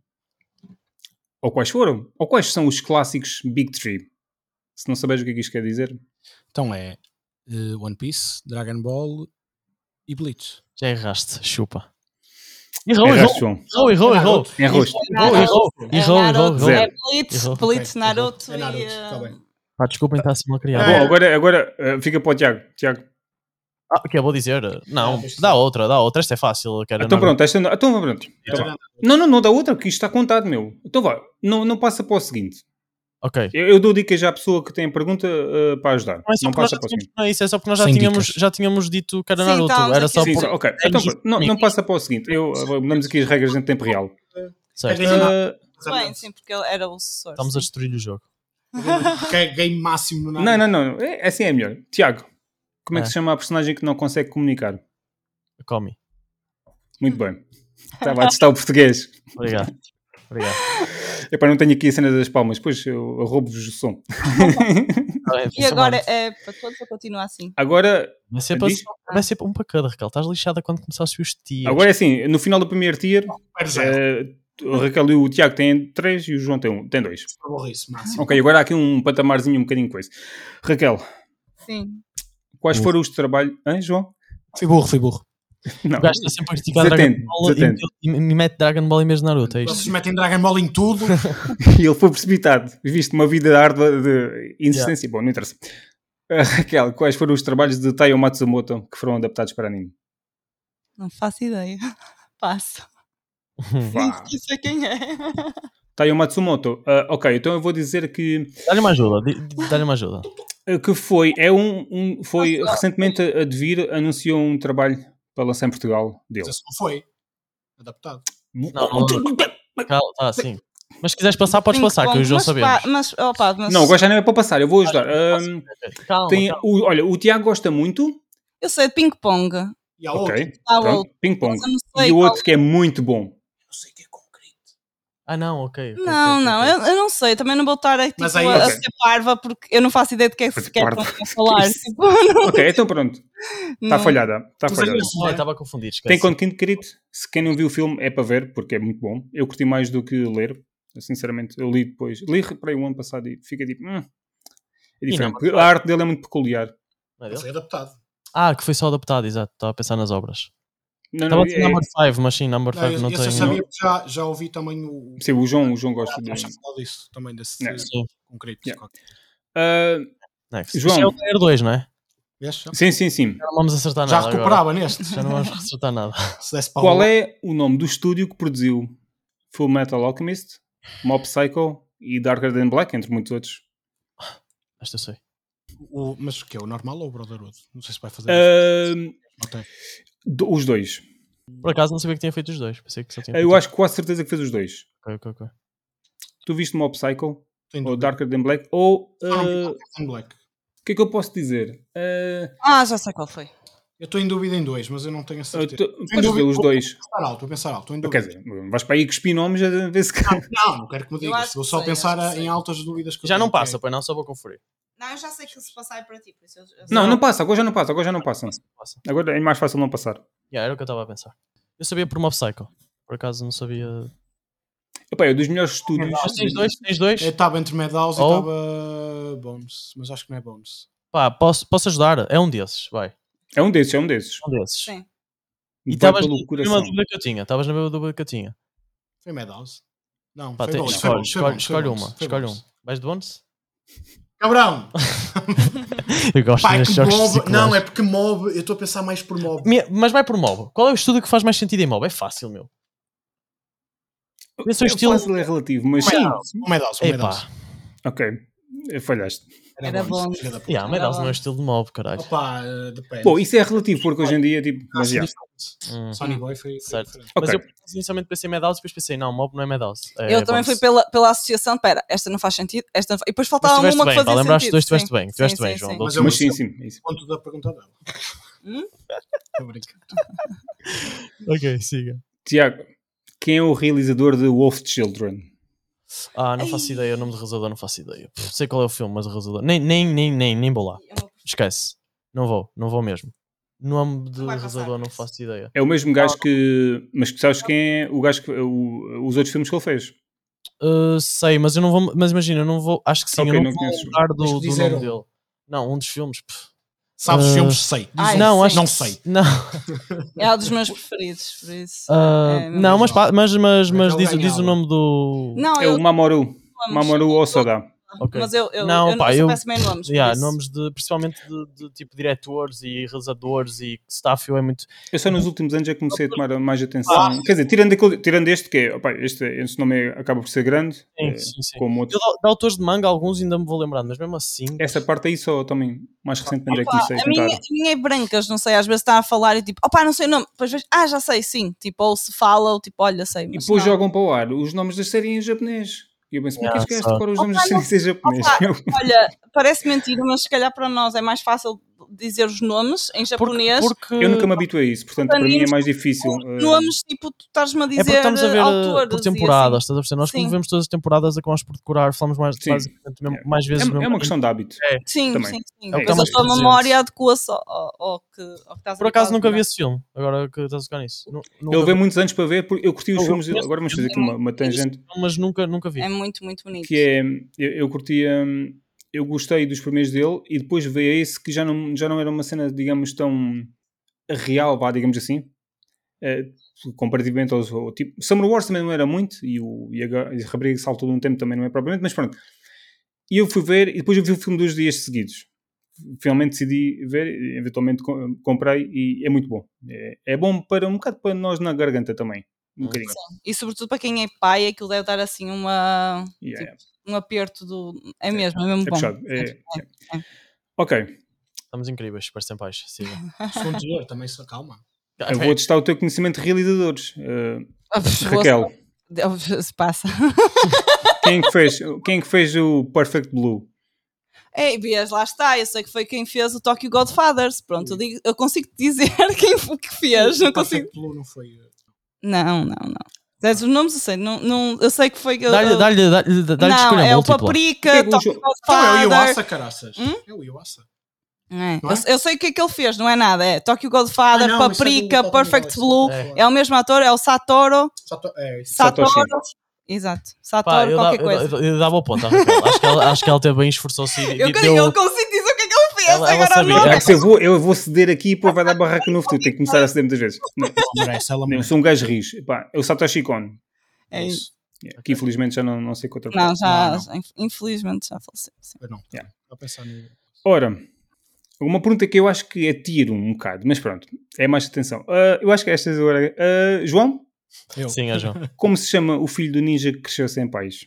Speaker 1: Ou quais foram? Ou quais são os clássicos Big Three? Se não sabes o que é que isto quer dizer.
Speaker 2: Então é eh, One Piece, Dragon Ball e Bleach.
Speaker 3: Já erraste, chupa. Errou, errou,
Speaker 1: Erraste, João.
Speaker 3: errou, errou, errou.
Speaker 1: Em rosto.
Speaker 3: Errou, errou,
Speaker 4: É
Speaker 3: errou, errou,
Speaker 4: Naruto, é
Speaker 3: errou.
Speaker 4: Blitz,
Speaker 3: Errou.
Speaker 4: Blitz,
Speaker 1: então
Speaker 2: Ok,
Speaker 4: Naruto
Speaker 2: É Naruto,
Speaker 4: e...
Speaker 1: tá
Speaker 2: está
Speaker 4: uh,
Speaker 2: bem.
Speaker 3: Pá, desculpem, está a ser mal criado.
Speaker 1: Bom, agora, agora eh, fica para o Tiago. Tiago.
Speaker 3: Ah, o que eu vou dizer? Não,
Speaker 4: é,
Speaker 2: deixa
Speaker 3: dá outra, dá outra. Esta é fácil. Quero
Speaker 1: Então pronto, esta não. Então vá, pronto.
Speaker 2: Tá
Speaker 1: Então vá. Não, não, não dá outra, porque isto está contado, meu. Então vá, não, não passa para o seguinte.
Speaker 3: Ok.
Speaker 1: Eu, eu dou dicas já à pessoa que tem a pergunta eh, para ajudar.
Speaker 3: Não é só
Speaker 1: Não
Speaker 3: porque nós
Speaker 1: passa
Speaker 3: já
Speaker 1: para o
Speaker 3: tínhamos,
Speaker 1: seguinte.
Speaker 3: não é isso, é só porque nós já
Speaker 2: Sem
Speaker 3: tínhamos,
Speaker 2: dicas.
Speaker 3: já tínhamos dito que era
Speaker 4: Sim,
Speaker 3: Naruto.
Speaker 4: estávamos
Speaker 3: Era
Speaker 4: aqui
Speaker 3: só
Speaker 4: a
Speaker 1: Sim,
Speaker 3: por.
Speaker 1: sim, ok. Então,
Speaker 3: Sim.
Speaker 1: pronto, não, não passa para o seguinte. Eu, eh, mudamos aqui as regras em tempo real.
Speaker 3: Certo.
Speaker 1: Eh,
Speaker 4: Bem, sim, porque ele era o sucessor.
Speaker 3: Estamos a
Speaker 4: sim.
Speaker 3: destruir o jogo.
Speaker 2: Que é game máximo no
Speaker 1: Não, não, não. É, assim é melhor. Tiago, como é. que
Speaker 3: É.
Speaker 1: se chama a personagem que não consegue comunicar?
Speaker 3: Come.
Speaker 1: Muito bem. Estava a testar o português.
Speaker 3: Obrigado. Obrigado.
Speaker 1: É para não tenho aqui a cena das palmas. Pois eu, eu roubo-vos o som.
Speaker 3: Tá bem,
Speaker 4: E
Speaker 3: essa
Speaker 4: agora
Speaker 3: merda.
Speaker 4: é para todos ou continua assim?
Speaker 1: Agora,
Speaker 3: Vai ser, para,
Speaker 1: Diz?
Speaker 3: vai ser para um para cada, Raquel. Estás lixada quando começar a subir os tios.
Speaker 1: agora é assim. No final do primeiro tier,
Speaker 2: Zero, zero.
Speaker 1: eh, o Raquel e o Tiago têm três e o João tem, um, tem dois.
Speaker 2: Eu vou rir, máximo.
Speaker 1: Ok, agora há aqui um patamarzinho um bocadinho com esse. Raquel,
Speaker 4: Sim.
Speaker 1: quais foram os trabalhos... Hã, João?
Speaker 2: Fui burro, fui burro.
Speaker 1: Não.
Speaker 3: o gajo está sempre a criticar
Speaker 1: Desatento,
Speaker 3: Dragon Ball e,
Speaker 1: desatento.
Speaker 3: e- e mete Dragon Ball em vez de Naruto. É
Speaker 2: Vocês
Speaker 3: isto.
Speaker 2: metem Dragon Ball em tudo.
Speaker 1: Ele foi precipitado. Viste uma vida árdua de insistência. Bom, não interessa. Eh, Raquel, quais foram os trabalhos de Taiyo Matsumoto que foram adaptados para anime?
Speaker 4: Não faço ideia. Passo.
Speaker 1: Vá.
Speaker 4: Não sei quem é.
Speaker 1: Taiyo Matsumoto. Ah, ok, então eu vou dizer que,
Speaker 3: Dá-lhe uma ajuda. di- di- Dá-lhe uma ajuda.
Speaker 1: ah, que foi, é um, um- foi recentemente a Devir anunciou um trabalho para lançar em Portugal dele.
Speaker 2: Isso não foi. Adaptado.
Speaker 3: Não, Cal- tá, sim. Mas se quiseres passar, podes
Speaker 4: Sim,
Speaker 3: passar, que
Speaker 4: bom,
Speaker 3: eu já
Speaker 4: mas,
Speaker 3: sabemos.
Speaker 4: pá, Mas, opa, mas...
Speaker 1: Não, agora já não é para passar, eu vou ajudar. Ah,
Speaker 3: Calma,
Speaker 1: tem,
Speaker 3: calma.
Speaker 1: o- olha, o Tiago gosta muito.
Speaker 4: Eu sei de ping-pong.
Speaker 2: E
Speaker 3: Tá
Speaker 2: há outro.
Speaker 1: Ok,
Speaker 4: Há
Speaker 1: pronto,
Speaker 4: outro.
Speaker 1: ping-pong.
Speaker 4: mas eu Tá não sei
Speaker 1: E o
Speaker 4: qual-
Speaker 1: outro que é muito bom.
Speaker 2: Não sei o que é concreto.
Speaker 3: Ah, não, ok. ok,
Speaker 4: Não,
Speaker 3: ok,
Speaker 4: não,
Speaker 3: ok.
Speaker 4: eu, eu não sei. Também não vou estar a, tipo,
Speaker 2: Mas aí-
Speaker 4: a, a
Speaker 1: Ok.
Speaker 4: ser parva porque eu não faço ideia do que é que
Speaker 1: Mas
Speaker 4: se quer
Speaker 1: parva.
Speaker 4: quando eu falar.
Speaker 1: Isso. Tá
Speaker 4: Tipo, não-
Speaker 1: Ok, então pronto, está
Speaker 4: não.
Speaker 1: falhada. Está
Speaker 2: Mas
Speaker 1: falhada.
Speaker 2: é isso,
Speaker 3: Ah,
Speaker 2: né?
Speaker 3: eu estava a confundir. Esquece.
Speaker 1: Tem conteúdo, querido. Se quem não viu o filme é para ver, porque é muito bom. Eu curti mais do que ler. Sinceramente, eu li depois. Li reparei o ano passado e fica tipo. hum, é
Speaker 3: E não,
Speaker 1: diferente. porque a arte dele é muito peculiar.
Speaker 3: Não é
Speaker 2: Mas
Speaker 3: dele?
Speaker 2: é adaptado.
Speaker 3: Ah, que foi só adaptado, exato. Estava a pensar nas obras.
Speaker 1: Não,
Speaker 3: Estava
Speaker 1: não,
Speaker 3: a dizer
Speaker 1: é,
Speaker 3: Number 5, mas sim, Number 5 não,
Speaker 2: eu, esse eu
Speaker 3: tem.
Speaker 2: sabia, porque já, já ouvi também o.
Speaker 1: sim, o João, o João
Speaker 3: Ah,
Speaker 1: gosta de.
Speaker 2: Já falou disso também, desse
Speaker 1: Yeah.
Speaker 3: Sim.
Speaker 2: concreto.
Speaker 1: Yeah. Ah,
Speaker 3: Next.
Speaker 1: João.
Speaker 3: Isto é o Player 2, não é?
Speaker 2: Vês? Já,
Speaker 1: sim, sim, sim.
Speaker 3: Já não vamos acertar
Speaker 2: já
Speaker 3: nada. agora.
Speaker 2: recuperava neste.
Speaker 3: Já não vamos acertar nada.
Speaker 2: Se desse para
Speaker 1: Qual é o nome do estúdio que produziu Full Metal Alchemist, Mob Psycho e Darker Than Black, entre muitos outros?
Speaker 3: Esta eu sei.
Speaker 2: o, Mas o que é? O normal ou o Brotherhood? Não sei se vai fazer.
Speaker 1: Ah,
Speaker 2: isso. Ok.
Speaker 1: do- os dois.
Speaker 3: Por acaso não sabia que tinha feito os dois. Pensei que só tinha
Speaker 1: Eu
Speaker 3: feito- um.
Speaker 1: acho que quase certeza que fez os dois.
Speaker 3: Ok, ok, ok.
Speaker 1: Tu viste Mob Psycho,
Speaker 2: Sem
Speaker 1: ou
Speaker 2: dúvida.
Speaker 1: Darker Than Black, ou. ah,
Speaker 2: Ah, não, Captain Black.
Speaker 1: O que é que eu posso dizer? Ah,
Speaker 4: Ah, já sei qual foi.
Speaker 2: Eu estou em dúvida em dois, mas eu não tenho a
Speaker 1: eu
Speaker 2: certeza.
Speaker 1: tô- podes dizer
Speaker 2: dúvida.
Speaker 1: os dois.
Speaker 2: Vou pensar alto, vou pensar alto. Estou em
Speaker 1: Quer
Speaker 2: dúvida.
Speaker 1: dizer, vais para aí cuspir nomes a ver se.
Speaker 3: Ah,
Speaker 2: Não, não quero que me
Speaker 4: Eu acho
Speaker 2: digas. Vou
Speaker 4: que
Speaker 2: só
Speaker 4: sei,
Speaker 2: pensar
Speaker 4: acho que
Speaker 2: em
Speaker 4: sei.
Speaker 2: altas dúvidas que eu
Speaker 3: Já não
Speaker 2: tenho, que é-
Speaker 3: passa, pois não, só vou conferir.
Speaker 4: Não, eu já sei que se passar é para ti. Por isso eu, eu
Speaker 1: Não, não passa, agora já não passa, agora já não passa.
Speaker 3: Passa.
Speaker 1: Agora é mais fácil não passar.
Speaker 3: Yeah, era o que eu estava a pensar. Eu sabia por Mob Psycho. Por acaso não sabia.
Speaker 1: Epá, é dos melhores estúdios.
Speaker 3: Mas tens dois, tens dois.
Speaker 2: Eu estava entre Madhouse
Speaker 3: Ou-
Speaker 2: e estava Bones, mas acho que não é Bones.
Speaker 3: Pá, posso, posso ajudar? É um desses, vai. É
Speaker 1: É um desses, é um desses.
Speaker 3: um desses.
Speaker 4: Sim.
Speaker 3: E
Speaker 1: Vai
Speaker 3: estavas na
Speaker 1: pelo
Speaker 3: mesma
Speaker 1: coração.
Speaker 3: dúvida que eu tinha. Estavas na mesma dúvida que eu tinha.
Speaker 2: Foi Madhouse? Não,
Speaker 3: Pá,
Speaker 2: foi
Speaker 3: tem-
Speaker 2: Bones. foi
Speaker 3: escolhe,
Speaker 2: Bones, foi
Speaker 3: escolhe,
Speaker 2: Bones, foi
Speaker 3: escolhe
Speaker 2: Bones,
Speaker 3: uma.
Speaker 2: foi
Speaker 3: Escolhe um.
Speaker 2: Bones.
Speaker 3: uma. Vais de Bones?
Speaker 2: Cabrão!
Speaker 3: Eu gosto
Speaker 2: Pá, é que
Speaker 3: destes jogos
Speaker 2: mob. Não,
Speaker 3: psicológicos.
Speaker 2: é porque mob. Eu estou a pensar mais por mob.
Speaker 3: Mi- Mas vai por mob. Qual é o estúdio que faz mais sentido em mob? É fácil, meu. Esse é o estilo.
Speaker 1: Fácil é relativo, mas sim.
Speaker 2: O Madhouse, o Madhouse.
Speaker 3: Epá,
Speaker 1: Ok, eh, falhaste.
Speaker 4: Era Bones.
Speaker 2: filha da puta.
Speaker 3: yeah, Medals não é o estilo de mob, caralho.
Speaker 2: Opa, eh, depende.
Speaker 1: Bom, isso é relativo, porque hoje em dia, tipo, mas já.
Speaker 3: Hum.
Speaker 2: Sony Boy foi. foi
Speaker 3: Certo.
Speaker 2: diferente.
Speaker 3: Ah, Mas
Speaker 1: Ok.
Speaker 3: eu inicialmente pensei em Medals e depois pensei, não, mob não é Medals.
Speaker 4: Eu também fui pela, pela associação, pera, esta não faz sentido, esta não faz... e depois faltava uma
Speaker 3: Mas
Speaker 4: que
Speaker 3: estiveste
Speaker 4: fazia
Speaker 3: bem, pá, lembraste
Speaker 4: sentido.
Speaker 3: dois, estiveste
Speaker 4: sim.
Speaker 3: bem, estiveste
Speaker 4: Sim,
Speaker 3: bem,
Speaker 4: sim,
Speaker 3: João.
Speaker 4: sim.
Speaker 3: dou-te
Speaker 2: Mas
Speaker 3: uma-
Speaker 1: Mas sim, sim. é isso.
Speaker 2: Ponto da pergunta dela.
Speaker 4: Hum?
Speaker 2: Tô brincando.
Speaker 3: Ok, siga.
Speaker 1: Tiago, quem é o realizador de Wolf Children?
Speaker 3: Ah, não faço
Speaker 4: Ai.
Speaker 3: ideia, o nome do realizador não faço ideia. Pff, sei qual é o filme, mas o realizador. Nem, nem, nem, nem, nem vou lá.
Speaker 4: É uma-
Speaker 3: Esquece. Não vou, não vou mesmo. Nome do
Speaker 4: Não vai passar.
Speaker 3: realizador não faço ideia.
Speaker 1: É o mesmo
Speaker 3: Ah,
Speaker 1: gajo que. Mas que sabes quem é o gajo que. o- os outros filmes que ele fez?
Speaker 3: Uh, sei, mas eu não vou. Mas imagina, eu não vou. Acho que sim,
Speaker 1: Ok,
Speaker 3: eu não,
Speaker 1: não
Speaker 3: vou
Speaker 1: conheces.
Speaker 3: lembrar do,
Speaker 2: Tens que
Speaker 3: do
Speaker 2: dizer
Speaker 3: nome
Speaker 2: um.
Speaker 3: dele. Não, um dos filmes. pff.
Speaker 2: Sabes
Speaker 3: Ah.
Speaker 2: filmes? Sei. Diz
Speaker 4: Ai,
Speaker 2: um.
Speaker 3: não,
Speaker 4: sei.
Speaker 3: acho
Speaker 2: Não
Speaker 3: que-
Speaker 2: sei.
Speaker 3: Não,
Speaker 4: É um dos meus preferidos, por isso.
Speaker 3: Ah,
Speaker 4: É,
Speaker 3: não
Speaker 2: mas
Speaker 3: mas, pa- mas, mas, mas
Speaker 2: Então
Speaker 3: diz, diz o
Speaker 2: ganhava.
Speaker 3: nome do.
Speaker 4: Não,
Speaker 1: É
Speaker 4: eu
Speaker 1: o Mamoru.
Speaker 4: amo
Speaker 1: Mamoru Osoda.
Speaker 3: Ok.
Speaker 4: mas eu, eu,
Speaker 3: Não,
Speaker 4: eu
Speaker 3: pá,
Speaker 4: não
Speaker 3: eu-
Speaker 4: sou péssima em nomes. por
Speaker 3: Yeah,
Speaker 4: isso.
Speaker 3: nomes de, principalmente de, de, tipo diretores e realizadores e staff, eu é muito.
Speaker 1: Eu só nos últimos anos já comecei a tomar mais atenção. Quer dizer, tirando, aquele- tirando este, que é. opá, este, este nome é- acaba por ser grande,
Speaker 3: Sim,
Speaker 1: eh,
Speaker 3: sim, sim.
Speaker 1: como outro.
Speaker 3: Eu, de, de autores de manga, alguns ainda me vou lembrando, mas mesmo assim.
Speaker 4: É
Speaker 1: Essa parte aí só também, mais recentemente, é que
Speaker 4: Pá,
Speaker 1: comecei a
Speaker 4: a, minha,
Speaker 1: tentar.
Speaker 4: a minha é brancas, não sei, às vezes está a falar e tipo, opá, não sei o nome, depois vejo, ah, já sei, sim, tipo, ou se fala, ou tipo, olha, sei,
Speaker 1: E
Speaker 4: mas
Speaker 1: depois
Speaker 4: não.
Speaker 1: jogam para o ar os nomes das séries em japonês. E eu penso, como é que este
Speaker 3: Yeah,
Speaker 1: gajo
Speaker 3: só.
Speaker 1: decora os nomes das
Speaker 4: Opa,
Speaker 1: séries em japonês?
Speaker 4: olha, parece mentira, mas se calhar para nós é mais fácil dizer os nomes em
Speaker 3: Porque,
Speaker 4: japonês,
Speaker 3: porque
Speaker 1: Eu nunca me habituei a isso, portanto, para mim é mais difícil. eh,
Speaker 4: nomes, tipo, tu estás-me a
Speaker 3: é porque
Speaker 4: dizer
Speaker 3: estamos a ver eh,
Speaker 4: autores
Speaker 3: por
Speaker 4: e assim.
Speaker 3: temporadas, estás a perceber? Nós, como
Speaker 4: Sim.
Speaker 3: vemos todas as temporadas, acabamos por decorar, falamos mais,
Speaker 1: Sim.
Speaker 3: basicamente mesmo- mais vezes.
Speaker 1: é, é
Speaker 3: mesmo.
Speaker 1: uma questão de hábito.
Speaker 4: Sim,
Speaker 1: Também.
Speaker 4: sim, sim.
Speaker 3: É o que
Speaker 1: há
Speaker 4: Mas a
Speaker 1: mais
Speaker 4: tua
Speaker 3: presentes.
Speaker 4: memória adequa-se ao, ao, ao que, ao que estás
Speaker 3: Por acaso nunca vi
Speaker 4: habituado.
Speaker 3: esse filme, agora que estás a tocar nisso. Nu- nunca
Speaker 1: Eu levei
Speaker 3: vi,
Speaker 1: muitos anos para ver, porque eu curti os
Speaker 3: Eu- eu
Speaker 1: filmes.
Speaker 3: conheço-
Speaker 1: Agora vamos fazer aqui uma, uma tangente,
Speaker 3: mas nunca, nunca vi.
Speaker 4: É muito, muito bonito.
Speaker 1: que é. Eu, eu curti. hum, eu gostei dos primeiros dele e depois veio esse que já não, já não era uma cena, digamos, tão real, vá, digamos assim. eh, comparativamente aos. Ao, tipo, Summer Wars também não era muito e, o, e a, Ga- e a Rapariga que Saltou de um Tempo também não é propriamente, mas pronto. E eu fui ver e depois eu vi o filme dois dias seguidos. Finalmente decidi ver, e eventualmente co- comprei e é muito bom. É, é bom para um bocado para nós na garganta também. Um bocadinho.
Speaker 4: E sobretudo para quem é pai, aquilo deve dar assim uma,
Speaker 1: Yeah, yeah.
Speaker 4: um aperto do. É mesmo, é mesmo
Speaker 1: É
Speaker 4: bom.
Speaker 1: puxado. É-
Speaker 4: é.
Speaker 1: Ok,
Speaker 3: Estamos incríveis, parecem pais. Siga.
Speaker 2: Segundo dia, também se calma.
Speaker 3: Ah,
Speaker 1: eu vou testar o teu conhecimento de realizadores. Eh,
Speaker 4: Ah, pff, vou-
Speaker 1: Raquel,
Speaker 4: Se passa.
Speaker 1: quem é que, fez, quem é que fez o Perfect Blue?
Speaker 4: Ei, Bias, lá está. Eu sei que foi quem fez o Tokyo Godfathers. Pronto, eu, digo- eu consigo te dizer quem foi que fez. Não consigo.
Speaker 2: Perfect Blue não foi. eh,
Speaker 4: Não, não, não. Mas os nomes eu sei. Não, não, eu sei que foi.
Speaker 3: Dá-lhe
Speaker 4: eu-
Speaker 3: dá-lhe- dá-lhe- dá-lhe
Speaker 4: não,
Speaker 3: escolha
Speaker 4: é o
Speaker 3: múltipla.
Speaker 1: Que é
Speaker 4: Paprika,
Speaker 1: que o
Speaker 4: Tokyo
Speaker 1: jo-
Speaker 2: Então é o
Speaker 4: Godfathers.
Speaker 2: Iwasa, caraças.
Speaker 4: Hum?
Speaker 2: É o Iwasa.
Speaker 4: Não é?
Speaker 2: Não é?
Speaker 4: Eu, eu sei o que é que ele fez, não é nada. É Tokyo Godfather,
Speaker 2: Ah, não, isso é do
Speaker 4: Paprika,
Speaker 2: Tokyo
Speaker 4: Perfect
Speaker 2: Godfather.
Speaker 4: Blue.
Speaker 2: É.
Speaker 4: É. o mesmo ator, é o Satoru.
Speaker 2: Só to- É, isso.
Speaker 4: Satoru.
Speaker 1: Satoshi.
Speaker 4: Exato.
Speaker 3: Pá,
Speaker 4: Satoru,
Speaker 3: eu, dá-
Speaker 4: qualquer
Speaker 3: eu,
Speaker 4: coisa.
Speaker 3: dá- eu dava o ponto à Raquel. Acho que ela, acho que ela teve bem esforçou-se e
Speaker 4: Eu,
Speaker 3: e
Speaker 4: eu
Speaker 3: deu,
Speaker 4: consigo dizer o que é que ele fez.
Speaker 3: ela, ela sabia.
Speaker 1: Já que se eu, vou, eu vou ceder aqui e pô, vai dar barraca no futuro. Tenho que começar a ceder muitas vezes. Não,
Speaker 2: Ela merece, ela
Speaker 1: eu
Speaker 2: merece.
Speaker 1: sou um gajo rijo. Pá, eu Satoshi Kon.
Speaker 4: É isso.
Speaker 1: Yeah, Que infelizmente já não, não sei contra
Speaker 4: Não, já,
Speaker 2: Não, não.
Speaker 4: já- infelizmente já faleceu. sim.
Speaker 2: Eu não.
Speaker 1: Yeah.
Speaker 2: Estou a pensar no-
Speaker 1: Ora, uma pergunta que eu acho que é tiro um bocado, mas pronto, é mais atenção. Ah, eu acho que estas agora. Ah, João,
Speaker 2: Eu.
Speaker 3: Sim, é João.
Speaker 1: como se chama o filho do ninja que cresceu sem pais?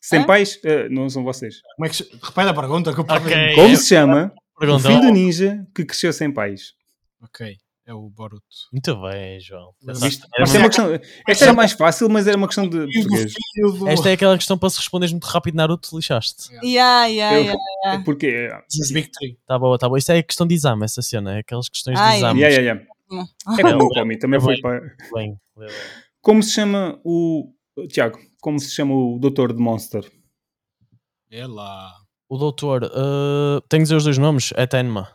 Speaker 1: Sem
Speaker 4: Hã?
Speaker 1: pais? Ah, não são vocês.
Speaker 2: Como é que se... Repete a pergunta que eu
Speaker 3: Ok.
Speaker 1: Como se chama o
Speaker 3: Pergunta.
Speaker 1: filho do ninja que cresceu sem pais?
Speaker 2: Ok. É o Boruto.
Speaker 3: Muito bem, João.
Speaker 1: Isto- Esta, é uma questão, esta era mais fácil, mas era uma questão de português.
Speaker 2: filho do...
Speaker 3: Esta é aquela questão para se responderes muito rápido, Naruto, lixaste.
Speaker 4: Yeah, yeah,
Speaker 1: Eu-
Speaker 4: yeah.
Speaker 1: Porque. ah,
Speaker 2: Os Big Three.
Speaker 3: Tá boa, tá boa. Isso é a questão de exame, essa cena. É aquelas questões de
Speaker 4: Ai.
Speaker 3: exame.
Speaker 1: Yeah, yeah, yeah.
Speaker 4: Hum.
Speaker 1: É como o Tommy, também foi para.
Speaker 3: Bem, leu, leu.
Speaker 1: Como se chama o. Tiago, como se chama o Doutor de Monster?
Speaker 2: É lá.
Speaker 3: O doutor, eh, tenho que dizer os dois nomes? É Tenma.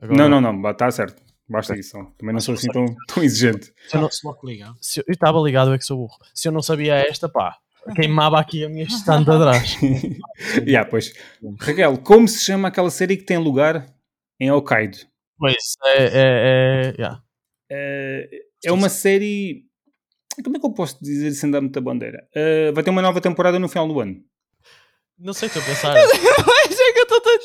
Speaker 3: Agora-
Speaker 1: Não, não, não, está certo. Basta isso. Também não sou assim tão, tão exigente.
Speaker 2: Já não se logo liga.
Speaker 3: Se eu eu estava ligado, eu é que sou burro. Se eu não sabia esta, pá, queimava aqui a minha estante atrás.
Speaker 1: yeah, pois. Raquel, como se chama aquela série que tem lugar em Hokkaido?
Speaker 3: Pois, é. é, é yeah.
Speaker 1: Eh, É uma série. Como é que eu posso dizer sem dar muita bandeira? Eh, vai ter uma nova temporada no final do ano.
Speaker 3: Não sei o que eu pensar.
Speaker 4: Mas é que eu estou tanto.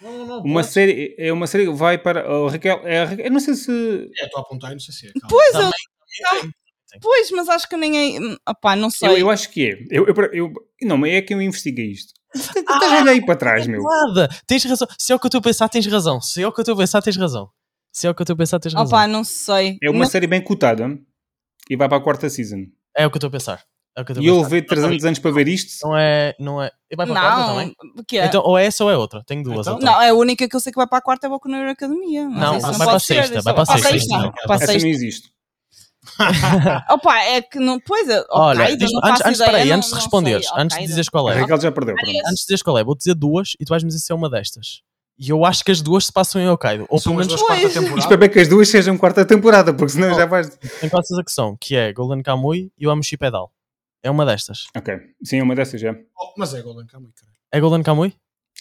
Speaker 2: Não, não,
Speaker 1: Uma série, é uma série que vai para. Oh, Raquel, é a Raquel- eu não sei se.
Speaker 2: É, estou a apontar e não sei se é. calma.
Speaker 4: Pois,
Speaker 3: Também.
Speaker 4: eu, pois, mas acho que ninguém. hum, Opá, não sei.
Speaker 1: Eu, eu acho que é. Eu, eu, eu- não, mas é que eu investiguei isto. Tu Estás
Speaker 3: Ah,
Speaker 1: a olhar aí para trás,
Speaker 3: é
Speaker 1: meu.
Speaker 3: Nada, tens razão. Se é o que eu estou a pensar, tens razão. Se é o que eu estou a pensar, tens razão. Se é o que eu estou a pensar, tens razão.
Speaker 4: Opá, não sei.
Speaker 1: É uma
Speaker 4: Mas-
Speaker 1: série bem cotada e vai para a quarta season.
Speaker 3: É o que eu estou a pensar. É o que eu estou
Speaker 1: E
Speaker 3: a
Speaker 1: eu
Speaker 3: pensar.
Speaker 1: levei 300 anos para ver isto.
Speaker 3: Não é. Não é. E vai para a quarta
Speaker 4: não,
Speaker 3: também?
Speaker 4: o quê?
Speaker 3: Então, ou é essa ou é outra. Tenho duas.
Speaker 2: Então-
Speaker 3: Então,
Speaker 4: não, é a única que eu sei que vai para a quarta é o Hero Academia. mas
Speaker 3: Não,
Speaker 4: isso
Speaker 2: vai
Speaker 4: pode
Speaker 3: para a
Speaker 4: ser,
Speaker 3: sexta,
Speaker 4: isso-
Speaker 3: vai para a
Speaker 4: para a
Speaker 3: sexta,
Speaker 4: sexta.
Speaker 3: não.
Speaker 4: Para a
Speaker 1: Essa
Speaker 4: sexta.
Speaker 1: não existe.
Speaker 4: Opa, é que não. Pois é,
Speaker 3: Olha,
Speaker 4: Hokkaido,
Speaker 3: diz-
Speaker 4: não
Speaker 3: antes,
Speaker 4: faço
Speaker 3: antes,
Speaker 4: ideia,
Speaker 3: peraí,
Speaker 4: não-
Speaker 3: antes de
Speaker 4: não sei, então.
Speaker 3: responderes, antes de
Speaker 4: Hokkaido.
Speaker 3: dizeres qual
Speaker 1: A
Speaker 3: é,
Speaker 1: Raquel já perdeu. pronto.
Speaker 3: antes de dizeres qual é, vou dizer duas e tu vais-me dizer se é uma destas. E eu acho que as duas se passam em Hokkaido. Ou pelo
Speaker 2: São as
Speaker 3: menos
Speaker 2: duas quarta
Speaker 4: Pois.
Speaker 1: Espero
Speaker 2: temporada.
Speaker 1: bem que as duas sejam quarta temporada, porque senão já vais.
Speaker 3: tem quase certeza que são, que é Golden Kamui e o Amushi Pedal. É uma destas.
Speaker 1: Ok, sim, é uma dessas já.
Speaker 2: Oh, mas é Golden Kamuy, caralho.
Speaker 3: É Golden Kamui?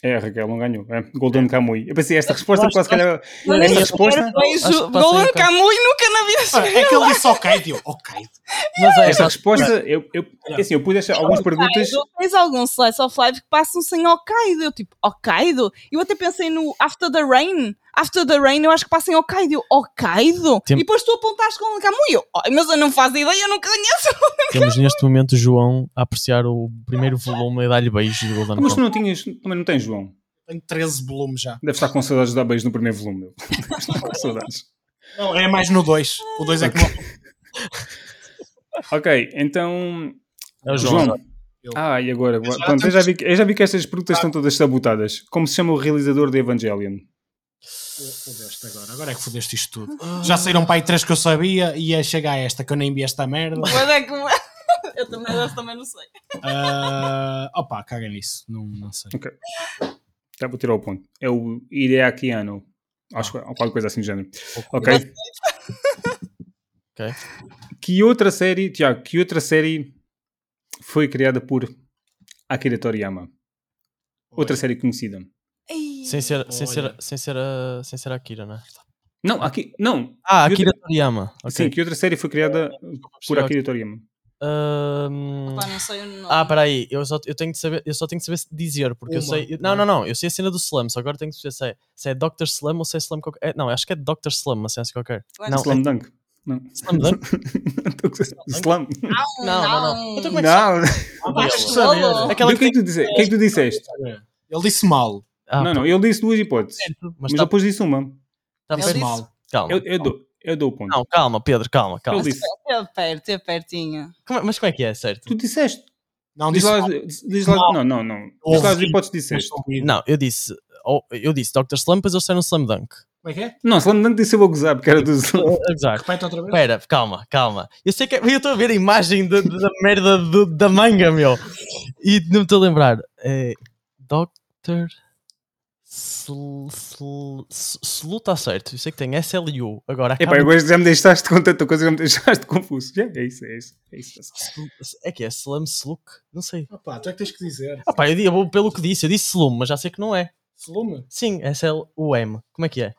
Speaker 1: É, a Raquel não ganhou. É, Golden Kamui. Eu pensei, esta resposta quase que era.
Speaker 3: é
Speaker 4: Eu nem
Speaker 1: Essa
Speaker 4: sequer
Speaker 1: resposta-
Speaker 3: Acho
Speaker 4: vejo
Speaker 3: que passa em
Speaker 4: Golden
Speaker 3: Hokkaido.
Speaker 4: Kamui nunca na vida
Speaker 2: Pá, É que ele disse ok, tio. Ok.
Speaker 3: Mas é
Speaker 1: Esta
Speaker 3: esta.
Speaker 1: resposta, eu, eu, é assim, eu pude achar algumas perguntas.
Speaker 4: Hokkaido, tens algum slice of life que passam sem Hokkaido? Eu tipo, Hokkaido? Eu até pensei no After the Rain. After the Rain eu acho que passa em Hokkaido. Eu, Hokkaido?
Speaker 3: Tem-
Speaker 4: E depois tu apontaste com o Kamui. Eu, "Ai, mas eu não faço ideia, eu nunca conheço.
Speaker 3: Temos neste momento o João a apreciar o primeiro volume e dar-lhe beijos do Golden
Speaker 1: Mas tu
Speaker 3: Kamui.
Speaker 1: não tinhas, também não tens, João.
Speaker 2: Tenho 13 volumes já.
Speaker 1: Deve estar com saudades de dar beijo no primeiro volume. meu. Deve estar com saudades.
Speaker 2: Não, é mais no 2. O 2 é que não.
Speaker 1: Ok, então.
Speaker 3: É o
Speaker 1: João.
Speaker 3: João. João.
Speaker 2: Eu.
Speaker 1: Ah, e agora?
Speaker 2: Já
Speaker 1: Pronto, eu, já vi, que- eu já vi que estas perguntas estão todas sabotadas. Como se chama o realizador de Evangelion?
Speaker 2: Fudeste agora. Agora é que fudeste isto tudo. Já saíram para aí 3 que eu sabia e ia chegar a esta que eu nem vi esta merda.
Speaker 4: Mas é que... Eu também, eu também não sei.
Speaker 2: Ah, opa, caga nisso. Não, não sei.
Speaker 1: Já vou tirar o ponto. É o Hideaki Anno. Acho que
Speaker 3: Ah.
Speaker 1: é qualquer coisa assim do género. Ok.
Speaker 3: Ok.
Speaker 1: Que outra série, Tiago, que outra série foi criada por Akira Toriyama? Outra série conhecida.
Speaker 4: Ei.
Speaker 3: Sem ser, sem, ser,
Speaker 2: Olha.
Speaker 3: sem, ser, a- sem ser a Akira, né?
Speaker 1: Não, aqui, não.
Speaker 3: Ah,
Speaker 1: Eu-
Speaker 3: Akira Toriyama. Ok.
Speaker 1: Sim, que outra série foi criada por Akira Toriyama?
Speaker 3: Ahm,
Speaker 4: Pá, não sei o nome.
Speaker 3: Ah, peraí, eu só, eu, tenho de saber, eu só tenho de saber se dizer, porque eu
Speaker 2: Uma,
Speaker 3: sei. eu- não, é? não, não, eu sei a cena do Slam, só agora tenho de saber se é, se é Dr. Slam ou se é Slam qualquer. é, não, acho que é Dr. Slam, uma ciência qualquer.
Speaker 4: Ué,
Speaker 3: Não,
Speaker 1: Slam Dunk. Não.
Speaker 3: é Slam Dunk?
Speaker 1: Estou com- Slam.
Speaker 3: Não, não, não. Então como é que
Speaker 1: Não.
Speaker 3: se-
Speaker 4: Bastolo.
Speaker 1: Aquela
Speaker 3: Aquela
Speaker 1: que,
Speaker 3: que
Speaker 1: que, tu disse- o que é que tu disseste?
Speaker 2: Ele disse mal.
Speaker 3: Ah,
Speaker 1: não, não, eu disse duas hipóteses.
Speaker 3: pá, Mas
Speaker 1: Mas
Speaker 3: tá-
Speaker 1: depois disse uma.
Speaker 3: tá-
Speaker 4: Ele
Speaker 2: Disse
Speaker 4: disse-
Speaker 2: mal.
Speaker 3: calma.
Speaker 1: Eu, eu, dou, eu dou o ponto.
Speaker 3: Não, calma, Pedro, calma, calma.
Speaker 1: Ele disse.
Speaker 4: Teve perto, teve pertinho.
Speaker 3: Como é- mas como é que é, certo?
Speaker 1: Tu disseste.
Speaker 2: Não,
Speaker 1: Diz
Speaker 2: disse
Speaker 1: lá,
Speaker 2: mal.
Speaker 1: as- diz lá-
Speaker 2: Mal.
Speaker 1: não, não, não. Diz
Speaker 2: Ouvi.
Speaker 1: lá as hipóteses que disseste.
Speaker 3: Não, eu disse. ou- eu disse Dr. Slam, depois eu sei no Slam Dunk.
Speaker 2: Como é que é?
Speaker 1: Não, Slam Dunk disse eu vou gozar, porque era do
Speaker 3: Exato.
Speaker 2: Repete outra vez.
Speaker 3: Espera, calma, calma. Eu sei que é- eu estou a ver a imagem de- de- da merda do- da manga, meu. E não me estou a lembrar. É, Dr. Sl- Sl- S- Slu está certo. Eu sei que tem SLU. Agora,
Speaker 1: Epá,
Speaker 3: acaba-
Speaker 1: agora já me deixaste com tanta coisa, já me deixaste confuso. Já, é isso, é isso. É isso.
Speaker 3: Sl- é que é Slam Sluk? Não sei.
Speaker 2: Opa, tu é que tens que dizer.
Speaker 3: Ah, pá, eu, di- eu vou pelo que disse. Eu disse Slum, mas já sei que não é.
Speaker 2: Slume?
Speaker 3: Sim, S-L-U-M. Como é que é?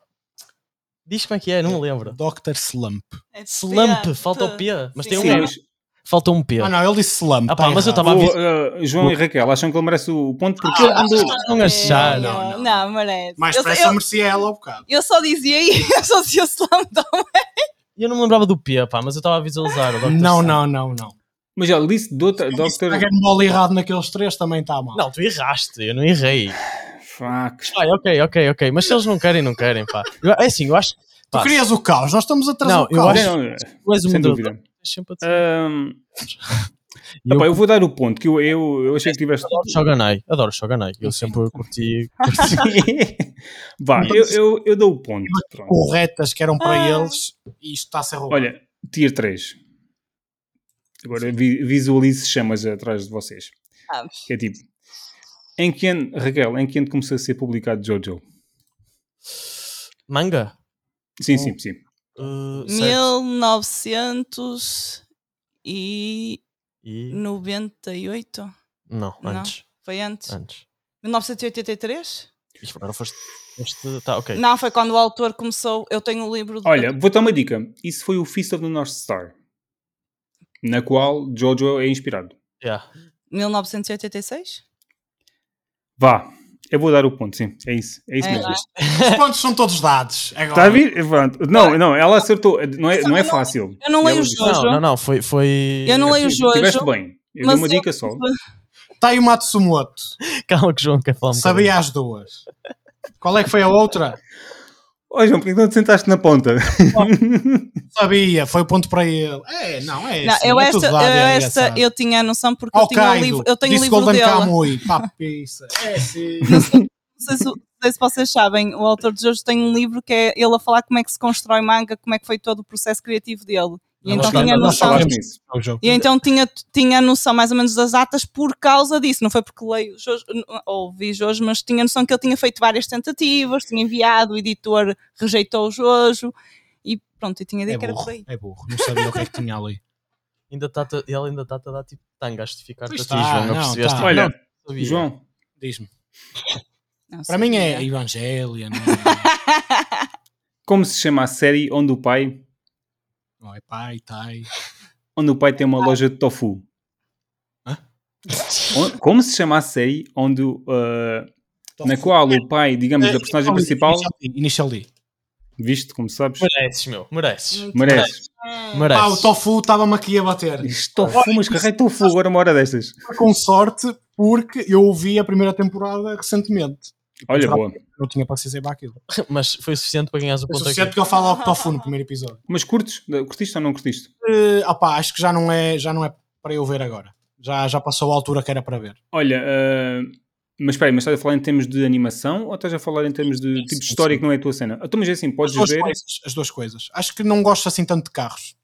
Speaker 3: Diz como é que é, não me lembro.
Speaker 2: Dr. Slump.
Speaker 4: É de É.
Speaker 3: Slump,
Speaker 4: piante.
Speaker 3: falta o P, mas tem
Speaker 4: Sim.
Speaker 3: um
Speaker 1: Sim,
Speaker 3: M.
Speaker 1: mas-
Speaker 3: Falta um P.
Speaker 2: Ah, não, ele disse Slump.
Speaker 3: Ah pá,
Speaker 2: tá
Speaker 3: mas eu
Speaker 2: errado.
Speaker 3: estava a ver.
Speaker 1: Oh, uh, João e Raquel acham que ele merece o ponto porque ele andou.
Speaker 3: Não achar,
Speaker 4: É,
Speaker 3: não.
Speaker 2: não, não.
Speaker 4: Não, merece.
Speaker 2: Mais
Speaker 4: eu,
Speaker 2: depressa
Speaker 4: eu,
Speaker 2: merecia ela ao bocado.
Speaker 4: eu só dizia eu só dizia Slump Dog.
Speaker 3: Eu não me lembrava do P, pá, mas eu estava a visualizar. o Dr.
Speaker 2: Não,
Speaker 3: Slump.
Speaker 2: não, não, não.
Speaker 1: Mas ele disse Dota,
Speaker 2: Está
Speaker 1: Doctor.
Speaker 2: bola errado naqueles três também está mal.
Speaker 3: Não, tu erraste, eu não errei.
Speaker 1: Fuck.
Speaker 3: Ai, ok, ok, ok. Mas se eles não querem, não querem, pá. Eu- é assim, eu acho que
Speaker 2: Tu
Speaker 3: Pá.
Speaker 2: querias o caos, nós estamos atrás
Speaker 3: Não,
Speaker 2: do
Speaker 3: eu
Speaker 2: caos.
Speaker 3: acho-
Speaker 1: Não, não,
Speaker 3: tu és o
Speaker 1: sem
Speaker 3: moderador.
Speaker 1: dúvida.
Speaker 3: Tens sempre a dizer.
Speaker 1: Ahm,
Speaker 3: E eu-
Speaker 1: epá, eu vou dar o ponto que eu, eu, eu achei que tiveste.
Speaker 3: Adoro Shogunai, adoro Shogunai. Eu sempre curti.
Speaker 1: Vá, eu, eu, eu dou o ponto. Pronto.
Speaker 2: Corretas que eram para
Speaker 4: Ah.
Speaker 2: eles e isto está a ser roubado.
Speaker 1: Olha, tier 3. Agora vi, visualize chamas atrás de vocês.
Speaker 4: Ah.
Speaker 1: Que é tipo. Em que ano, Raquel, em que ano começou a ser publicado Jojo?
Speaker 3: Manga?
Speaker 4: Hum.
Speaker 1: Sim, sim, sim.
Speaker 3: Uh, certo.
Speaker 4: 1998?
Speaker 3: E... Não,
Speaker 4: Não.
Speaker 3: antes.
Speaker 4: Foi antes?
Speaker 3: Antes.
Speaker 4: 1983?
Speaker 3: Isto agora foste. foste- Tá,
Speaker 2: É.
Speaker 3: ok.
Speaker 4: Não, foi quando o autor começou. Eu tenho o livro do.
Speaker 1: Olha, vou dar uma dica. Isso foi o Feast of the North Star, na qual Jojo é inspirado.
Speaker 3: Yeah.
Speaker 4: 1986?
Speaker 1: Vá, eu vou dar o ponto, sim. É isso. É isso
Speaker 4: É
Speaker 1: mesmo.
Speaker 4: lá.
Speaker 2: Os pontos são todos dados. É Agora.
Speaker 1: Está a vir? Pronto. Não, não, ela acertou. Não é, não é fácil.
Speaker 4: Eu não leio
Speaker 1: Ela
Speaker 4: os
Speaker 1: disse-
Speaker 4: Jojo.
Speaker 3: Não, não, não, foi. foi...
Speaker 4: Eu não leio o
Speaker 1: Tiveste
Speaker 4: Jojo.
Speaker 1: bem. Eu dei
Speaker 4: mas
Speaker 1: uma
Speaker 4: eu-
Speaker 1: dica só.
Speaker 2: Está aí o Matsumoto.
Speaker 3: Calma que o João quer falar um
Speaker 2: Sabia as duas. Qual é que foi a outra?
Speaker 1: Ó João, porquê que não te sentaste na ponta?
Speaker 2: Sabia, foi o ponto para ele. É, não, é
Speaker 4: Não,
Speaker 2: assim,
Speaker 4: eu
Speaker 2: é tudo
Speaker 4: esta,
Speaker 2: dado,
Speaker 4: eu,
Speaker 2: é
Speaker 4: esta
Speaker 2: engraçado.
Speaker 4: eu tinha a noção porque eu
Speaker 2: Ao
Speaker 4: tinha o
Speaker 2: Caio,
Speaker 4: livro, eu tenho o
Speaker 2: disse
Speaker 4: livro
Speaker 2: Golden
Speaker 4: dela.
Speaker 2: Kamuy. Papissa. É sim.
Speaker 4: Não sei, se, não sei se vocês sabem, o autor de Jojo tem um livro que é ele a falar como é que se constrói manga, como é que foi todo o processo criativo dele.
Speaker 2: Não,
Speaker 4: E então
Speaker 2: mas
Speaker 4: tinha a
Speaker 2: não,
Speaker 1: Nós
Speaker 4: noção,
Speaker 1: falaste nisso.
Speaker 2: É o jogo.
Speaker 4: e então tinha, tinha a noção mais ou menos das atas por causa disso. Não foi porque leio Jojo, ou vi Jojo, mas tinha a noção que ele tinha feito várias tentativas, tinha enviado, o editor rejeitou o Jojo e pronto, eu tinha a
Speaker 2: É
Speaker 4: ideia que era por
Speaker 2: burro,
Speaker 4: aí.
Speaker 2: é burro. Não sabia o que é que tinha ali.
Speaker 3: Ainda tá ele ainda está a dar tipo tangas de ficar para
Speaker 2: Pois
Speaker 3: ti,
Speaker 2: tá,
Speaker 3: João. Não,
Speaker 2: não,
Speaker 3: percebeste?
Speaker 2: tá.
Speaker 1: Olha,
Speaker 3: Não sabia.
Speaker 1: João,
Speaker 2: Diz-me.
Speaker 4: Não
Speaker 2: Para mim
Speaker 4: sabia.
Speaker 2: é Evangelion. não é?
Speaker 1: como se chama a série onde o pai,
Speaker 2: é- Não é pai, tai.
Speaker 1: onde o pai tem uma loja de tofu?
Speaker 2: Hã?
Speaker 1: On- Como se chama a série onde uh, na qual o pai, digamos, da personagem principal,
Speaker 2: Initial D, Initial D.
Speaker 1: viste como sabes,
Speaker 3: Mereces, meu, mereces.
Speaker 4: Muito
Speaker 1: merece.
Speaker 2: Ah, o
Speaker 3: Mereces.
Speaker 2: tofu estava-me aqui a bater.
Speaker 1: Isto tofu, mas é carrei tofu agora uma hora destas.
Speaker 2: Com sorte, porque eu ouvi a primeira temporada recentemente.
Speaker 1: Olha, boa.
Speaker 2: Não tinha paciência para aquilo.
Speaker 3: Mas foi suficiente para ganhares o
Speaker 2: É
Speaker 3: ponto aqui.
Speaker 2: suficiente porque ele fala logo tofu no primeiro episódio.
Speaker 1: Mas curtes? Curtiste ou não curtiste?
Speaker 2: Eh, opá, acho que já não é, já não é para eu ver agora. Já, já passou a altura que era para ver.
Speaker 1: Olha, uh, mas espera aí, mas estás a falar em termos de animação ou estás a falar em termos de tipo de história que não é a tua cena? Então, mas é assim,
Speaker 2: As
Speaker 1: podes
Speaker 2: duas,
Speaker 1: ver.
Speaker 2: coisas, as duas coisas. Acho que não gosto assim tanto de carros.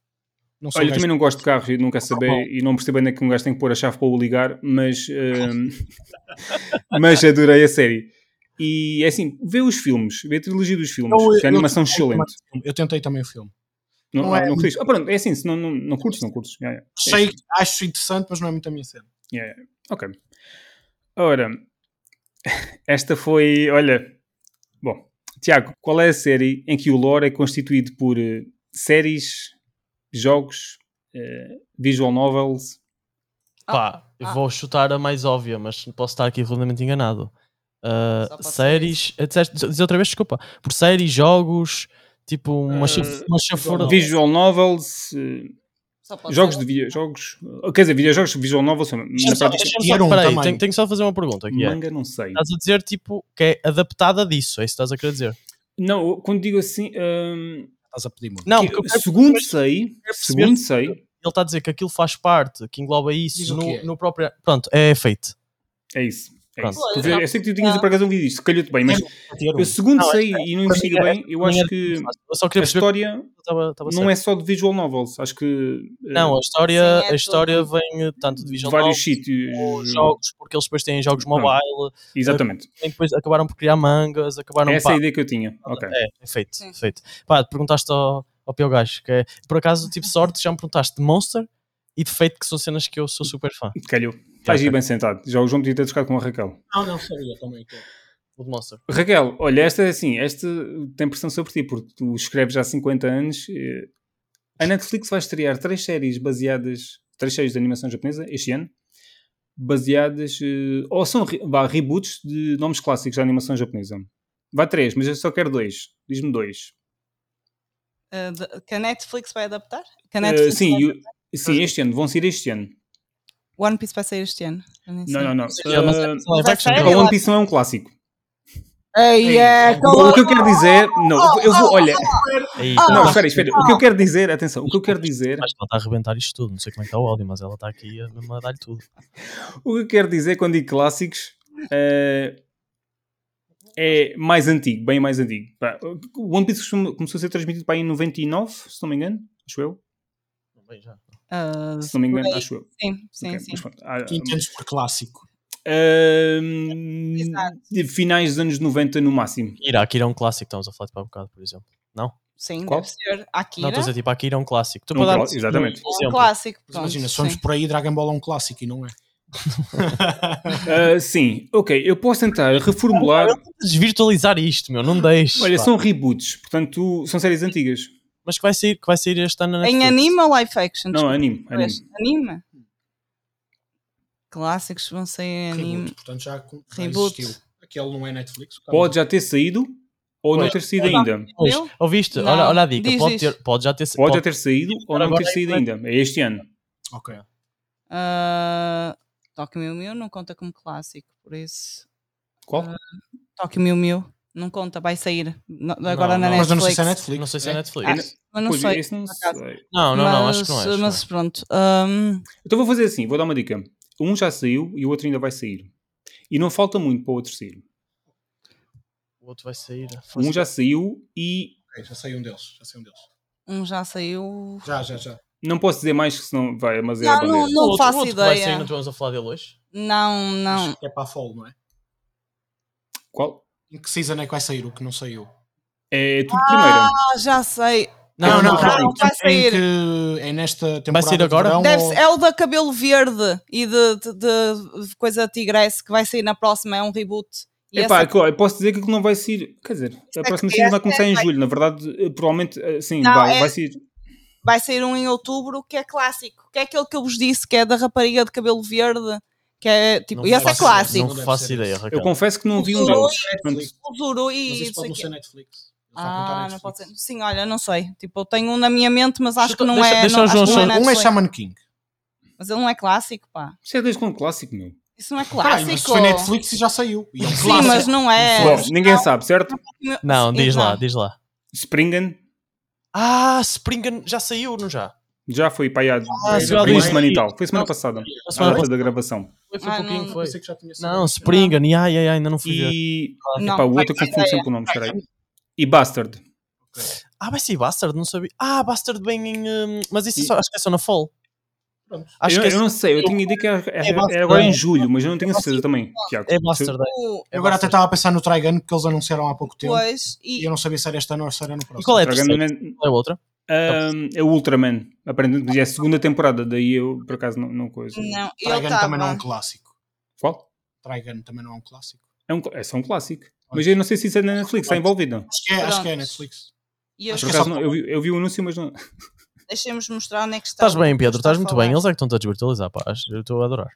Speaker 2: Não sou
Speaker 1: Olha, eu
Speaker 2: gajo-
Speaker 1: também não gosto de carros e nunca
Speaker 2: Tá bom.
Speaker 1: saber e não percebo ainda que um gajo tem que pôr a chave para o ligar, mas, hum, mas adorei a série. E é assim, vê os filmes, vê a trilogia dos filmes,
Speaker 2: Eu-
Speaker 1: que a
Speaker 2: eu
Speaker 1: animação é
Speaker 2: tentei também
Speaker 1: excelente.
Speaker 2: o filme, Eu tentei também o filme.
Speaker 1: Não,
Speaker 2: não
Speaker 1: ah,
Speaker 2: é-
Speaker 1: não curtes? Ah, pronto, é assim, se não, não, não curtes, não curtes. Yeah, yeah. É
Speaker 2: Achei, acho interessante, mas não é muito a minha cena.
Speaker 1: Yeah, yeah. Ok. Ora, esta foi. Olha. Bom, Tiago, qual é a série em que o lore é constituído por eh, séries, jogos, eh, visual novels?
Speaker 3: Pá, eu
Speaker 4: ah.
Speaker 3: vou chutar a mais óbvia, mas posso estar aqui redondamente enganado. Uh,
Speaker 4: Só pode ser
Speaker 3: séries, eh, disseste- diz outra vez, desculpa. Por séries, jogos, tipo uma,
Speaker 1: Uh,
Speaker 3: chaf- uma chafura.
Speaker 1: Visual novels, eh,
Speaker 4: Só pode
Speaker 1: jogos
Speaker 4: ser.
Speaker 1: de videojogos. eh, Quer dizer, videojogos, visual novels. são- Na
Speaker 3: Deixa-me só-
Speaker 1: prática,
Speaker 3: deixa-me
Speaker 2: Era
Speaker 3: só-
Speaker 2: um
Speaker 3: peraí,
Speaker 2: também.
Speaker 3: tenho, tenho só de fazer uma pergunta aqui. é.
Speaker 1: manga, não sei.
Speaker 3: Estás a dizer tipo que é adaptada disso, é isso que estás a querer dizer?
Speaker 1: Não, eu- quando digo assim. hum,
Speaker 2: Estás a pedir muito.
Speaker 3: Não,
Speaker 1: que-
Speaker 3: porque eu quero-
Speaker 1: segundo
Speaker 3: mas
Speaker 1: sei,
Speaker 3: quero perceber-
Speaker 1: segundo sei,
Speaker 3: ele está a dizer que aquilo faz parte, que engloba
Speaker 2: Diz
Speaker 3: isso
Speaker 2: o
Speaker 3: no,
Speaker 2: que é.
Speaker 3: no próprio. Pronto, é feito.
Speaker 1: é isso. É
Speaker 3: Pronto.
Speaker 1: isso. Tu vê- eu sei que tu tinhas
Speaker 4: Ah.
Speaker 1: por acaso ouvido isto, se um calhou-te bem, mas
Speaker 2: Ter um.
Speaker 1: Eu, segundo
Speaker 3: Não,
Speaker 1: sei e não
Speaker 3: para
Speaker 1: investigo
Speaker 3: mim é-
Speaker 1: bem, eu acho que
Speaker 3: Eu só
Speaker 1: a
Speaker 3: queria perceber
Speaker 1: história
Speaker 3: que estava, estava
Speaker 1: não é só de visual novels. Acho que eh,
Speaker 3: Não, a história,
Speaker 4: Sim, é
Speaker 3: a história vem eh, tanto de visual
Speaker 1: vários
Speaker 3: novels,
Speaker 1: sítios.
Speaker 3: como jogos, porque eles depois têm jogos
Speaker 1: Pronto.
Speaker 3: mobile,
Speaker 1: Exatamente.
Speaker 3: e depois acabaram por criar mangas, acabaram
Speaker 1: Essa é
Speaker 3: pá,
Speaker 1: a ideia que eu tinha. Ok.
Speaker 3: é, é feito,
Speaker 4: Sim.
Speaker 3: feito. Pá, te perguntaste ao, ao pior gajo, que é, por acaso tive sorte, já me perguntaste de Monster e de Fate, que são cenas que eu sou super fã.
Speaker 1: Calhou. Estás aí bem sentado. Já o João podia ter trocado com a Raquel.
Speaker 2: Não, não sabia também. que- é.
Speaker 3: Old Monster.
Speaker 1: Raquel, olha, esta é assim, esta tem pressão sobre ti, porque tu escreves há 50 anos. eh, A Netflix vai estrear três séries baseadas, três séries de animação japonesa este ano, baseadas, eh, ou são re- vá, reboots de nomes clássicos da animação japonesa. Vá três, mas eu só quero dois. Diz-me dois.
Speaker 4: Ah, de- que a Netflix vai adaptar? Que a
Speaker 1: Eh,
Speaker 4: Netflix
Speaker 1: sim,
Speaker 4: vai-
Speaker 1: eu- sim, este ano, vão ser este ano.
Speaker 4: One Piece vai sair este ano. Eu nem
Speaker 1: Não,
Speaker 4: sei.
Speaker 1: não, não.
Speaker 3: Eu não sei
Speaker 1: Eh,
Speaker 3: se é live action,
Speaker 4: Mas
Speaker 1: a
Speaker 4: sério?
Speaker 3: não.
Speaker 1: One Piece não é um clássico.
Speaker 4: Ei, é,
Speaker 1: O que eu quero dizer. Não, eu vou. Olha.
Speaker 3: Aí,
Speaker 4: Ah,
Speaker 1: Não,
Speaker 3: tá-
Speaker 1: espera, espera. O que eu quero dizer, atenção, o que eu quero dizer
Speaker 3: Mas ela está a arrebentar isto tudo, não sei como é que está o áudio, mas ela está aqui a, mesmo a dar-lhe tudo.
Speaker 1: O que eu quero dizer quando digo clássicos eh, é mais antigo, bem mais antigo. Pá, O One Piece costuma- começou a ser transmitido para aí em 99, se não me engano, acho eu.
Speaker 3: Bem, já.
Speaker 4: Ah,
Speaker 1: Se não me engano,
Speaker 4: por aí.
Speaker 1: acho eu.
Speaker 4: Sim, sim,
Speaker 1: Ok,
Speaker 4: sim.
Speaker 1: mas pronto. Ah,
Speaker 2: Entendes por clássico.
Speaker 1: ahm,
Speaker 4: Exato.
Speaker 1: hum, de finais dos anos 90 no máximo.
Speaker 3: Akira, Akira é um clássico, estamos a falar de há bocado, por exemplo.
Speaker 4: Sim,
Speaker 1: Qual?
Speaker 4: deve ser. Akira.
Speaker 3: Não, estou a dizer, tipo, Akira é um clássico. Tu
Speaker 1: Um
Speaker 3: para dar
Speaker 1: clássico, exatamente.
Speaker 4: É um
Speaker 3: exemplo,
Speaker 4: clássico.
Speaker 2: Mas
Speaker 4: pronto,
Speaker 2: imagina, se formos
Speaker 4: sim.
Speaker 2: por aí, Dragon Ball é um clássico e não é.
Speaker 1: Ah, sim, ok, eu posso tentar reformular.
Speaker 3: desvirtualizar isto, meu, não deixes.
Speaker 1: Olha,
Speaker 3: pá.
Speaker 1: são reboots, portanto, são séries antigas.
Speaker 3: Mas que vai sair, que vai sair este ano na
Speaker 4: Em
Speaker 3: Netflix.
Speaker 4: anime ou live action?
Speaker 1: Não, é anime, anime.
Speaker 4: Pois, anime. Clássicos vão sair em anime.
Speaker 2: Reboot, portanto já, com-
Speaker 3: Ah,
Speaker 2: já
Speaker 4: Reboot.
Speaker 2: existiu. Aquele não é Netflix. cara.
Speaker 1: Pode já ter saído ou não
Speaker 3: Pois.
Speaker 1: ter saído ainda.
Speaker 3: Pois,
Speaker 4: Eu?
Speaker 3: Ouviste?
Speaker 4: Não.
Speaker 3: Olha, olha a dica,
Speaker 4: Diz,
Speaker 3: pode,
Speaker 4: diz.
Speaker 3: ter, pode já ter
Speaker 1: Pode já
Speaker 3: pode-
Speaker 1: ter saído ou não
Speaker 3: Agora
Speaker 1: ter
Speaker 3: é
Speaker 1: saído
Speaker 3: inglês.
Speaker 1: ainda. É este ano.
Speaker 2: Ok.
Speaker 4: Ah, Tóquio Mil Mil não conta como clássico, por isso.
Speaker 1: Qual?
Speaker 4: Tóquio Mil Mil não conta, vai sair no- agora
Speaker 3: Não, não.
Speaker 4: na Netflix.
Speaker 2: Mas eu não sei se é Netflix.
Speaker 3: Não sei se é
Speaker 2: É.
Speaker 3: Netflix.
Speaker 4: Mas não
Speaker 1: Pois, é
Speaker 4: sei.
Speaker 1: esse não
Speaker 4: por acaso.
Speaker 1: sei.
Speaker 3: Não, não, não, acho que não é.
Speaker 4: Mas-
Speaker 3: acho que não é.
Speaker 4: Mas pronto. hum,
Speaker 1: Então vou fazer assim, vou dar uma dica. Um já saiu e o outro ainda vai sair. E não falta muito para o outro sair.
Speaker 3: O outro vai sair.
Speaker 1: Um
Speaker 4: é.
Speaker 1: já saiu e
Speaker 2: Ok, já sei um deles. Já sei um deles.
Speaker 4: um já saiu.
Speaker 2: Já, já, já.
Speaker 1: não posso dizer mais que senão vai amazear a
Speaker 4: Não, não,
Speaker 1: bandeira.
Speaker 4: não
Speaker 3: o outro, o
Speaker 4: faço
Speaker 3: outro que vai sair,
Speaker 4: ideia.
Speaker 3: não estamos a falar dele hoje?
Speaker 4: Não, não.
Speaker 2: Acho que É para a Fall, não é?
Speaker 1: Qual?
Speaker 2: Em que season é que vai sair o que não saiu?
Speaker 1: É tudo primeiro.
Speaker 4: Ah, já sei.
Speaker 3: Não, não,
Speaker 4: não,
Speaker 2: em que-
Speaker 4: vai sair.
Speaker 2: Em que é nesta temporada.
Speaker 3: sair
Speaker 2: de
Speaker 3: agora?
Speaker 2: verão
Speaker 4: Deve
Speaker 2: ou-
Speaker 4: ser- é o da cabelo verde e de, de- de coisa tigresse que vai sair na próxima, é um reboot. E
Speaker 1: Epá,
Speaker 4: essa- é
Speaker 1: aquilo- eu posso dizer que aquilo não vai sair. Quer dizer, a próxima série vai começar em julho. Na verdade, eh, provavelmente, eh, sim,
Speaker 4: Não,
Speaker 1: vai,
Speaker 4: é-
Speaker 1: vai sair.
Speaker 4: vai sair um em outubro que é clássico, que é aquele que eu vos disse, que é da rapariga de cabelo verde, que é tipo,
Speaker 3: Não
Speaker 4: e esse é
Speaker 3: faço-
Speaker 4: clássico.
Speaker 3: Não
Speaker 2: Deve
Speaker 3: faço
Speaker 2: ser
Speaker 3: ideia,
Speaker 2: esse.
Speaker 1: Eu
Speaker 3: Raquel.
Speaker 1: confesso que não vi um
Speaker 4: Não,
Speaker 1: deles.
Speaker 2: é
Speaker 1: Portanto,
Speaker 2: Netflix.
Speaker 4: O Zuru
Speaker 2: Mas
Speaker 4: e
Speaker 2: isso
Speaker 4: isso
Speaker 2: pode não
Speaker 4: aqui.
Speaker 2: ser Netflix. Ele está a contar
Speaker 4: Ah, não
Speaker 2: Netflix.
Speaker 4: pode ser. Sim, olha, não sei. Tipo, eu tenho um na minha mente, mas acho
Speaker 3: Deixa-
Speaker 4: que não
Speaker 3: deixa-
Speaker 4: é.
Speaker 3: deixa
Speaker 4: não,
Speaker 3: o
Speaker 4: acho
Speaker 3: João
Speaker 4: que não é
Speaker 3: Sousa-
Speaker 2: Um é
Speaker 4: Netflix.
Speaker 2: Shaman King.
Speaker 4: Mas ele não é clássico, pá.
Speaker 1: isso é desde um clássico, meu.
Speaker 4: Isso não é
Speaker 2: Caralho,
Speaker 4: clássico.
Speaker 2: mas isso foi Netflix e já saiu. E é um
Speaker 4: Sim, mas
Speaker 2: clássico.
Speaker 4: não é.
Speaker 1: Bom, ninguém sabe, certo?
Speaker 3: Não, diz
Speaker 4: Então,
Speaker 3: lá, diz lá.
Speaker 1: Springen
Speaker 3: Ah, Springen já saiu, não já?
Speaker 1: já foi para aí
Speaker 4: Ah,
Speaker 1: há
Speaker 3: se eu
Speaker 1: foi uma
Speaker 3: disse-
Speaker 1: semana e tal. Foi semana passada.
Speaker 3: Na
Speaker 1: a
Speaker 3: semana
Speaker 1: data da gravação.
Speaker 3: Foi,
Speaker 4: Ah,
Speaker 3: pouquinho,
Speaker 4: não.
Speaker 3: foi.
Speaker 2: Pensei que já tinha saído.
Speaker 3: Não, Springen, e ai, ai, ai, ainda não fui ver.
Speaker 1: E.
Speaker 4: Não,
Speaker 1: Epá, o outro
Speaker 4: vai-
Speaker 1: confundo sempre o nome, peraí. E Bastard.
Speaker 3: Ah, vai sair Bastard, não sabia. Ah, Bastard bem em. hum, Mas isso é
Speaker 1: E-
Speaker 3: só, acho que é só na Fall.
Speaker 2: Pronto.
Speaker 3: Acho
Speaker 1: eu,
Speaker 3: que é,
Speaker 1: eu não sei, eu tinha ideia que era, era-
Speaker 3: É Bastard.
Speaker 1: era agora em julho, mas eu não tenho certeza também, Tiago.
Speaker 3: é Bastard. é.
Speaker 4: o-
Speaker 3: É
Speaker 2: Eu agora até
Speaker 3: Bastard.
Speaker 2: estava a pensar no Trigun, porque eles anunciaram há pouco tempo.
Speaker 4: Pois,
Speaker 2: E
Speaker 4: e
Speaker 2: eu não sabia se era este ano ou se era no próximo.
Speaker 3: E qual é a
Speaker 1: Dragon
Speaker 3: terceira?
Speaker 1: Man-
Speaker 3: Qual é a
Speaker 4: Tá
Speaker 3: outra?
Speaker 1: Ahm, é o Ultraman, aparentemente, mas é a segunda temporada, daí eu por acaso não, não coisa.
Speaker 4: não, eu
Speaker 2: Trigun também não é um
Speaker 4: estava.
Speaker 2: clássico.
Speaker 1: Qual?
Speaker 2: Trigun também não é um clássico.
Speaker 1: É, um, cl- é só um clássico. Mas eu não sei se isso é na Netflix, está envolvido.
Speaker 2: Acho que é, acho que é
Speaker 4: Pronto.
Speaker 2: Netflix.
Speaker 4: E eu
Speaker 1: Por
Speaker 2: que é
Speaker 1: acaso
Speaker 2: só-
Speaker 1: não, eu, vi, eu vi o anúncio, mas não.
Speaker 4: deixemos mostrar onde é que está.
Speaker 3: Estás bem, Pedro,
Speaker 4: está a
Speaker 3: estás muito
Speaker 4: falar.
Speaker 3: bem. Eles é que estão-te a desvirtualizar, pá. acho- Eu estou a adorar.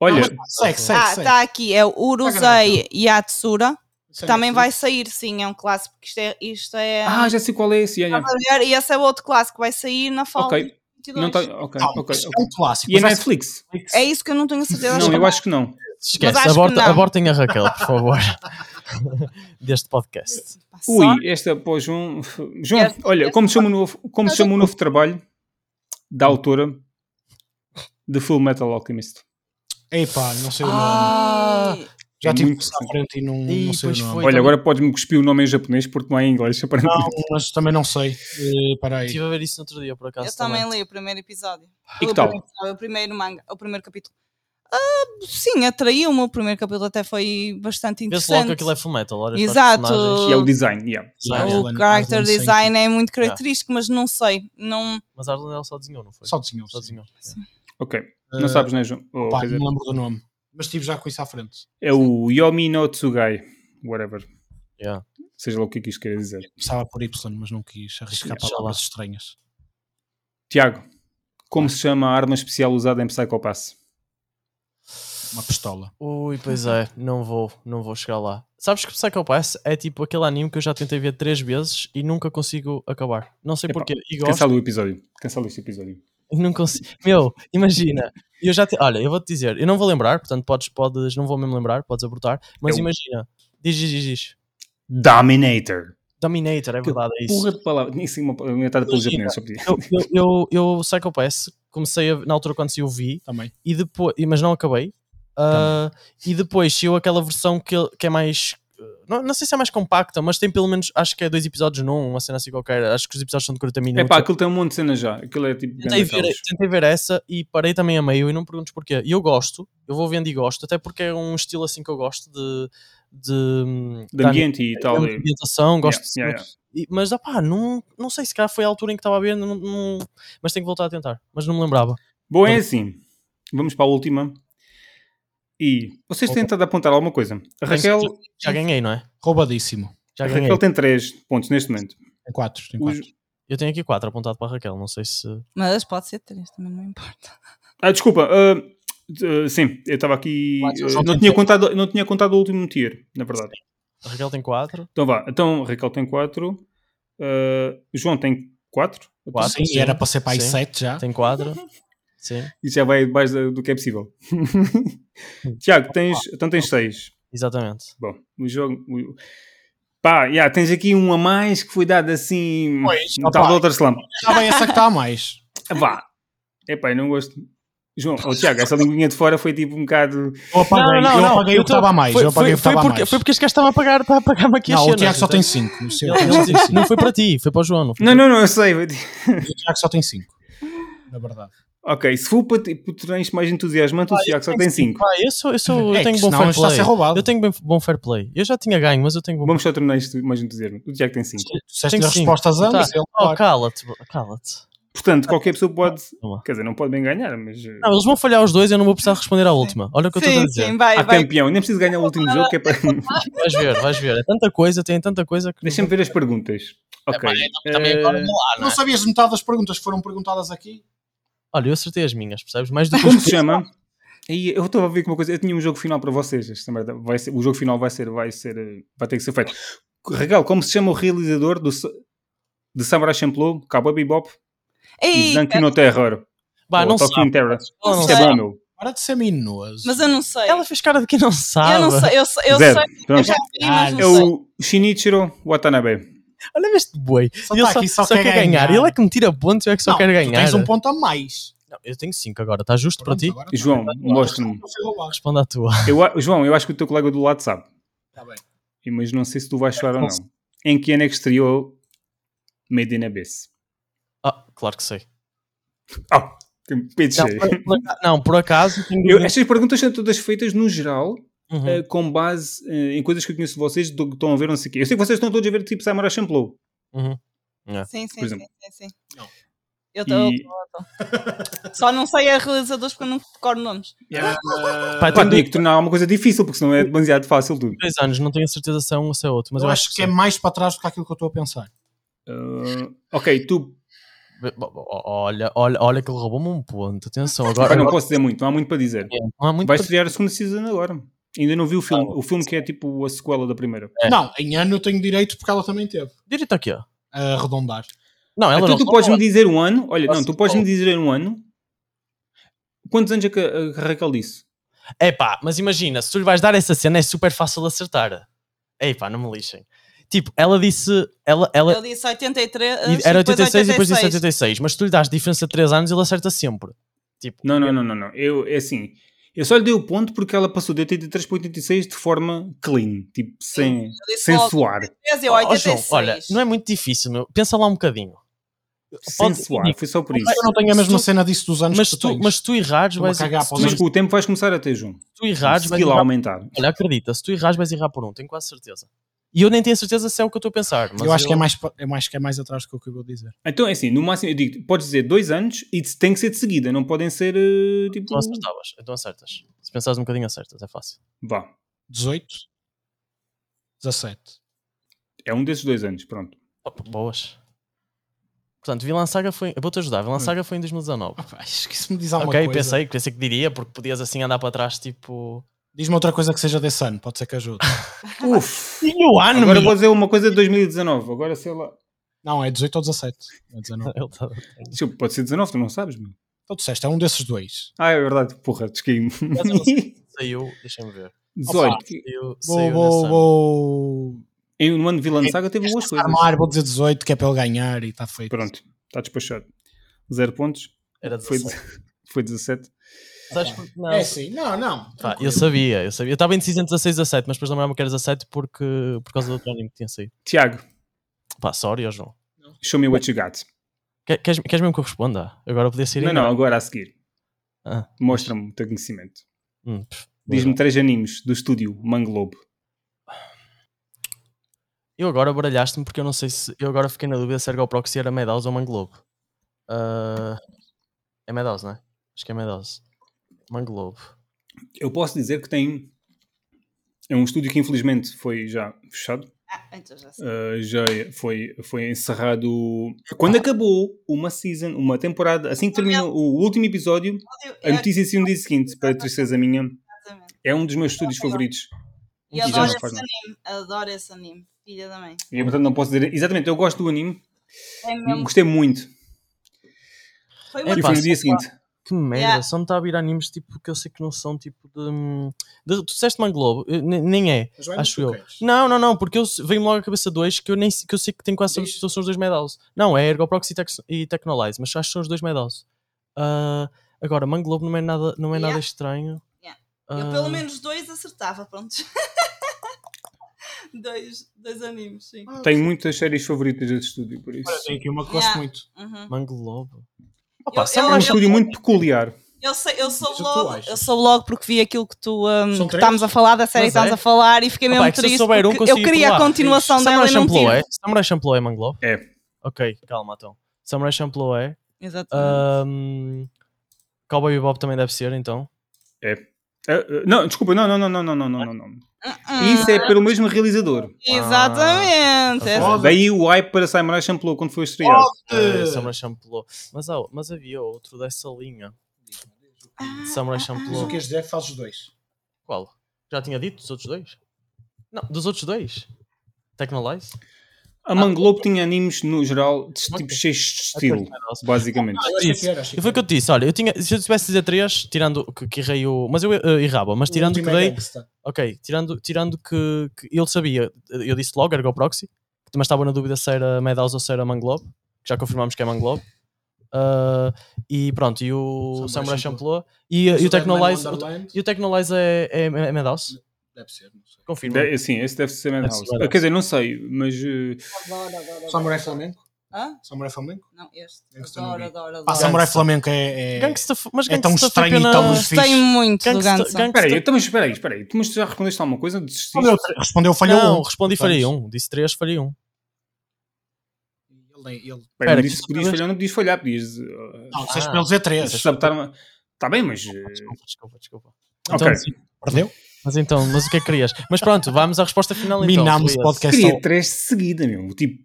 Speaker 1: Olha,
Speaker 2: Não, mas é. segue, segue,
Speaker 4: Ah,
Speaker 2: segue.
Speaker 4: está aqui, é o
Speaker 1: Tá
Speaker 4: Urusei Yatsura,
Speaker 2: Isso
Speaker 4: que
Speaker 2: é
Speaker 4: também vai
Speaker 2: Netflix.
Speaker 4: sair, sim, é um clássico, porque isto é. Isto é
Speaker 1: ah, já sei qual é esse. yeah, yeah.
Speaker 4: Estás a ver? E esse é outro clássico, vai sair na Fall
Speaker 1: Ok, não
Speaker 4: 22.
Speaker 1: tá, ok,
Speaker 2: Calma,
Speaker 1: ok.
Speaker 2: isso
Speaker 1: ok.
Speaker 2: É um clássico.
Speaker 1: E é
Speaker 2: mas vai
Speaker 1: Netflix?
Speaker 2: ser Netflix.
Speaker 4: É isso que é eu não tenho certeza.
Speaker 1: Não, eu acho que não.
Speaker 3: Esquece,
Speaker 4: acho que
Speaker 3: aborta,
Speaker 4: não.
Speaker 3: abortem a Raquel, por favor. Deste
Speaker 4: É
Speaker 3: podcast.
Speaker 4: Passou.
Speaker 1: Ui, esta, pô, João. João,
Speaker 4: Yes.
Speaker 1: olha, como se chama o novo, como se chama o novo trabalho da
Speaker 2: Hum.
Speaker 1: autora de Full Metal Alchemist?
Speaker 2: Epá, não sei o nome.
Speaker 3: Ah,
Speaker 4: E-
Speaker 2: Já
Speaker 1: é
Speaker 2: tive que
Speaker 1: muito
Speaker 2: passar à
Speaker 1: recente.
Speaker 2: frente e não,
Speaker 3: Ih,
Speaker 2: não sei o
Speaker 3: pois
Speaker 2: nome.
Speaker 3: foi.
Speaker 1: Olha,
Speaker 3: também-
Speaker 1: agora podes-me cuspir o nome em japonês porque não é em inglês, aparentemente.
Speaker 2: Não, mas também não sei. Eh, Para aí.
Speaker 3: Estive a ver isso no outro dia, por acaso.
Speaker 4: Eu também li o primeiro episódio.
Speaker 1: E que
Speaker 4: O
Speaker 1: tal?
Speaker 4: primeiro episódio, O primeiro manga, o primeiro capítulo. Ah, sim, atraiu-me. O primeiro capítulo até foi
Speaker 3: Vê-se
Speaker 4: bastante
Speaker 3: logo que
Speaker 4: interessante.
Speaker 3: aquilo é full metal. Olha,
Speaker 4: Exato.
Speaker 1: E é o design, yeah.
Speaker 3: Design,
Speaker 4: O
Speaker 2: Island-
Speaker 4: character
Speaker 2: Island Saint.
Speaker 4: design é muito característico, mas não sei. Não...
Speaker 3: Mas a Arlen ela só desenhou, não foi?
Speaker 2: Só desenhou.
Speaker 3: Só desenhou.
Speaker 1: Ok,
Speaker 2: Eh,
Speaker 1: não sabes, né, João? Oh,
Speaker 2: pá,
Speaker 1: quer
Speaker 2: não
Speaker 1: dizer,
Speaker 2: me lembro do nome. Mas estive já com isso à frente.
Speaker 1: é o Yomi no Tsugai. whatever.
Speaker 3: Yeah.
Speaker 1: Seja lá o que é que isto quer dizer.
Speaker 2: Começava por Y, mas não quis arriscar
Speaker 3: Sim,
Speaker 2: palavras estranhas.
Speaker 1: Tiago, como se chama a arma especial usada em Psychopass?
Speaker 2: Uma pistola.
Speaker 3: Ui, pois é, não vou, não vou chegar lá. Sabes que Psycho Pass é tipo aquele anime que eu já tentei ver três vezes e nunca consigo acabar. Não sei
Speaker 1: Epá,
Speaker 3: porquê. E gosto
Speaker 1: Cancela o episódio. Cancela este episódio.
Speaker 3: e não consigo. Meu, imagina. Eu já te... Olha, eu vou-te dizer, eu não vou lembrar, portanto podes, podes, não vou mesmo lembrar, podes abortar, mas
Speaker 1: Eu-
Speaker 3: imagina. Diz, diz, diz, diz.
Speaker 1: Dominator.
Speaker 3: Dominator, é
Speaker 1: Que
Speaker 3: verdade, é isso.
Speaker 1: Porra de palavra. Nem sei uma palavra inventada pelo
Speaker 3: Imagina.
Speaker 1: japonês. só podia.
Speaker 3: Eu, eu, eu, eu Psycho Pass, comecei a- na altura quando se eu vi,
Speaker 2: Também.
Speaker 3: e depois, e- mas não acabei. Ah, e depois saiu aquela versão que, que é mais. Não, não sei se é mais compacta, mas tem pelo menos, acho que é dois episódios num, uma cena assim qualquer. Acho que os episódios são de 40
Speaker 1: É
Speaker 3: minutos.
Speaker 1: pá, aquilo tem um monte de cenas já. Aquilo é tipo. grande
Speaker 3: tentei, ver,
Speaker 1: caos.
Speaker 3: tentei ver essa e parei também a meio e não me perguntes porquê. E eu gosto, eu vou vendo e gosto, até porque é um estilo assim que eu gosto de. de,
Speaker 1: De ambiente e tal.
Speaker 3: de
Speaker 1: e-
Speaker 3: ambientação, gosto de
Speaker 1: Yeah, yeah, yeah.
Speaker 3: e- mas ah pá, não, não sei se cá foi a altura em que estava a ver, não- não- mas tenho que voltar a tentar. Mas não me lembrava.
Speaker 1: Bom, é assim. Vamos para a última. E vocês têm tentado apontar alguma coisa. A Raquel,
Speaker 3: Já ganhei, não é?
Speaker 2: Roubadíssimo.
Speaker 1: a
Speaker 3: Já ganhei.
Speaker 1: Raquel tem 3 pontos neste momento.
Speaker 2: Tem quatro. Tem
Speaker 1: Os-
Speaker 2: quatro.
Speaker 3: Eu tenho aqui quatro apontado para a Raquel, não sei se.
Speaker 4: Mas pode ser três, também não
Speaker 3: É
Speaker 4: importa.
Speaker 1: Ah, desculpa. ah, ah, sim, eu estava aqui.
Speaker 3: Mas eu
Speaker 1: ah,
Speaker 3: só
Speaker 1: não,
Speaker 3: tenho
Speaker 1: tinha
Speaker 3: três.
Speaker 1: contado, não tinha contado o último tier, na verdade.
Speaker 3: A Raquel tem 4.
Speaker 1: Então vá. Então, Raquel tem 4. João tem 4.
Speaker 3: Quatro,
Speaker 2: Sim,
Speaker 3: sim.
Speaker 2: era para ser para aí
Speaker 3: Sim.
Speaker 2: sete já.
Speaker 3: Tem 4. Sim,
Speaker 1: Isso já vai mais do que é possível. Tiago, tens, então tens 6.
Speaker 3: exatamente.
Speaker 1: Bom, o jogo. o- Pá, já, tens aqui um a mais que foi dado assim.
Speaker 2: Pois,
Speaker 1: no tal
Speaker 2: opá.
Speaker 1: do outro slam.
Speaker 2: Já bem essa que está a mais.
Speaker 1: Vá. Epá, eu não gosto. João, ou Tiago, essa linguinha de fora foi tipo um bocado.
Speaker 2: Eu apaguei, eu apaguei o que estava a mais.
Speaker 3: Foi,
Speaker 2: eu apaguei o
Speaker 3: foi,
Speaker 2: que estava a
Speaker 3: porque,
Speaker 2: mais.
Speaker 3: foi porque este gajo estava a pagar para pagar-me aqui as
Speaker 2: Não, o
Speaker 3: cenas,
Speaker 2: Tiago só tem
Speaker 3: então.
Speaker 2: cinco. O seu-
Speaker 3: Ele-
Speaker 2: o seu tem
Speaker 3: ele-
Speaker 2: cinco.
Speaker 3: Não foi para ti, foi para o João. Não, foi
Speaker 1: Não,
Speaker 3: para
Speaker 1: não, não, eu sei.
Speaker 2: O Tiago só tem cinco. Na verdade.
Speaker 1: Ok, se for para ti- para tu tens mais entusiasmante, o Tiago só
Speaker 3: tenho
Speaker 1: tem 5.
Speaker 3: ti. Ah, eu, sou, eu, sou, eu
Speaker 2: É que
Speaker 3: tenho bom
Speaker 2: senão
Speaker 3: fair
Speaker 2: está a ser
Speaker 3: play.
Speaker 2: roubado.
Speaker 3: Eu tenho bem, bom fair play. Eu já tinha ganho, mas eu tenho bom
Speaker 1: Vamos só tornar isto mais entusiasmante. O Tiago tem 5.
Speaker 2: Disseste
Speaker 3: Tenho
Speaker 2: a
Speaker 3: cinco.
Speaker 2: resposta às ambas.
Speaker 3: Tá.
Speaker 2: ele-
Speaker 3: Oh, cala-te, bro, cala-te.
Speaker 1: Portanto, qualquer pessoa pode.
Speaker 3: Toma.
Speaker 1: Quer dizer, não pode bem ganhar, mas. eh,
Speaker 3: Não, eles vão falhar os dois e eu não vou precisar responder à última. Olha o que eu estou a
Speaker 4: Sim,
Speaker 3: dizer.
Speaker 4: sim, vai,
Speaker 1: Há
Speaker 4: vai.
Speaker 1: campeão, nem preciso ganhar o último jogo que é para.
Speaker 3: Vais ver, vais ver. É tanta coisa, tem tanta coisa que. É
Speaker 1: Deixa-me ver as perguntas. Ok.
Speaker 3: Também agora
Speaker 1: eh,
Speaker 3: vou lá, não
Speaker 2: Não
Speaker 3: é?
Speaker 2: sabias metade das perguntas que foram perguntadas aqui?
Speaker 3: Olha, eu acertei as minhas, percebes? Mais do que os
Speaker 1: Como se chama? Aí, eu estava a ver com uma coisa. Eu tinha um jogo final para vocês. Esta merda vai ser- o jogo final vai ser, vai ser, eh, vai ter que ser feito. Regal, como se chama o realizador do, Sa- de Samurai Champloo, Cowboy Bebop e
Speaker 4: Ei,
Speaker 1: Zankino Terror?
Speaker 3: Bah,
Speaker 1: Ou
Speaker 3: não
Speaker 1: Tokyo
Speaker 3: sabe.
Speaker 1: Terror.
Speaker 3: Ela não
Speaker 1: Isto é
Speaker 4: sei.
Speaker 1: bom, meu.
Speaker 2: Para de ser minoso.
Speaker 4: mas eu não sei.
Speaker 3: Ela fez cara de quem não sabe.
Speaker 4: eu não sei, eu, sei- eu
Speaker 1: Zero.
Speaker 4: sei. Eu
Speaker 1: Pronto.
Speaker 4: já vi, mas
Speaker 1: É
Speaker 4: não sei.
Speaker 1: o Shinichiro Watanabe.
Speaker 3: Olha este boi.
Speaker 2: Só
Speaker 3: ele
Speaker 2: tá
Speaker 3: só,
Speaker 2: aqui, só
Speaker 3: só
Speaker 2: quer
Speaker 3: quer ganhar.
Speaker 2: ganhar.
Speaker 3: Ele é que me tira pontos, eu é que só
Speaker 2: Não,
Speaker 3: quero
Speaker 2: tu
Speaker 3: ganhar.
Speaker 2: Tens um ponto a mais.
Speaker 3: Não, eu tenho 5 agora, está justo para ti?
Speaker 2: Pronto, agora
Speaker 1: João,
Speaker 2: tá.
Speaker 1: mostra-me.
Speaker 2: Foi roubado.
Speaker 3: Responde à tua.
Speaker 1: Eu a- João, eu acho que o teu colega do lado sabe.
Speaker 2: Tá bem.
Speaker 1: E- Mas não sei se tu vais chorar ou
Speaker 3: não
Speaker 1: não. Em que ano é que estreou Made in Abyss?
Speaker 3: Ah, claro que sei.
Speaker 1: Ah, que peito
Speaker 3: Não,
Speaker 1: cheio.
Speaker 3: por, por aca- não, por acaso. tenho
Speaker 1: Eu-
Speaker 3: dúvida-
Speaker 1: Estas perguntas são todas feitas no geral
Speaker 3: Uhum.
Speaker 1: eh, com base eh, em coisas que eu conheço de vocês, do que estão a ver, não sei o quê. Eu sei que vocês estão todos a ver tipo Samara Champloo.
Speaker 4: Sim,
Speaker 1: por
Speaker 4: sim, sim,
Speaker 1: exemplo.
Speaker 4: sim, sim.
Speaker 2: Não.
Speaker 4: Eu
Speaker 3: Então,
Speaker 4: estou.
Speaker 1: E-
Speaker 4: Só não sei a realizadores porque eu não decoro nomes.
Speaker 3: Pá,
Speaker 1: Pá,
Speaker 3: tenho
Speaker 1: tinha que tornar alguma coisa difícil, porque senão é demasiado fácil tudo.
Speaker 3: 2 anos, não tenho a certeza se é um ou se é outro,
Speaker 2: Mas
Speaker 3: mas eu,
Speaker 2: eu acho que é mais para trás do que aquilo que eu estou a pensar.
Speaker 1: Eh, ok, tu.
Speaker 3: sei. Bo- bo- Olha, olha, olha que ele roubou-me um ponto. Atenção, agora.
Speaker 1: Pá, não
Speaker 3: agora-
Speaker 1: posso dizer muito, não há muito para dizer.
Speaker 3: Não há muito
Speaker 1: Vai
Speaker 3: para-
Speaker 1: estrear a segunda season agora. Ainda não vi o filme. O filme que é tipo a sequela da primeira.
Speaker 3: É.
Speaker 2: Não, em ano eu tenho direito porque ela também teve.
Speaker 3: Direito aqui, ó.
Speaker 2: A arredondar.
Speaker 3: Não, ela
Speaker 1: Então
Speaker 3: não.
Speaker 1: tu
Speaker 3: roubou,
Speaker 1: podes-me
Speaker 3: ela-
Speaker 1: dizer um ano. Olha,
Speaker 3: Posso-
Speaker 1: não, tu podes-me dizer um ano. Quantos anos é que a, a Raquel disse?
Speaker 3: É pá, mas imagina, se tu lhe vais dar essa cena é super fácil de acertar. Ei pá, não me lixem. Tipo, ela disse. Ela, ela,
Speaker 4: Eu disse 83.
Speaker 3: E era 86 e depois disse
Speaker 4: 86.
Speaker 3: 86, mas se tu lhe dás diferença de 3 anos, ele acerta sempre. Tipo,
Speaker 1: Não, não, não, não, não. Eu, é assim, eu só lhe dei o ponto porque ela passou de 83 para 86 de forma clean, tipo, sem,
Speaker 4: eu disse
Speaker 1: sem
Speaker 4: logo.
Speaker 1: suar.
Speaker 4: Treze e Ah,
Speaker 3: ó, ó, João,
Speaker 4: 86.
Speaker 3: olha, não é muito difícil, meu. Pensa lá um bocadinho.
Speaker 1: Sem
Speaker 3: Pode-
Speaker 1: suar, foi só por isso.
Speaker 2: Eu não tenho a
Speaker 3: Se
Speaker 2: mesma
Speaker 3: tu-
Speaker 2: cena disso dos anos
Speaker 3: é assim. Mas
Speaker 2: que
Speaker 3: tu,
Speaker 2: tens.
Speaker 3: mas se tu errares,
Speaker 2: Estou-me a
Speaker 3: vais. Se
Speaker 2: cagar
Speaker 3: tu,
Speaker 2: para os
Speaker 1: Mas
Speaker 3: se
Speaker 1: com o tempo vais começar a ter junto.
Speaker 3: tu errares,
Speaker 1: Se
Speaker 3: vais.
Speaker 1: aquilo
Speaker 3: errar-
Speaker 1: aumentar.
Speaker 3: Olha, acredita, se tu errares, vais errar por um, tenho quase certeza. E eu nem tenho a certeza se é o que eu estou a pensar. Mas
Speaker 2: eu acho que é mais, pa- eu acho que é mais atrás do que o que eu vou dizer.
Speaker 1: Então é assim, no máximo, eu digo, podes dizer dois anos e se- tem que ser de seguida, não podem ser eh, tipo.
Speaker 3: Então acertavas, então acertas. Se pensares um bocadinho, acertas, é fácil.
Speaker 1: Vá.
Speaker 2: 18? 17.
Speaker 1: É um desses dois anos, pronto.
Speaker 3: Opa, boas. Portanto, Vilã Saga foi. Eu vou-te ajudar. Vilã Saga foi em 2019.
Speaker 2: Opa, acho que isso me diz alguma
Speaker 3: ok,
Speaker 2: coisa.
Speaker 3: pensei, pensei que diria, porque podias assim andar para trás, tipo.
Speaker 2: Diz-me outra coisa que seja desse ano, pode ser que ajude.
Speaker 1: Uf!
Speaker 3: Tinha o ano,
Speaker 1: Agora vou dizer uma coisa de 2019. Agora sei lá.
Speaker 2: Não, é 18 ou 17. Não É 19.
Speaker 3: Ele tá-
Speaker 1: Tipo, pode ser 19, tu não sabes, meu.
Speaker 2: Então disseste, é um desses dois.
Speaker 1: Ah, é verdade, porra, descaí-me.
Speaker 3: Mas eu não sei. Saiu, deixa-me ver.
Speaker 1: 18.
Speaker 3: Saiu,
Speaker 2: Vou,
Speaker 3: saiu
Speaker 2: vou,
Speaker 3: nesse ano.
Speaker 2: vou
Speaker 1: Em um ano de vilã de saga teve boas coisas.
Speaker 2: armar, vou dizer 18, que é para ele ganhar e está feito.
Speaker 1: Pronto, está despachado. Zero pontos.
Speaker 3: Era
Speaker 1: Foi,
Speaker 3: 17.
Speaker 1: foi 17.
Speaker 3: Sabes por- não.
Speaker 2: É sim, não, não.
Speaker 3: Pá, eu sabia, eu sabia. Eu estava indeciso entre 16 e 17, mas depois lembrava-me que era 17 porque, por causa do outro anime que tinha saído.
Speaker 1: Tiago,
Speaker 3: Pá, sorry, ó João.
Speaker 1: show me what you got.
Speaker 3: Que- Queres, queres mesmo que eu responda? Agora podia ser
Speaker 1: Não, não, agora a seguir.
Speaker 3: Ah.
Speaker 1: Mostra-me o teu conhecimento.
Speaker 3: Hum, pff,
Speaker 1: Diz-me três animes do estúdio Manglobe.
Speaker 3: Eu agora baralhaste-me porque eu não sei se. Eu agora fiquei na dúvida se Ergo Proxy era Madhouse ou Manglobe. Ah, é Madhouse, não é? Acho que é Madhouse. Manglobe.
Speaker 1: Eu posso dizer que tem. um. É um estúdio que infelizmente foi já fechado.
Speaker 4: Ah,
Speaker 3: é
Speaker 4: então já sei.
Speaker 1: Uh, já foi, foi encerrado. Quando acabou uma season, uma temporada, assim que terminou o último episódio, a notícia saiu no dia seguinte, para a tristeza minha.
Speaker 4: Exatamente.
Speaker 1: É um dos meus estúdios favoritos.
Speaker 4: E
Speaker 1: já
Speaker 4: adoro
Speaker 1: não
Speaker 4: esse
Speaker 1: faz nada.
Speaker 4: anime. Adoro esse anime. Filha da mãe.
Speaker 1: E portanto não posso dizer. Exatamente, eu gosto do anime,
Speaker 4: É mesmo.
Speaker 1: gostei muito.
Speaker 3: Hum. É
Speaker 4: Foi
Speaker 1: E
Speaker 4: muito
Speaker 3: pá,
Speaker 1: foi no dia seguinte.
Speaker 3: Que merda,
Speaker 4: Yeah.
Speaker 3: só me está a vir animes tipo, que eu sei que não são tipo de. de- tu disseste Manglobe? Eu- ne- Nem é.
Speaker 2: Mas vai no
Speaker 3: Acho
Speaker 2: que
Speaker 3: eu.
Speaker 2: queres.
Speaker 3: Não, não, não, porque eu se- veio-me logo à cabeça dois que eu, nem, se- que eu sei que tenho quase certeza que são os dois medals. Não, é Ergoprox e, Tex- e Tecnolize, mas acho que são os dois medals. Ah, agora, Manglobe não é nada, não é nada
Speaker 4: Yeah.
Speaker 3: estranho.
Speaker 4: Yeah.
Speaker 3: Ah,
Speaker 4: Eu pelo menos dois acertava, pronto. dois, dois animes, sim.
Speaker 3: Ah,
Speaker 1: Tenho muitas séries favoritas desse estúdio, por isso.
Speaker 2: Olha, tem aqui uma que
Speaker 4: Yeah.
Speaker 2: gosto muito.
Speaker 4: Uhum.
Speaker 3: Manglobe.
Speaker 4: Eu-
Speaker 3: Opa,
Speaker 1: É
Speaker 4: eu-
Speaker 1: um estúdio muito peculiar.
Speaker 4: Eu, sei, eu
Speaker 2: Mas o
Speaker 4: sou
Speaker 2: que tu
Speaker 4: logo,
Speaker 2: achas?
Speaker 4: eu sou logo porque vi aquilo que tu um,
Speaker 2: São
Speaker 4: que
Speaker 2: três?
Speaker 4: estávamos a falar da série
Speaker 3: Mas
Speaker 4: que estávamos
Speaker 3: é.
Speaker 4: a falar e fiquei mesmo
Speaker 3: Opa, é que se eu
Speaker 4: triste.
Speaker 3: souber um,
Speaker 4: porque eu
Speaker 3: consigo
Speaker 4: queria a
Speaker 3: pular.
Speaker 4: continuação
Speaker 3: Samurai
Speaker 4: dela e não
Speaker 3: Champloo
Speaker 4: tive.
Speaker 3: é? Samurai Champloo é Manglobe?
Speaker 1: É.
Speaker 3: Ok, calma então. Samurai Champloo é.
Speaker 4: Exatamente.
Speaker 3: Ahm, Cowboy Bebop também deve ser, então.
Speaker 1: É, é, Não, desculpa, não, não, não, não, não, não, não, não.
Speaker 3: Ah.
Speaker 4: Uh-uh.
Speaker 1: Isso é pelo mesmo realizador.
Speaker 4: Ah, Exatamente. é.
Speaker 3: Ah,
Speaker 4: Essa-
Speaker 2: Foda.
Speaker 1: Daí o hype para Samurai Champloo quando foi estreado.
Speaker 3: Eh,
Speaker 4: É.
Speaker 2: Eh,
Speaker 3: Samurai Champloo. Mas, há- mas havia outro dessa linha. De Samurai
Speaker 2: Mas
Speaker 4: Ah,
Speaker 3: Champloo.
Speaker 2: o que és dizer, fazes os dois.
Speaker 3: Qual? Já tinha dito dos outros dois? Não, dos outros dois. Technolize?
Speaker 1: A Manglobe tinha animes no geral de tipo
Speaker 3: Ok. Ah,
Speaker 1: cheios de estilo,
Speaker 3: Até os
Speaker 1: basicamente.
Speaker 2: Eu achei que era, achei
Speaker 3: E foi o
Speaker 2: que é
Speaker 3: que eu te disse, olha, eu tinha, se eu tivesse de dizer três, tirando que, que errei o. Mas eu eh, errava, mas
Speaker 2: era.
Speaker 3: tirando que
Speaker 2: O último é
Speaker 3: dei.
Speaker 2: gangsta.
Speaker 3: Ok, tirando, tirando que, que ele sabia, eu disse logo Ergo Proxy, mas estava na dúvida se era Madhouse ou se era Manglobe, que já confirmámos que é Manglobe. Ah, e pronto, e o Samurai
Speaker 2: Samurai
Speaker 3: Champloo e, e o
Speaker 2: Deadman
Speaker 3: Technolize. o-
Speaker 2: Wonderland,
Speaker 3: E o Technolize é, é, é Madhouse?
Speaker 2: Deve ser, não sei.
Speaker 3: Confirma.
Speaker 1: De, sim, É, assim, esse deve ser Madhouse. Ah,
Speaker 3: Madhouse.
Speaker 1: Quer dizer, não sei, mas eh,
Speaker 4: Adoro, adoro, adoro.
Speaker 2: Samurai Flamengo?
Speaker 4: Ah. Hã?
Speaker 2: Samurai Flamengo?
Speaker 4: Não, este.
Speaker 2: Gangsta
Speaker 4: Adoro,
Speaker 2: não vi.
Speaker 4: adoro,
Speaker 2: Pá,
Speaker 4: adoro.
Speaker 2: Samurai Flamengo é. é...
Speaker 3: Gangsta, mas
Speaker 2: É tão
Speaker 3: Gangsta foi
Speaker 2: estranho e
Speaker 3: pena-
Speaker 2: tão
Speaker 4: Gostei
Speaker 2: fixe.
Speaker 4: muito do
Speaker 3: um Gangsta-
Speaker 4: Ganso.
Speaker 3: Gangsta-
Speaker 1: Espera aí, então, mas espera aí, espera aí. Tu, mas tu já respondeste alguma coisa?
Speaker 3: Oh,
Speaker 1: Desististe?
Speaker 2: Respondeu, respondeu falhou
Speaker 3: Não,
Speaker 2: um.
Speaker 3: respondi e falhei um. Disse três, falhei um.
Speaker 2: Ele, ele...
Speaker 1: Espera,
Speaker 3: Espera,
Speaker 1: não disse
Speaker 3: que-
Speaker 1: que podias falhar, não podias falhar, podias eh,
Speaker 2: Não, disseste
Speaker 3: Ah.
Speaker 2: para ele dizer três.
Speaker 1: sabotar uma. Está bem, mas. eh,
Speaker 3: Desculpa, desculpa, desculpa.
Speaker 1: Ok.
Speaker 3: Então,
Speaker 2: Perdeu?
Speaker 3: Mas então, mas o que é que querias? Mas pronto, vamos à resposta final então.
Speaker 2: Minámos o
Speaker 3: Foi esse.
Speaker 2: podcast.
Speaker 1: Queria
Speaker 2: ao-
Speaker 1: três de seguida, meu. Tipo,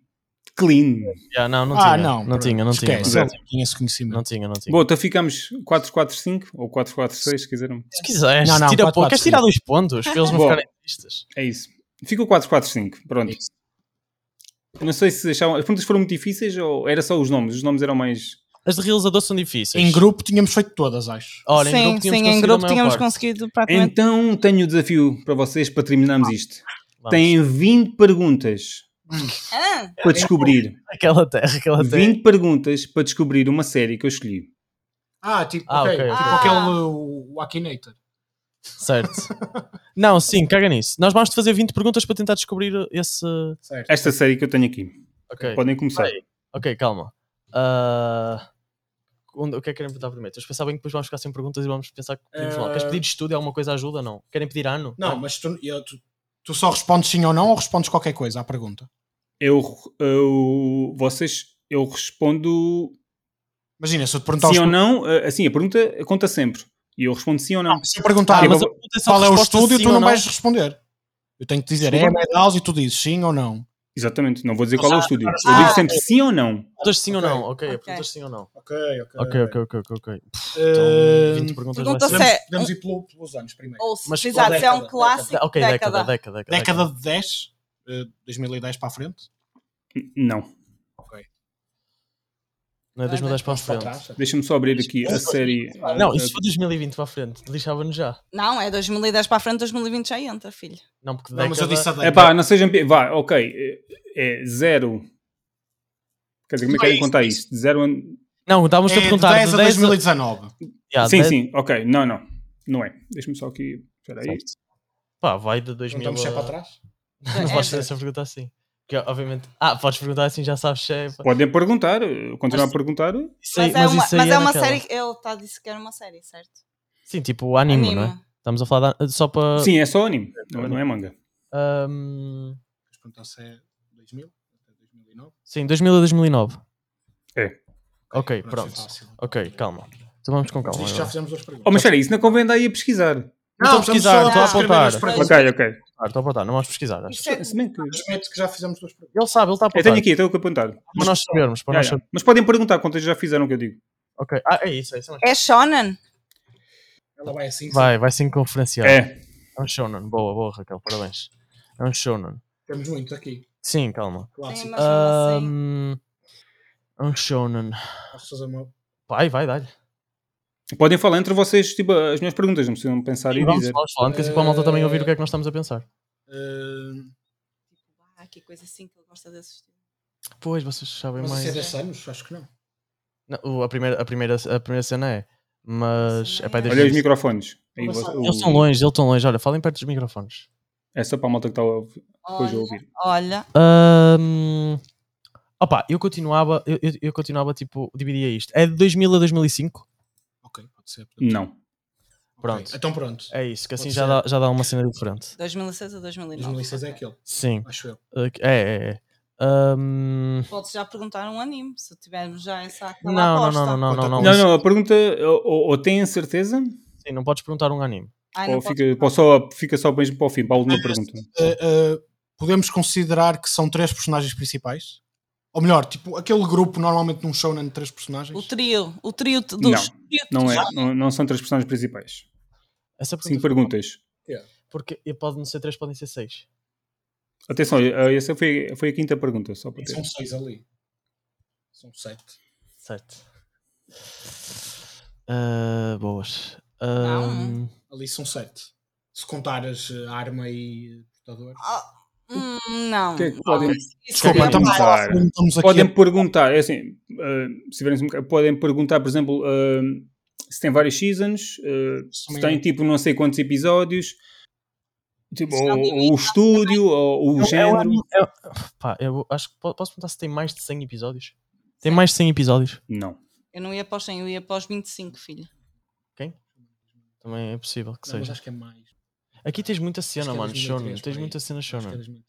Speaker 1: clean.
Speaker 3: Já, não, não tinha.
Speaker 2: Ah, não.
Speaker 3: não
Speaker 2: pronto.
Speaker 3: tinha, não tinha.
Speaker 2: Esquece,
Speaker 1: mano.
Speaker 2: ele não tinha esse conhecimento.
Speaker 3: Não tinha, não tinha.
Speaker 1: Bom, então ficamos 4-4-5 ou 4-4-6, se quiseram.
Speaker 3: Se quiseres,
Speaker 2: Não, não,
Speaker 3: tira
Speaker 2: quatro,
Speaker 3: pouco.
Speaker 2: quatro,
Speaker 3: Queres
Speaker 2: sim.
Speaker 3: tirar dois pontos para eles não
Speaker 1: Bom.
Speaker 3: ficarem tristes?
Speaker 1: É isso. Fica o 4-4-5.
Speaker 3: É
Speaker 1: Pronto.
Speaker 2: Isso.
Speaker 1: Não sei se achavam. As perguntas foram muito difíceis ou era só os nomes? Os nomes eram mais.
Speaker 3: As de realizador são difíceis.
Speaker 2: Em grupo tínhamos feito todas, acho.
Speaker 3: Ora, em
Speaker 4: sim,
Speaker 3: grupo tínhamos
Speaker 4: sim, em
Speaker 3: conseguido
Speaker 4: grupo
Speaker 3: a maior
Speaker 4: tínhamos
Speaker 3: parte.
Speaker 4: conseguido praticamente.
Speaker 1: Então tenho o desafio para vocês para terminarmos isto.
Speaker 3: Ah, Vamos. É,
Speaker 1: Têm 20 perguntas
Speaker 4: Ah,
Speaker 1: para descobrir.
Speaker 3: Aquela terra, aquela terra.
Speaker 1: 20 perguntas para descobrir uma série que eu escolhi.
Speaker 2: Ah, tipo,
Speaker 3: Ah,
Speaker 2: ok.
Speaker 3: ok,
Speaker 2: Tipo
Speaker 3: ok.
Speaker 2: aquele o, o Akinator.
Speaker 3: Certo. Não, sim, caga nisso. Nós vamos te fazer 20 perguntas para tentar descobrir esse.
Speaker 2: Certo.
Speaker 1: Esta série que eu tenho aqui.
Speaker 3: Ok.
Speaker 1: Podem começar.
Speaker 3: Peraí. Ok, calma. Ah, onde- o que é que querem perguntar primeiro? Eles pensavam que depois vamos ficar sem perguntas e vamos pensar que pedimos logo.
Speaker 2: Eh,
Speaker 3: Queres pedir de estudo? É Alguma coisa ajuda? Não. Querem pedir ano?
Speaker 2: Não, mas tu, eu- tu, tu só respondes sim ou não ou respondes qualquer coisa à pergunta?
Speaker 1: Eu, eu. Vocês. Eu respondo
Speaker 2: Imagina, se eu te perguntar
Speaker 1: sim
Speaker 2: os-
Speaker 1: ou não. eh, Assim, a pergunta conta sempre. E eu respondo sim ou não.
Speaker 2: se eu perguntar
Speaker 1: Ah,
Speaker 2: mas
Speaker 1: mas
Speaker 3: a pergunta só
Speaker 2: qual é o
Speaker 3: resposta
Speaker 2: estúdio,
Speaker 3: sim
Speaker 2: tu
Speaker 3: ou
Speaker 2: não vais responder. Eu tenho que dizer, é Madhouse e tu dizes sim ou não.
Speaker 1: Exatamente, não vou dizer
Speaker 3: Mas
Speaker 1: qual é o
Speaker 3: há-
Speaker 1: estúdio.
Speaker 3: há-
Speaker 1: Eu digo sempre sim ou não.
Speaker 3: Perguntas sim ou
Speaker 2: Ok.
Speaker 3: não? Ok,
Speaker 4: Ok.
Speaker 3: perguntas sim ou não.
Speaker 2: Ok,
Speaker 3: Ok, ok, ok, ok. ok.
Speaker 2: Eh,
Speaker 3: Então, 20 perguntas
Speaker 4: pergunta
Speaker 3: vai ser-
Speaker 2: podemos,
Speaker 4: se- Sé-
Speaker 2: podemos ir pelo- pelos anos primeiro.
Speaker 4: Ou se,
Speaker 3: Mas-
Speaker 4: exato,
Speaker 2: ou
Speaker 4: se é um
Speaker 2: década,
Speaker 4: clássico,
Speaker 3: Ok, década,
Speaker 4: década.
Speaker 3: década.
Speaker 2: Década de 10, eh, 2010 para a frente.
Speaker 1: N- Não.
Speaker 3: Não é 2010 para a
Speaker 2: Vamos para
Speaker 3: frente.
Speaker 2: trás. é.
Speaker 1: Deixa-me só abrir aqui a série.
Speaker 3: Não, eh, isso foi 2020 para a frente. Lixava-nos já.
Speaker 4: Não, é 2010 para a frente, 2020 já entra, filho.
Speaker 3: Não, porque
Speaker 2: Não, mas eu
Speaker 3: década-
Speaker 2: disse a
Speaker 1: É
Speaker 2: década.
Speaker 1: pá, não sejam. pi- Vá, ok. É é zero. Quer dizer, como é que
Speaker 2: Não é
Speaker 1: eu ia
Speaker 2: isso,
Speaker 1: contar
Speaker 2: é
Speaker 1: isto? De zero. a-
Speaker 3: Não,
Speaker 2: É
Speaker 3: estávamos a Ah,
Speaker 2: de
Speaker 3: perguntar.
Speaker 2: 10 a
Speaker 3: de 10
Speaker 2: 2019.
Speaker 3: Yeah,
Speaker 1: Sim,
Speaker 3: 10
Speaker 1: sim, ok. Não, não. Não é. Deixa-me só aqui. Espera aí.
Speaker 3: Certo. Pá, vai de 2000.
Speaker 2: Juntamos
Speaker 3: a-
Speaker 2: sempre Então, é para trás.
Speaker 3: Não
Speaker 4: É.
Speaker 3: podes fazer essa pergunta assim. Porque, obviamente. Ah, podes perguntar assim, já sabes. É, pá.
Speaker 1: Podem perguntar, eh, continuar
Speaker 3: Mas- Ah.
Speaker 1: a perguntar.
Speaker 3: Isso aí-
Speaker 4: Mas, é uma,
Speaker 3: isso aí
Speaker 4: mas é uma
Speaker 3: daquela-
Speaker 4: série. Ele está a dizer que era uma série, certo?
Speaker 3: Sim, tipo o anime, não é?
Speaker 4: Anime.
Speaker 3: Estamos a falar da- só para.
Speaker 1: Sim, é só anime. Não, é- não é manga.
Speaker 3: Ahm,
Speaker 2: Mas Perguntar se é 2000 até 2009.
Speaker 3: sim, 2000 a 2009.
Speaker 1: É.
Speaker 3: Ok, pronto. Ok, calma. Então vamos com calma.
Speaker 2: Mas isto já
Speaker 3: agora.
Speaker 2: fizemos duas perguntas. Então
Speaker 1: Oh, mas espera aí, isso não convém dar aí a pesquisar.
Speaker 3: Não estou a
Speaker 2: estamos
Speaker 3: pesquisar,
Speaker 2: só
Speaker 3: estou a
Speaker 2: escrever
Speaker 3: apontar.
Speaker 2: as perguntas.
Speaker 1: Ok, ok.
Speaker 3: Ah, Estou a apontar, não vamos pesquisar. acho.
Speaker 4: Isto é-
Speaker 1: Se bem que-
Speaker 2: Mas mete que já fizemos duas perguntas.
Speaker 3: Ele sabe, ele tá está a
Speaker 1: Eu
Speaker 3: apontar.
Speaker 1: tenho aqui, eu tenho que apontar.
Speaker 3: Para nós sabermos. Para
Speaker 1: Já,
Speaker 3: nós
Speaker 1: já.
Speaker 3: sabermos.
Speaker 1: Mas podem perguntar quantas já fizeram o que eu digo.
Speaker 3: Ok, ah, é isso, é isso. é um-
Speaker 4: É Shonen?
Speaker 2: Ela vai assim.
Speaker 3: Vai, vai sim conferenciar. É.
Speaker 1: É.
Speaker 3: um shonen. Boa, boa, Raquel, parabéns. É um shonen.
Speaker 2: Temos muito aqui.
Speaker 3: Sim, calma.
Speaker 4: Sim,
Speaker 2: Clássico.
Speaker 4: mas não assim.
Speaker 3: Ahm, É um shonen.
Speaker 2: Posso fazer uma-
Speaker 3: Vai, vai, dá-lhe.
Speaker 1: Podem falar entre vocês tipo, as minhas perguntas, não precisam pensar e
Speaker 3: Vamos
Speaker 1: dizer.
Speaker 3: falar, falando, que assim para a malta também ouvir o que é que nós estamos a pensar.
Speaker 2: Eh,
Speaker 4: Ah, que coisa assim que ele gosta de assistir.
Speaker 3: Pois, vocês sabem
Speaker 2: Mas isso é
Speaker 3: mais.
Speaker 2: desses anos? Acho que não.
Speaker 3: Não, o- a, primeira, a, primeira, a primeira cena é. Mas. É, pá, é desde-
Speaker 1: Olha os microfones. Aí
Speaker 2: Eles
Speaker 1: você- o-
Speaker 3: Eles estão longe, eles estão longe. Olha, falem perto dos microfones.
Speaker 1: É só para a malta que está a ouvir. Depois a
Speaker 4: Olha,
Speaker 1: ouvir.
Speaker 4: olha.
Speaker 3: Ahm, Opa, eu continuava, eu, eu- eu continuava tipo, dividia isto. É de 2000 a 2005?
Speaker 2: Ok, pode ser. portanto.
Speaker 1: Não.
Speaker 3: Pronto.
Speaker 2: Ok, Então Hum, pronto.
Speaker 3: É isso, que assim
Speaker 2: Pode
Speaker 3: já
Speaker 2: ser.
Speaker 3: dá, já dá uma cena diferente.
Speaker 4: 2006 a 2009.
Speaker 2: 2006 é aquele,
Speaker 3: Sim,
Speaker 2: acho eu.
Speaker 3: é, é, é. Ahm,
Speaker 4: Podes já perguntar um anime, se tivermos já essa
Speaker 2: é
Speaker 4: aquela
Speaker 3: Não, não,
Speaker 4: aposta.
Speaker 3: não, não, não, não, não.
Speaker 1: Não,
Speaker 3: isso-
Speaker 1: não, a pergunta, ou, ou têm certeza,
Speaker 3: Sim, não podes perguntar um anime.
Speaker 4: Ai, Ah, não
Speaker 1: ou
Speaker 4: posso Ah,
Speaker 1: fica, ou só, fica só mesmo para o fim, para a última pergunta.
Speaker 2: Eh, eh, podemos considerar que são três personagens principais? Ou melhor, tipo, aquele grupo normalmente num show né, de três personagens?
Speaker 4: O trio, o trio t-
Speaker 1: Não,
Speaker 4: dos. trio
Speaker 1: Não,
Speaker 4: dos-
Speaker 1: é, não, não são três personagens principais.
Speaker 3: Essa pergunta
Speaker 1: Cinco perguntas.
Speaker 3: Porque e podem ser três, podem ser seis.
Speaker 1: Atenção, eh, essa foi, foi a quinta pergunta, só para ter.
Speaker 2: São seis ali. São sete.
Speaker 3: Certo. Ah, boas. Hum, Ahm,
Speaker 2: Ali são sete. Se contares eh, arma e eh, portador.
Speaker 4: Ah, hum, não.
Speaker 1: O que é que
Speaker 4: não.
Speaker 1: podem-
Speaker 4: Isso
Speaker 2: Desculpa,
Speaker 4: é
Speaker 3: então.
Speaker 2: estamos,
Speaker 4: mais.
Speaker 1: Claro.
Speaker 2: estamos aqui.
Speaker 1: Podem perguntar, é assim, eh, se tiverem um bocado- podem perguntar, por exemplo, eh, se tem vários seasons, eh, se tem tipo não sei quantos episódios, tipo,
Speaker 4: Se não
Speaker 1: ou,
Speaker 4: tem
Speaker 1: ou o estúdio, ou o
Speaker 3: é- é um
Speaker 1: género.
Speaker 3: anime- é- pá, eu acho que po- posso perguntar se tem mais de 100 episódios? Tem mais de 100 episódios?
Speaker 1: Não.
Speaker 4: Eu não ia para os 100, eu ia para os 25, filho.
Speaker 3: Também é possível que
Speaker 2: Não, mas
Speaker 3: seja.
Speaker 2: acho que é mais.
Speaker 3: Aqui tens muita
Speaker 2: acho
Speaker 3: cena,
Speaker 2: que é
Speaker 3: mano.
Speaker 2: 2003
Speaker 3: Shonen.
Speaker 2: por
Speaker 3: Tens
Speaker 2: aí.
Speaker 3: muita cena
Speaker 2: Acho que é
Speaker 3: Shonen.
Speaker 2: das minhas.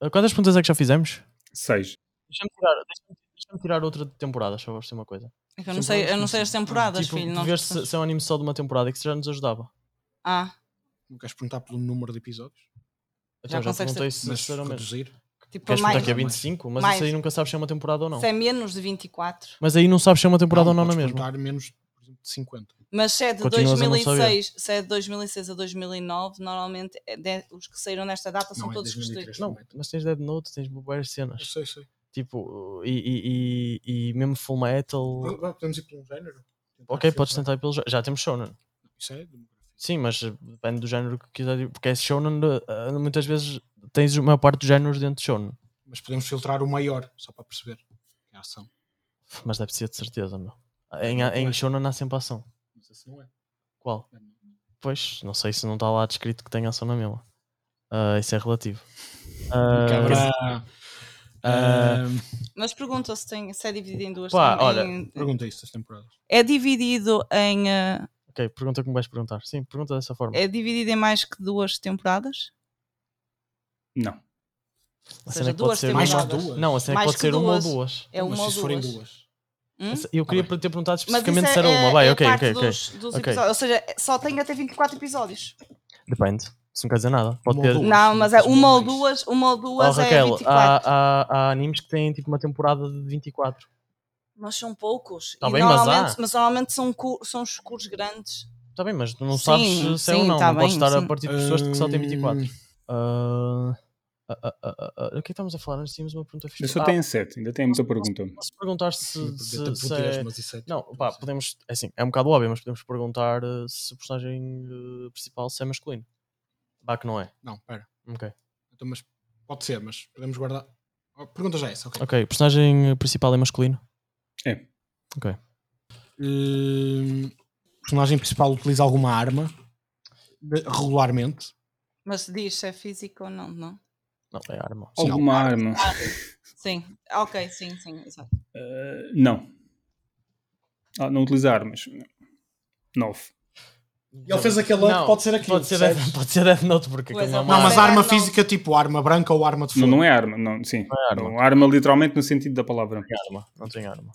Speaker 3: Ah, Quantas perguntas é que já fizemos?
Speaker 1: Seis.
Speaker 3: Deixa-me tirar, deixa-me- deixa-me tirar outra de temporada, só vou ser uma coisa.
Speaker 4: É que eu não sei, eu não sei as temporadas,
Speaker 3: tipo,
Speaker 4: filho.
Speaker 3: tu
Speaker 4: nós-
Speaker 3: ver se, se é um anime só de uma temporada que isso já nos ajudava.
Speaker 4: Ah,
Speaker 2: Não queres perguntar pelo número de episódios?
Speaker 3: Então,
Speaker 4: Já
Speaker 3: já
Speaker 4: consegues
Speaker 3: perguntei se
Speaker 2: Mas
Speaker 3: se era mesmo.
Speaker 2: reduzir.
Speaker 4: tipo,
Speaker 3: Queres perguntar
Speaker 4: mais.
Speaker 3: que é 25? Mas
Speaker 4: Mais.
Speaker 3: isso aí nunca sabes se é uma temporada ou não.
Speaker 4: Se é menos de 24.
Speaker 3: Mas aí não sabes se é uma temporada ou não na
Speaker 2: podes
Speaker 3: mesma.
Speaker 2: perguntar menos por exemplo, de 50.
Speaker 4: Mas se é de
Speaker 3: Continuas a não
Speaker 4: 2006, se é de 2006 a 2009, normalmente é de- os que saíram nesta data são
Speaker 2: Não, é
Speaker 4: todos que saíram.
Speaker 2: 2003.
Speaker 3: Não, mas tens Dead Note, tens várias
Speaker 2: Eu
Speaker 3: cenas.
Speaker 2: sei, sei.
Speaker 3: Tipo, e, e, e, e mesmo Full Metal.
Speaker 2: Podemos ir por um género? Tentar
Speaker 3: Ok,
Speaker 2: filtrar.
Speaker 3: podes tentar ir pelo. gé- Já temos Shonen.
Speaker 2: Isso é demografia.
Speaker 3: Sim, mas eh, depende do género que quiser. ir, Porque é Shonen, eh, muitas vezes tens a maior parte dos géneros dentro de Shonen.
Speaker 2: Mas podemos filtrar o maior, só para perceber. É a ação.
Speaker 3: Mas deve ser de certeza, meu. Em, em Shonen há sempre ação.
Speaker 2: Mas assim não é.
Speaker 3: Qual? Pois, não sei se não está lá descrito que tem ação na mesma. Ah, isso é relativo. Ah, ah,
Speaker 4: Mas pergunta se, tem, se é dividido em duas.
Speaker 3: Pá,
Speaker 4: também.
Speaker 3: olha,
Speaker 2: Pergunta isso das temporadas.
Speaker 4: é dividido em. eh,
Speaker 3: ok, pergunta como vais perguntar. Sim, pergunta dessa forma.
Speaker 4: é dividido em mais que duas temporadas?
Speaker 1: Não.
Speaker 3: A
Speaker 4: seja,
Speaker 3: cena é que
Speaker 4: duas
Speaker 3: pode ser
Speaker 4: Mais
Speaker 2: Mais
Speaker 4: que
Speaker 2: que
Speaker 3: uma.
Speaker 4: temporadas.
Speaker 2: duas.
Speaker 3: Não, a cena é que
Speaker 4: Mais
Speaker 3: pode
Speaker 4: que
Speaker 3: ser uma ou
Speaker 4: duas.
Speaker 3: duas.
Speaker 4: É uma
Speaker 2: mas
Speaker 4: ou
Speaker 2: se forem
Speaker 4: duas?
Speaker 2: duas.
Speaker 4: Hum?
Speaker 3: Essa- Eu
Speaker 2: Tá
Speaker 3: queria
Speaker 2: bem.
Speaker 3: ter perguntado
Speaker 4: Mas
Speaker 3: especificamente
Speaker 4: isso
Speaker 3: se era
Speaker 4: é-
Speaker 3: uma. Vai,
Speaker 4: é
Speaker 3: ok,
Speaker 4: parte
Speaker 3: ok, ok.
Speaker 4: dos- dos
Speaker 3: ok.
Speaker 4: episódios. Ou seja, só tem até 24 episódios.
Speaker 3: Depende. Isso não quer dizer nada. Pode
Speaker 2: Uma
Speaker 3: ter.
Speaker 2: ou duas.
Speaker 4: Não, mas é
Speaker 2: Duas,
Speaker 4: uma ou
Speaker 2: mais.
Speaker 4: duas, uma ou
Speaker 3: Oh,
Speaker 4: duas é
Speaker 3: Raquel,
Speaker 4: 24.
Speaker 3: há, há, há animes que têm tipo uma temporada de 24.
Speaker 4: Mas são poucos.
Speaker 3: Tá
Speaker 4: E
Speaker 3: bem, mas
Speaker 4: normalmente,
Speaker 3: há.
Speaker 4: mas normalmente são, cu- são os cursos grandes.
Speaker 3: Está bem, mas tu não
Speaker 4: Sim,
Speaker 3: sabes se é ou
Speaker 4: sim,
Speaker 3: não.
Speaker 4: tá
Speaker 3: não podes
Speaker 4: bem,
Speaker 3: estar
Speaker 4: sim.
Speaker 3: a partir de Tipo pessoas de que só têm 24.
Speaker 2: Hum,
Speaker 3: Ah, ah, ah, ah, ah, o que é que estamos a falar? Nós tínhamos uma pergunta fixa.
Speaker 1: Eu só
Speaker 3: Ah,
Speaker 1: tenho sete, ainda tenho muita pergunta.
Speaker 3: Posso perguntar se.
Speaker 2: podia
Speaker 3: se-
Speaker 2: ter
Speaker 3: se
Speaker 2: perguntas,
Speaker 3: é-
Speaker 2: mas isso é tipo-
Speaker 3: Não, pá, podemos. É assim, é um bocado óbvio, mas podemos perguntar eh, se o personagem eh, principal se é masculino. Bah, que não é.
Speaker 2: Não, pera.
Speaker 3: Ok.
Speaker 2: Então, mas pode ser, mas podemos guardar. Oh, Pergunta já é essa, ok.
Speaker 3: Ok, o personagem principal é masculino.
Speaker 2: Hum, o personagem principal utiliza alguma arma de- regularmente.
Speaker 4: Mas diz se é físico ou não, não?
Speaker 3: Não, é arma.
Speaker 2: Sim,
Speaker 1: Alguma arma?
Speaker 4: Sim. Ok, sim, sim, exato.
Speaker 1: Eh, não. Ah, não utilizar armas. Nove.
Speaker 2: Ele fez aquele outro,
Speaker 3: Não,
Speaker 2: pode ser aquilo.
Speaker 3: Pode ser,
Speaker 2: percebes?
Speaker 3: Death, pode ser Death Note, porque
Speaker 4: Pois
Speaker 3: aquilo não é
Speaker 4: é,
Speaker 3: uma
Speaker 2: Não, mas
Speaker 3: arma.
Speaker 4: Não,
Speaker 2: arma
Speaker 4: não.
Speaker 2: física tipo arma branca ou arma de fogo.
Speaker 1: Não, não é arma, não, sim.
Speaker 3: Não é arma.
Speaker 1: Não, arma literalmente no sentido da palavra.
Speaker 3: Não tem arma. Não tem arma.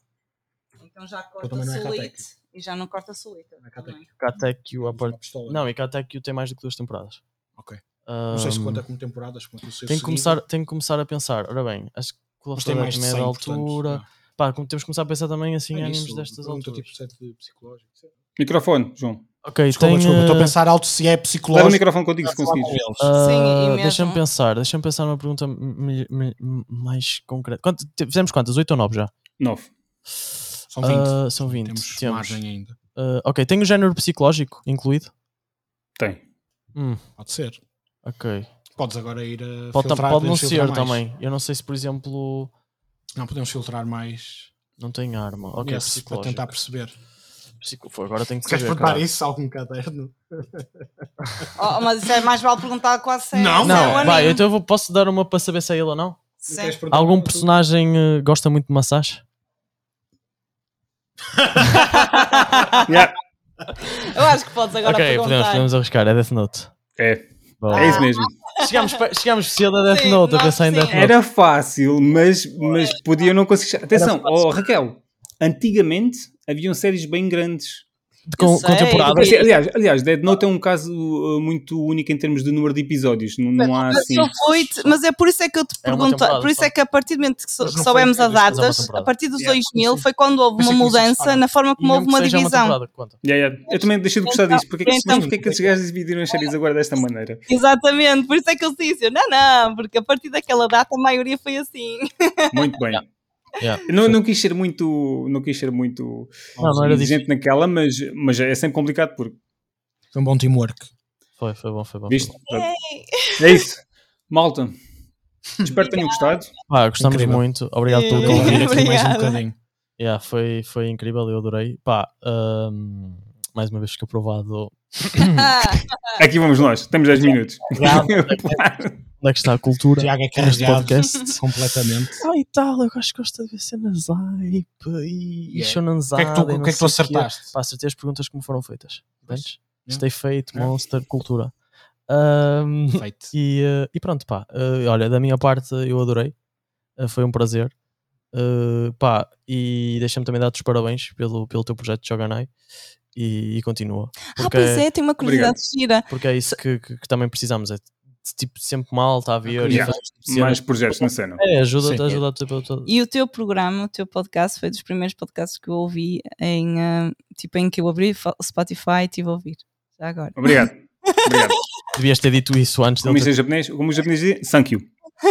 Speaker 4: Então já
Speaker 2: também
Speaker 4: corta
Speaker 2: não é
Speaker 4: solito.
Speaker 2: Katek.
Speaker 4: E já não corta solito.
Speaker 2: Não é Katek.
Speaker 4: também.
Speaker 3: Katekyu a part...
Speaker 2: Uma pistola.
Speaker 3: Não, e Katekyu tem mais do que duas temporadas.
Speaker 2: Ok.
Speaker 3: Ah,
Speaker 2: Não sei se conta como temporadas. Quanto é eu sei o
Speaker 3: Tem
Speaker 2: seguinte,
Speaker 3: que, começar, tem que começar a pensar. Ora bem, acho que o
Speaker 2: Mas tem mais de
Speaker 3: também é
Speaker 2: 100,
Speaker 3: da
Speaker 2: portanto,
Speaker 3: altura.
Speaker 2: não.
Speaker 3: Pá, como temos que começar a pensar também assim em
Speaker 2: É
Speaker 3: animes
Speaker 2: isso,
Speaker 3: destas
Speaker 2: pergunta
Speaker 3: alturas.
Speaker 2: tipo sete de psicológico.
Speaker 1: Microfone, João.
Speaker 3: Ok,
Speaker 2: Desculpa,
Speaker 3: tem,
Speaker 2: desculpa, estou a
Speaker 3: eh,
Speaker 2: pensar alto se é
Speaker 1: Leva o
Speaker 2: psicológico.
Speaker 1: microfone contigo se
Speaker 2: já falar
Speaker 1: conseguires.
Speaker 2: com eles.
Speaker 3: Ah,
Speaker 4: Sim, e mesmo-
Speaker 3: Deixa-me pensar, deixa-me pensar numa pergunta m- m- m- mais concreta. Quanto- te- fizemos quantas? 8 ou 9 já?
Speaker 1: Nove.
Speaker 2: São 20.
Speaker 3: Ah, são 20.
Speaker 2: temos,
Speaker 3: Temos.
Speaker 2: margem ainda.
Speaker 3: Ah, ok, tem o género psicológico incluído?
Speaker 1: Tem.
Speaker 3: Hum,
Speaker 2: Pode ser.
Speaker 3: ok.
Speaker 2: Podes agora ir a
Speaker 3: Pode, tam-
Speaker 2: filtrar.
Speaker 3: pode não
Speaker 2: podemos filtrar
Speaker 3: ser
Speaker 2: mais.
Speaker 3: também. Eu não sei se, por exemplo,
Speaker 2: Não, podemos filtrar mais
Speaker 3: não tem arma. Ok,
Speaker 2: esse para
Speaker 3: psicológico. é
Speaker 2: tentar perceber. Se
Speaker 3: Psico- Pô, Agora tenho que
Speaker 2: queres
Speaker 3: saber.
Speaker 2: perguntar
Speaker 3: caralho.
Speaker 2: isso a algum caderno?
Speaker 4: Oh, mas isso é mais vale perguntar quase se é-
Speaker 2: Não,
Speaker 4: se é o
Speaker 3: Não, vai,
Speaker 4: anime.
Speaker 3: então eu vou- posso dar uma para saber se é ele ou não?
Speaker 4: Se
Speaker 2: Não
Speaker 4: é-
Speaker 2: queres perguntar
Speaker 3: Algum
Speaker 2: tudo?
Speaker 3: personagem eh, gosta muito de maçãs?
Speaker 1: Yeah,
Speaker 4: Eu acho que podes agora
Speaker 3: ok, podemos,
Speaker 4: perguntar.
Speaker 3: podemos arriscar, é Death Note.
Speaker 1: É,
Speaker 3: Boa.
Speaker 1: é isso mesmo.
Speaker 3: Chegámos, pe- chegámos cedo a Death
Speaker 4: Sim,
Speaker 3: Note, a
Speaker 4: nós
Speaker 3: pensar em
Speaker 4: sim.
Speaker 3: é Death Note.
Speaker 1: Era fácil, mas, mas podia não conseguir. Atenção, oh, Raquel, antigamente haviam séries bem grandes.
Speaker 3: De con-
Speaker 4: Eu sei,
Speaker 3: contemporâneo.
Speaker 1: Mas, aliás, aliás, Dead Note é um caso uh, muito único em termos de número de episódios. Não, não há
Speaker 4: Mas,
Speaker 1: assim.
Speaker 4: só foi- mas é por isso é que eu te
Speaker 3: É uma
Speaker 4: pergunto,
Speaker 3: temporada
Speaker 4: por isso
Speaker 3: só.
Speaker 4: é que a partir do momento que sou-
Speaker 2: Mas não foi
Speaker 4: soubemos
Speaker 2: duas,
Speaker 4: as
Speaker 3: mas é uma
Speaker 4: datas,
Speaker 3: temporada.
Speaker 4: a partir dos
Speaker 1: Yeah,
Speaker 4: 2000
Speaker 2: sim.
Speaker 4: foi quando houve
Speaker 2: Pensei
Speaker 4: uma
Speaker 2: que isso
Speaker 4: mudança
Speaker 2: dispara.
Speaker 4: na forma como houve uma divisão.
Speaker 1: Yeah, yeah. Eu também deixei de gostar
Speaker 4: Então,
Speaker 1: disso. Porque é que,
Speaker 4: então-
Speaker 1: mas porque é que esses gajos dividiram as séries agora desta maneira?
Speaker 4: Exatamente, por isso é que eu disse, eu, não, não, porque a partir daquela data a maioria foi assim.
Speaker 1: Muito bem.
Speaker 3: Yeah.
Speaker 1: Eu Não, não quis ser muito, não quis ser muito
Speaker 3: Não, não era
Speaker 1: exigente naquela, mas, mas é sempre complicado porque,
Speaker 2: Foi um bom teamwork.
Speaker 3: Foi, foi bom, foi bom.
Speaker 1: visto? É isso. Malta, espero que tenham gostado.
Speaker 3: Pá, gostamos
Speaker 2: Incrível.
Speaker 3: muito. Obrigado pelo
Speaker 4: Sim.
Speaker 2: Vou ouvir
Speaker 3: convite.
Speaker 2: aqui mais um
Speaker 4: Obrigada.
Speaker 2: bocadinho.
Speaker 3: Yeah, foi, foi incrível, eu adorei. Pá, hum, mais uma vez fica aprovado
Speaker 4: Hum, Ah,
Speaker 1: Aqui vamos nós, temos 10 minutos.
Speaker 3: onde é que está a cultura.
Speaker 2: Tiago é
Speaker 3: Este
Speaker 2: carregado
Speaker 3: podcast.
Speaker 2: completamente.
Speaker 3: Ah, e tal, eu acho que gosto de ver cenas hype e, e
Speaker 2: Yeah. O que
Speaker 3: shonanzada.
Speaker 2: é que tu,
Speaker 3: e
Speaker 2: o
Speaker 3: não
Speaker 2: que é que tu
Speaker 3: sei o quê.
Speaker 2: acertaste?
Speaker 3: Pá, acertei as perguntas como foram feitas. Entendes?
Speaker 2: Yeah.
Speaker 3: Stay feito,
Speaker 1: Yeah.
Speaker 3: monster, cultura. Hum,
Speaker 2: Feito.
Speaker 3: E, eh, e pronto, pá. eh, olha, da minha parte eu adorei. Eh, foi um prazer. Eh, pá, e deixa-me também dar-te os parabéns pelo, pelo teu projeto de Shogunai. E, e continua.
Speaker 4: Ah,
Speaker 3: Porque,
Speaker 4: pois é, tem uma curiosidade gira.
Speaker 3: porque é isso que, que- que também precisamos. É de, tipo sempre mal, está a ver. e
Speaker 1: Yeah.
Speaker 3: fazer tipo
Speaker 1: Mais
Speaker 3: cenas.
Speaker 1: projetos na cena.
Speaker 3: É, ajuda-te,
Speaker 2: Sim.
Speaker 3: ajuda-te. pelo teu-
Speaker 4: E o teu programa, o teu podcast, foi dos primeiros podcasts que eu ouvi em, ah, tipo, em que eu abri fa- Spotify e estive a ouvir. Já agora.
Speaker 1: Obrigado. Obrigado.
Speaker 3: Devias ter dito isso antes
Speaker 1: Como
Speaker 3: dele
Speaker 1: isto é
Speaker 3: ter é,
Speaker 1: japonês, como os japoneses dizem, thank you.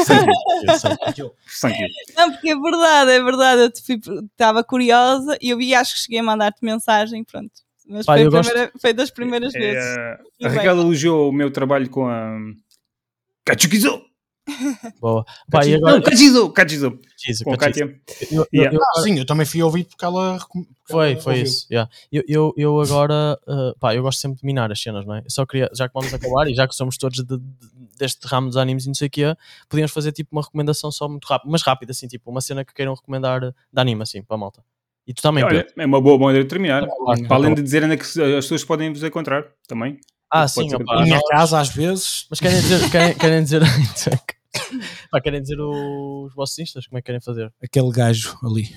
Speaker 1: Thank you. Thank you.
Speaker 4: Não, porque é verdade, é verdade. Eu te fui- estava curiosa e eu vi, acho que cheguei a mandar-te mensagem, pronto. Mas
Speaker 3: Pá,
Speaker 4: foi, a
Speaker 3: eu gosto-
Speaker 4: primeira- foi das primeiras vezes.
Speaker 1: É, a Raquel elogiou o meu trabalho com a. Kachukizo!
Speaker 3: Boa. Pá, e agora.
Speaker 1: Não, Kachizo! Kachizo!
Speaker 3: Kachizo,
Speaker 1: Com a
Speaker 3: Kachizo.
Speaker 1: Kátia.
Speaker 3: Eu- eu-
Speaker 1: Yeah.
Speaker 3: eu-
Speaker 2: Ah, sim, eu também fui ouvido porque ela. recom- porque
Speaker 3: Foi,
Speaker 2: ela
Speaker 3: foi
Speaker 2: ouviu.
Speaker 3: isso. yeah. Eu, eu, eu agora, uh, pá, eu gosto sempre de minar as cenas, não é? Eu só queria, já que vamos acabar e já que somos todos de- de- deste ramo dos animes e não sei o que é, podíamos fazer tipo uma recomendação só muito rápida, mas rápida, assim, tipo uma cena que queiram recomendar de anime, assim, para a malta. E tu também, Tá Pedro.
Speaker 1: Olha, é uma boa maneira de terminar.
Speaker 3: Claro.
Speaker 1: Para além de dizer onde é que se- as pessoas podem vos encontrar também.
Speaker 3: Ah,
Speaker 1: pode
Speaker 3: sim,
Speaker 1: ser que-
Speaker 3: opá,
Speaker 2: Minha
Speaker 3: nós-
Speaker 2: casa, às vezes.
Speaker 3: mas querem dizer, querem, querem dizer, Pá, querem dizer os vossos instas, como é que querem fazer?
Speaker 2: Aquele gajo ali.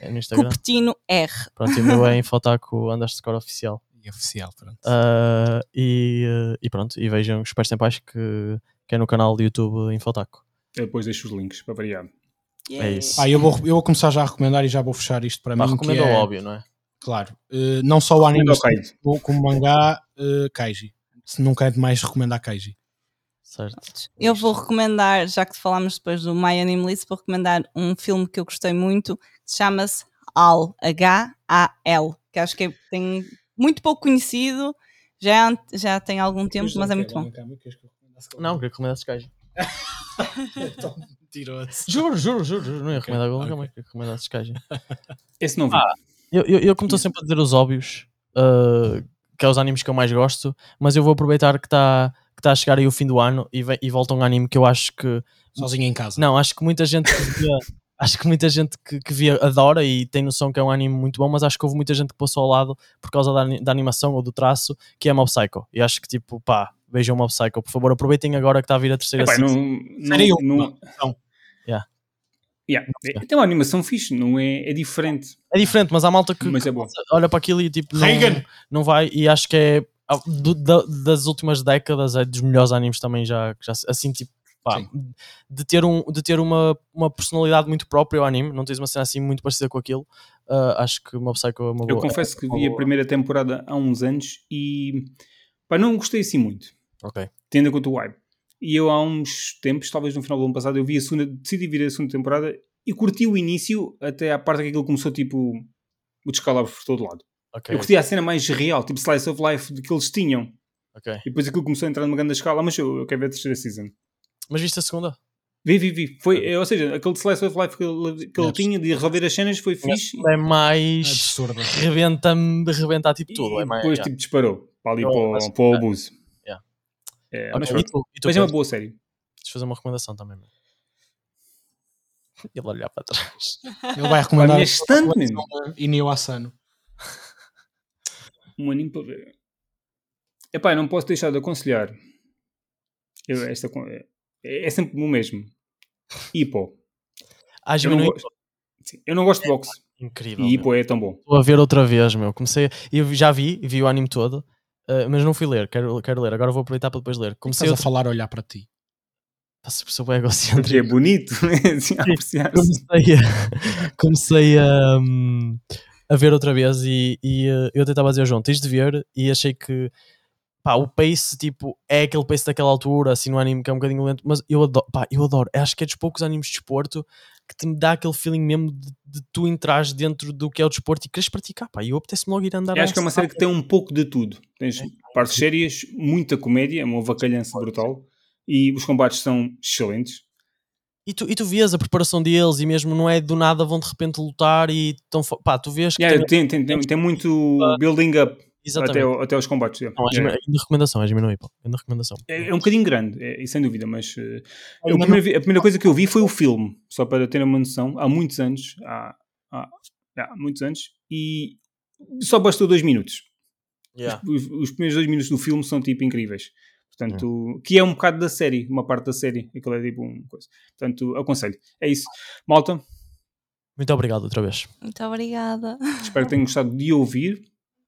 Speaker 3: É no Instagram?
Speaker 4: Cupertino R.
Speaker 3: Pronto, e o meu é em Fotaku Underscore Oficial.
Speaker 2: é oficial, pronto.
Speaker 3: Ah, e, eh, e pronto, e vejam os pés em paz que, que é no canal do YouTube Infotaco.
Speaker 1: Eu depois deixo os links para variar.
Speaker 3: É isso.
Speaker 2: Ah, eu vou, eu vou começar já a recomendar e já vou fechar isto para
Speaker 3: Pá,
Speaker 2: mim. Que
Speaker 3: recomendo
Speaker 2: é,
Speaker 3: o óbvio, não é?
Speaker 2: Claro. eh, não só o
Speaker 1: Recomendo
Speaker 2: anime,
Speaker 1: ao Kaiji.
Speaker 2: como- como mangá, eh, Kaiji. Se nunca é demais recomendar Kaiji.
Speaker 3: Certo.
Speaker 4: Eu vou recomendar, já que falámos depois do My Anime List, vou recomendar um filme que eu gostei muito, que chama-se HAL, H-A-L, que acho que é, tem muito pouco conhecido, já, é ant- já tem algum tempo, mas é muito bom.
Speaker 3: Não, queria recomendar esses gajos.
Speaker 2: Mentiroso.
Speaker 3: Juro, juro, juro, juro, não ia recomendar algum,
Speaker 2: ok.
Speaker 3: okay. mas queria recomendar esses gajos.
Speaker 1: Esse não vi.
Speaker 3: Ah, Eu, eu, eu como estou sempre a dizer os óbvios, ah, que é os animes que eu mais gosto, mas eu vou aproveitar que está que tá a chegar aí o fim do ano e, vem- e volta um anime que eu acho que.
Speaker 2: Sozinho em casa.
Speaker 3: Não, acho que muita gente que via, acho que muita gente que, que via adora e tem noção que é um anime muito bom, mas acho que houve muita gente que passou ao lado por causa da, ani- da animação ou do traço, que é Mob Psycho. E acho que tipo, pá, vejam Mob Psycho, por favor, aproveitem agora que está a vir a terceira
Speaker 1: Epá,
Speaker 3: season.
Speaker 1: não,
Speaker 2: Série
Speaker 1: não, não,
Speaker 2: Não.
Speaker 3: Então, Yeah.
Speaker 1: Yeah. É- Tem uma animação fixe, não é? É diferente,
Speaker 3: É diferente, mas há malta que,
Speaker 1: mas é bom.
Speaker 3: olha para aquilo e tipo não,
Speaker 2: Reagan!
Speaker 3: não vai e acho que é ah, do- da- das últimas décadas é dos melhores animes também já, já assim tipo pá, de ter, um, de ter uma, uma personalidade muito própria ao anime, não tens uma cena assim muito parecida com aquilo, ah, acho que Mob Psycho é uma boa
Speaker 1: Eu confesso que vi a
Speaker 3: boa.
Speaker 1: primeira temporada há uns anos e pá, não gostei assim muito,
Speaker 3: Ok.
Speaker 1: tendo em conta o hype. E eu há uns tempos, talvez no final do ano passado, eu vi a segunda, decidi vir a segunda temporada e curti o início até à parte que aquilo começou tipo o descalabro por todo lado.
Speaker 3: ok,
Speaker 1: Eu curti a cena mais real, tipo slice of life de que eles tinham.
Speaker 3: ok.
Speaker 1: E depois aquilo começou a entrar numa grande escala, mas eu, eu quero ver a terceira season.
Speaker 3: mas viste a segunda?
Speaker 1: Vi, vi, vi. Foi, eh, ou seja, aquele slice of life que ele, que ele
Speaker 3: Yes.
Speaker 1: tinha de resolver as cenas foi fixe.
Speaker 3: é mais
Speaker 2: Absurdo.
Speaker 3: rebenta-me de rebentar tipo tudo
Speaker 1: É e
Speaker 3: é mais,
Speaker 1: depois
Speaker 3: yeah.
Speaker 1: tipo, disparou para ali
Speaker 3: Eu
Speaker 1: para, o-
Speaker 3: acho-
Speaker 1: para o abuso.
Speaker 3: Yeah.
Speaker 1: É,
Speaker 3: Ok,
Speaker 1: mas
Speaker 3: e
Speaker 1: pronto.
Speaker 3: tu, e tu
Speaker 1: Mas é uma
Speaker 3: Pedro?
Speaker 1: boa série.
Speaker 3: Deixa eu fazer uma recomendação também meu. ele olhar para trás
Speaker 2: Ele vai
Speaker 1: Pá, A
Speaker 2: recomendar
Speaker 1: minha estante mesmo.
Speaker 2: Inio Asano.
Speaker 1: Um anime para ver. Epá, eu não posso deixar de aconselhar. Eu- esta, con- é, é sempre o mesmo. Hippo.
Speaker 3: ah,
Speaker 1: Eu não,
Speaker 3: diminui-
Speaker 1: gosto, Sim, eu não gosto de boxe.
Speaker 3: incrível
Speaker 1: E
Speaker 3: É meu.
Speaker 1: Hippo é tão bom.
Speaker 3: Estou a ver outra vez, meu. Comecei. Eu já vi, vi o anime todo, eh, mas não fui ler. Quero, quero ler. Agora vou aproveitar para depois ler. Comecei
Speaker 2: Estás a
Speaker 3: outra.
Speaker 2: falar a olhar para ti.
Speaker 3: Nossa, eu sou
Speaker 1: Porque é
Speaker 3: egocêntrico.
Speaker 1: bonito. né? assim, a apreciar-se.
Speaker 3: Comecei a, comecei a, hum, a ver outra vez e, e, eh, eu tentava dizer, João, tens de ver e achei que pá, o pace tipo, é aquele pace daquela altura, assim no anime que é um bocadinho lento, mas eu adoro, pá, eu adoro. Acho que é dos poucos animes de desporto que te dá aquele feeling mesmo de, de tu entrares dentro do que é o desporto e queres praticar, pá, e eu apetece-me logo ir andar
Speaker 1: Eu
Speaker 3: a
Speaker 1: acho que é uma série que tem um pouco de tudo.
Speaker 3: É.
Speaker 1: Tens partes sérias, muita comédia, é uma vacalhança brutal e os combates são excelentes.
Speaker 3: E tu, e tu vês a preparação deles e mesmo não é do nada vão de repente lutar e tão fo- pá, tu vês que
Speaker 1: Yeah,
Speaker 3: tem-
Speaker 1: tem, tem, tem, tem muito ah, building up
Speaker 3: exatamente.
Speaker 1: até, ao- até os combates. yeah.
Speaker 3: Não,
Speaker 1: É,
Speaker 3: é, é. Ainda recomendação, é diminuir, pá. Ainda recomendação.
Speaker 1: é- é um bocadinho grande, é, sem dúvida, mas eh, eu-
Speaker 2: Ainda
Speaker 1: a, primeira, vi- a primeira coisa que eu vi foi o filme, só para ter uma noção, há muitos anos, há, há, há muitos anos, e só bastou dois minutos.
Speaker 3: Yeah.
Speaker 1: Os, os primeiros dois minutos do filme são tipo incríveis. Portanto, que é um bocado da série, uma parte da série. Aquilo é tipo uma coisa. Portanto, aconselho. É isso. Malta,
Speaker 3: Muito obrigado outra vez.
Speaker 4: Muito obrigada.
Speaker 1: espero que tenham gostado de ouvir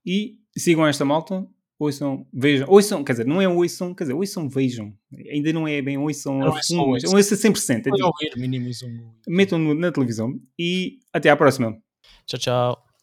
Speaker 1: e sigam esta malta. Ouçam, vejam, ouçam, quer dizer, não é ouçam, quer dizer, ouçam, vejam. Ainda não é bem ouçam,
Speaker 2: Não é
Speaker 1: a
Speaker 2: só
Speaker 1: fundo, mas
Speaker 2: ouçam. é.
Speaker 1: ouçam 100%. É
Speaker 2: Depois
Speaker 1: tipo,
Speaker 2: ouvir, minimizam o-
Speaker 1: metam no, na televisão e até à próxima.
Speaker 3: Tchau, tchau.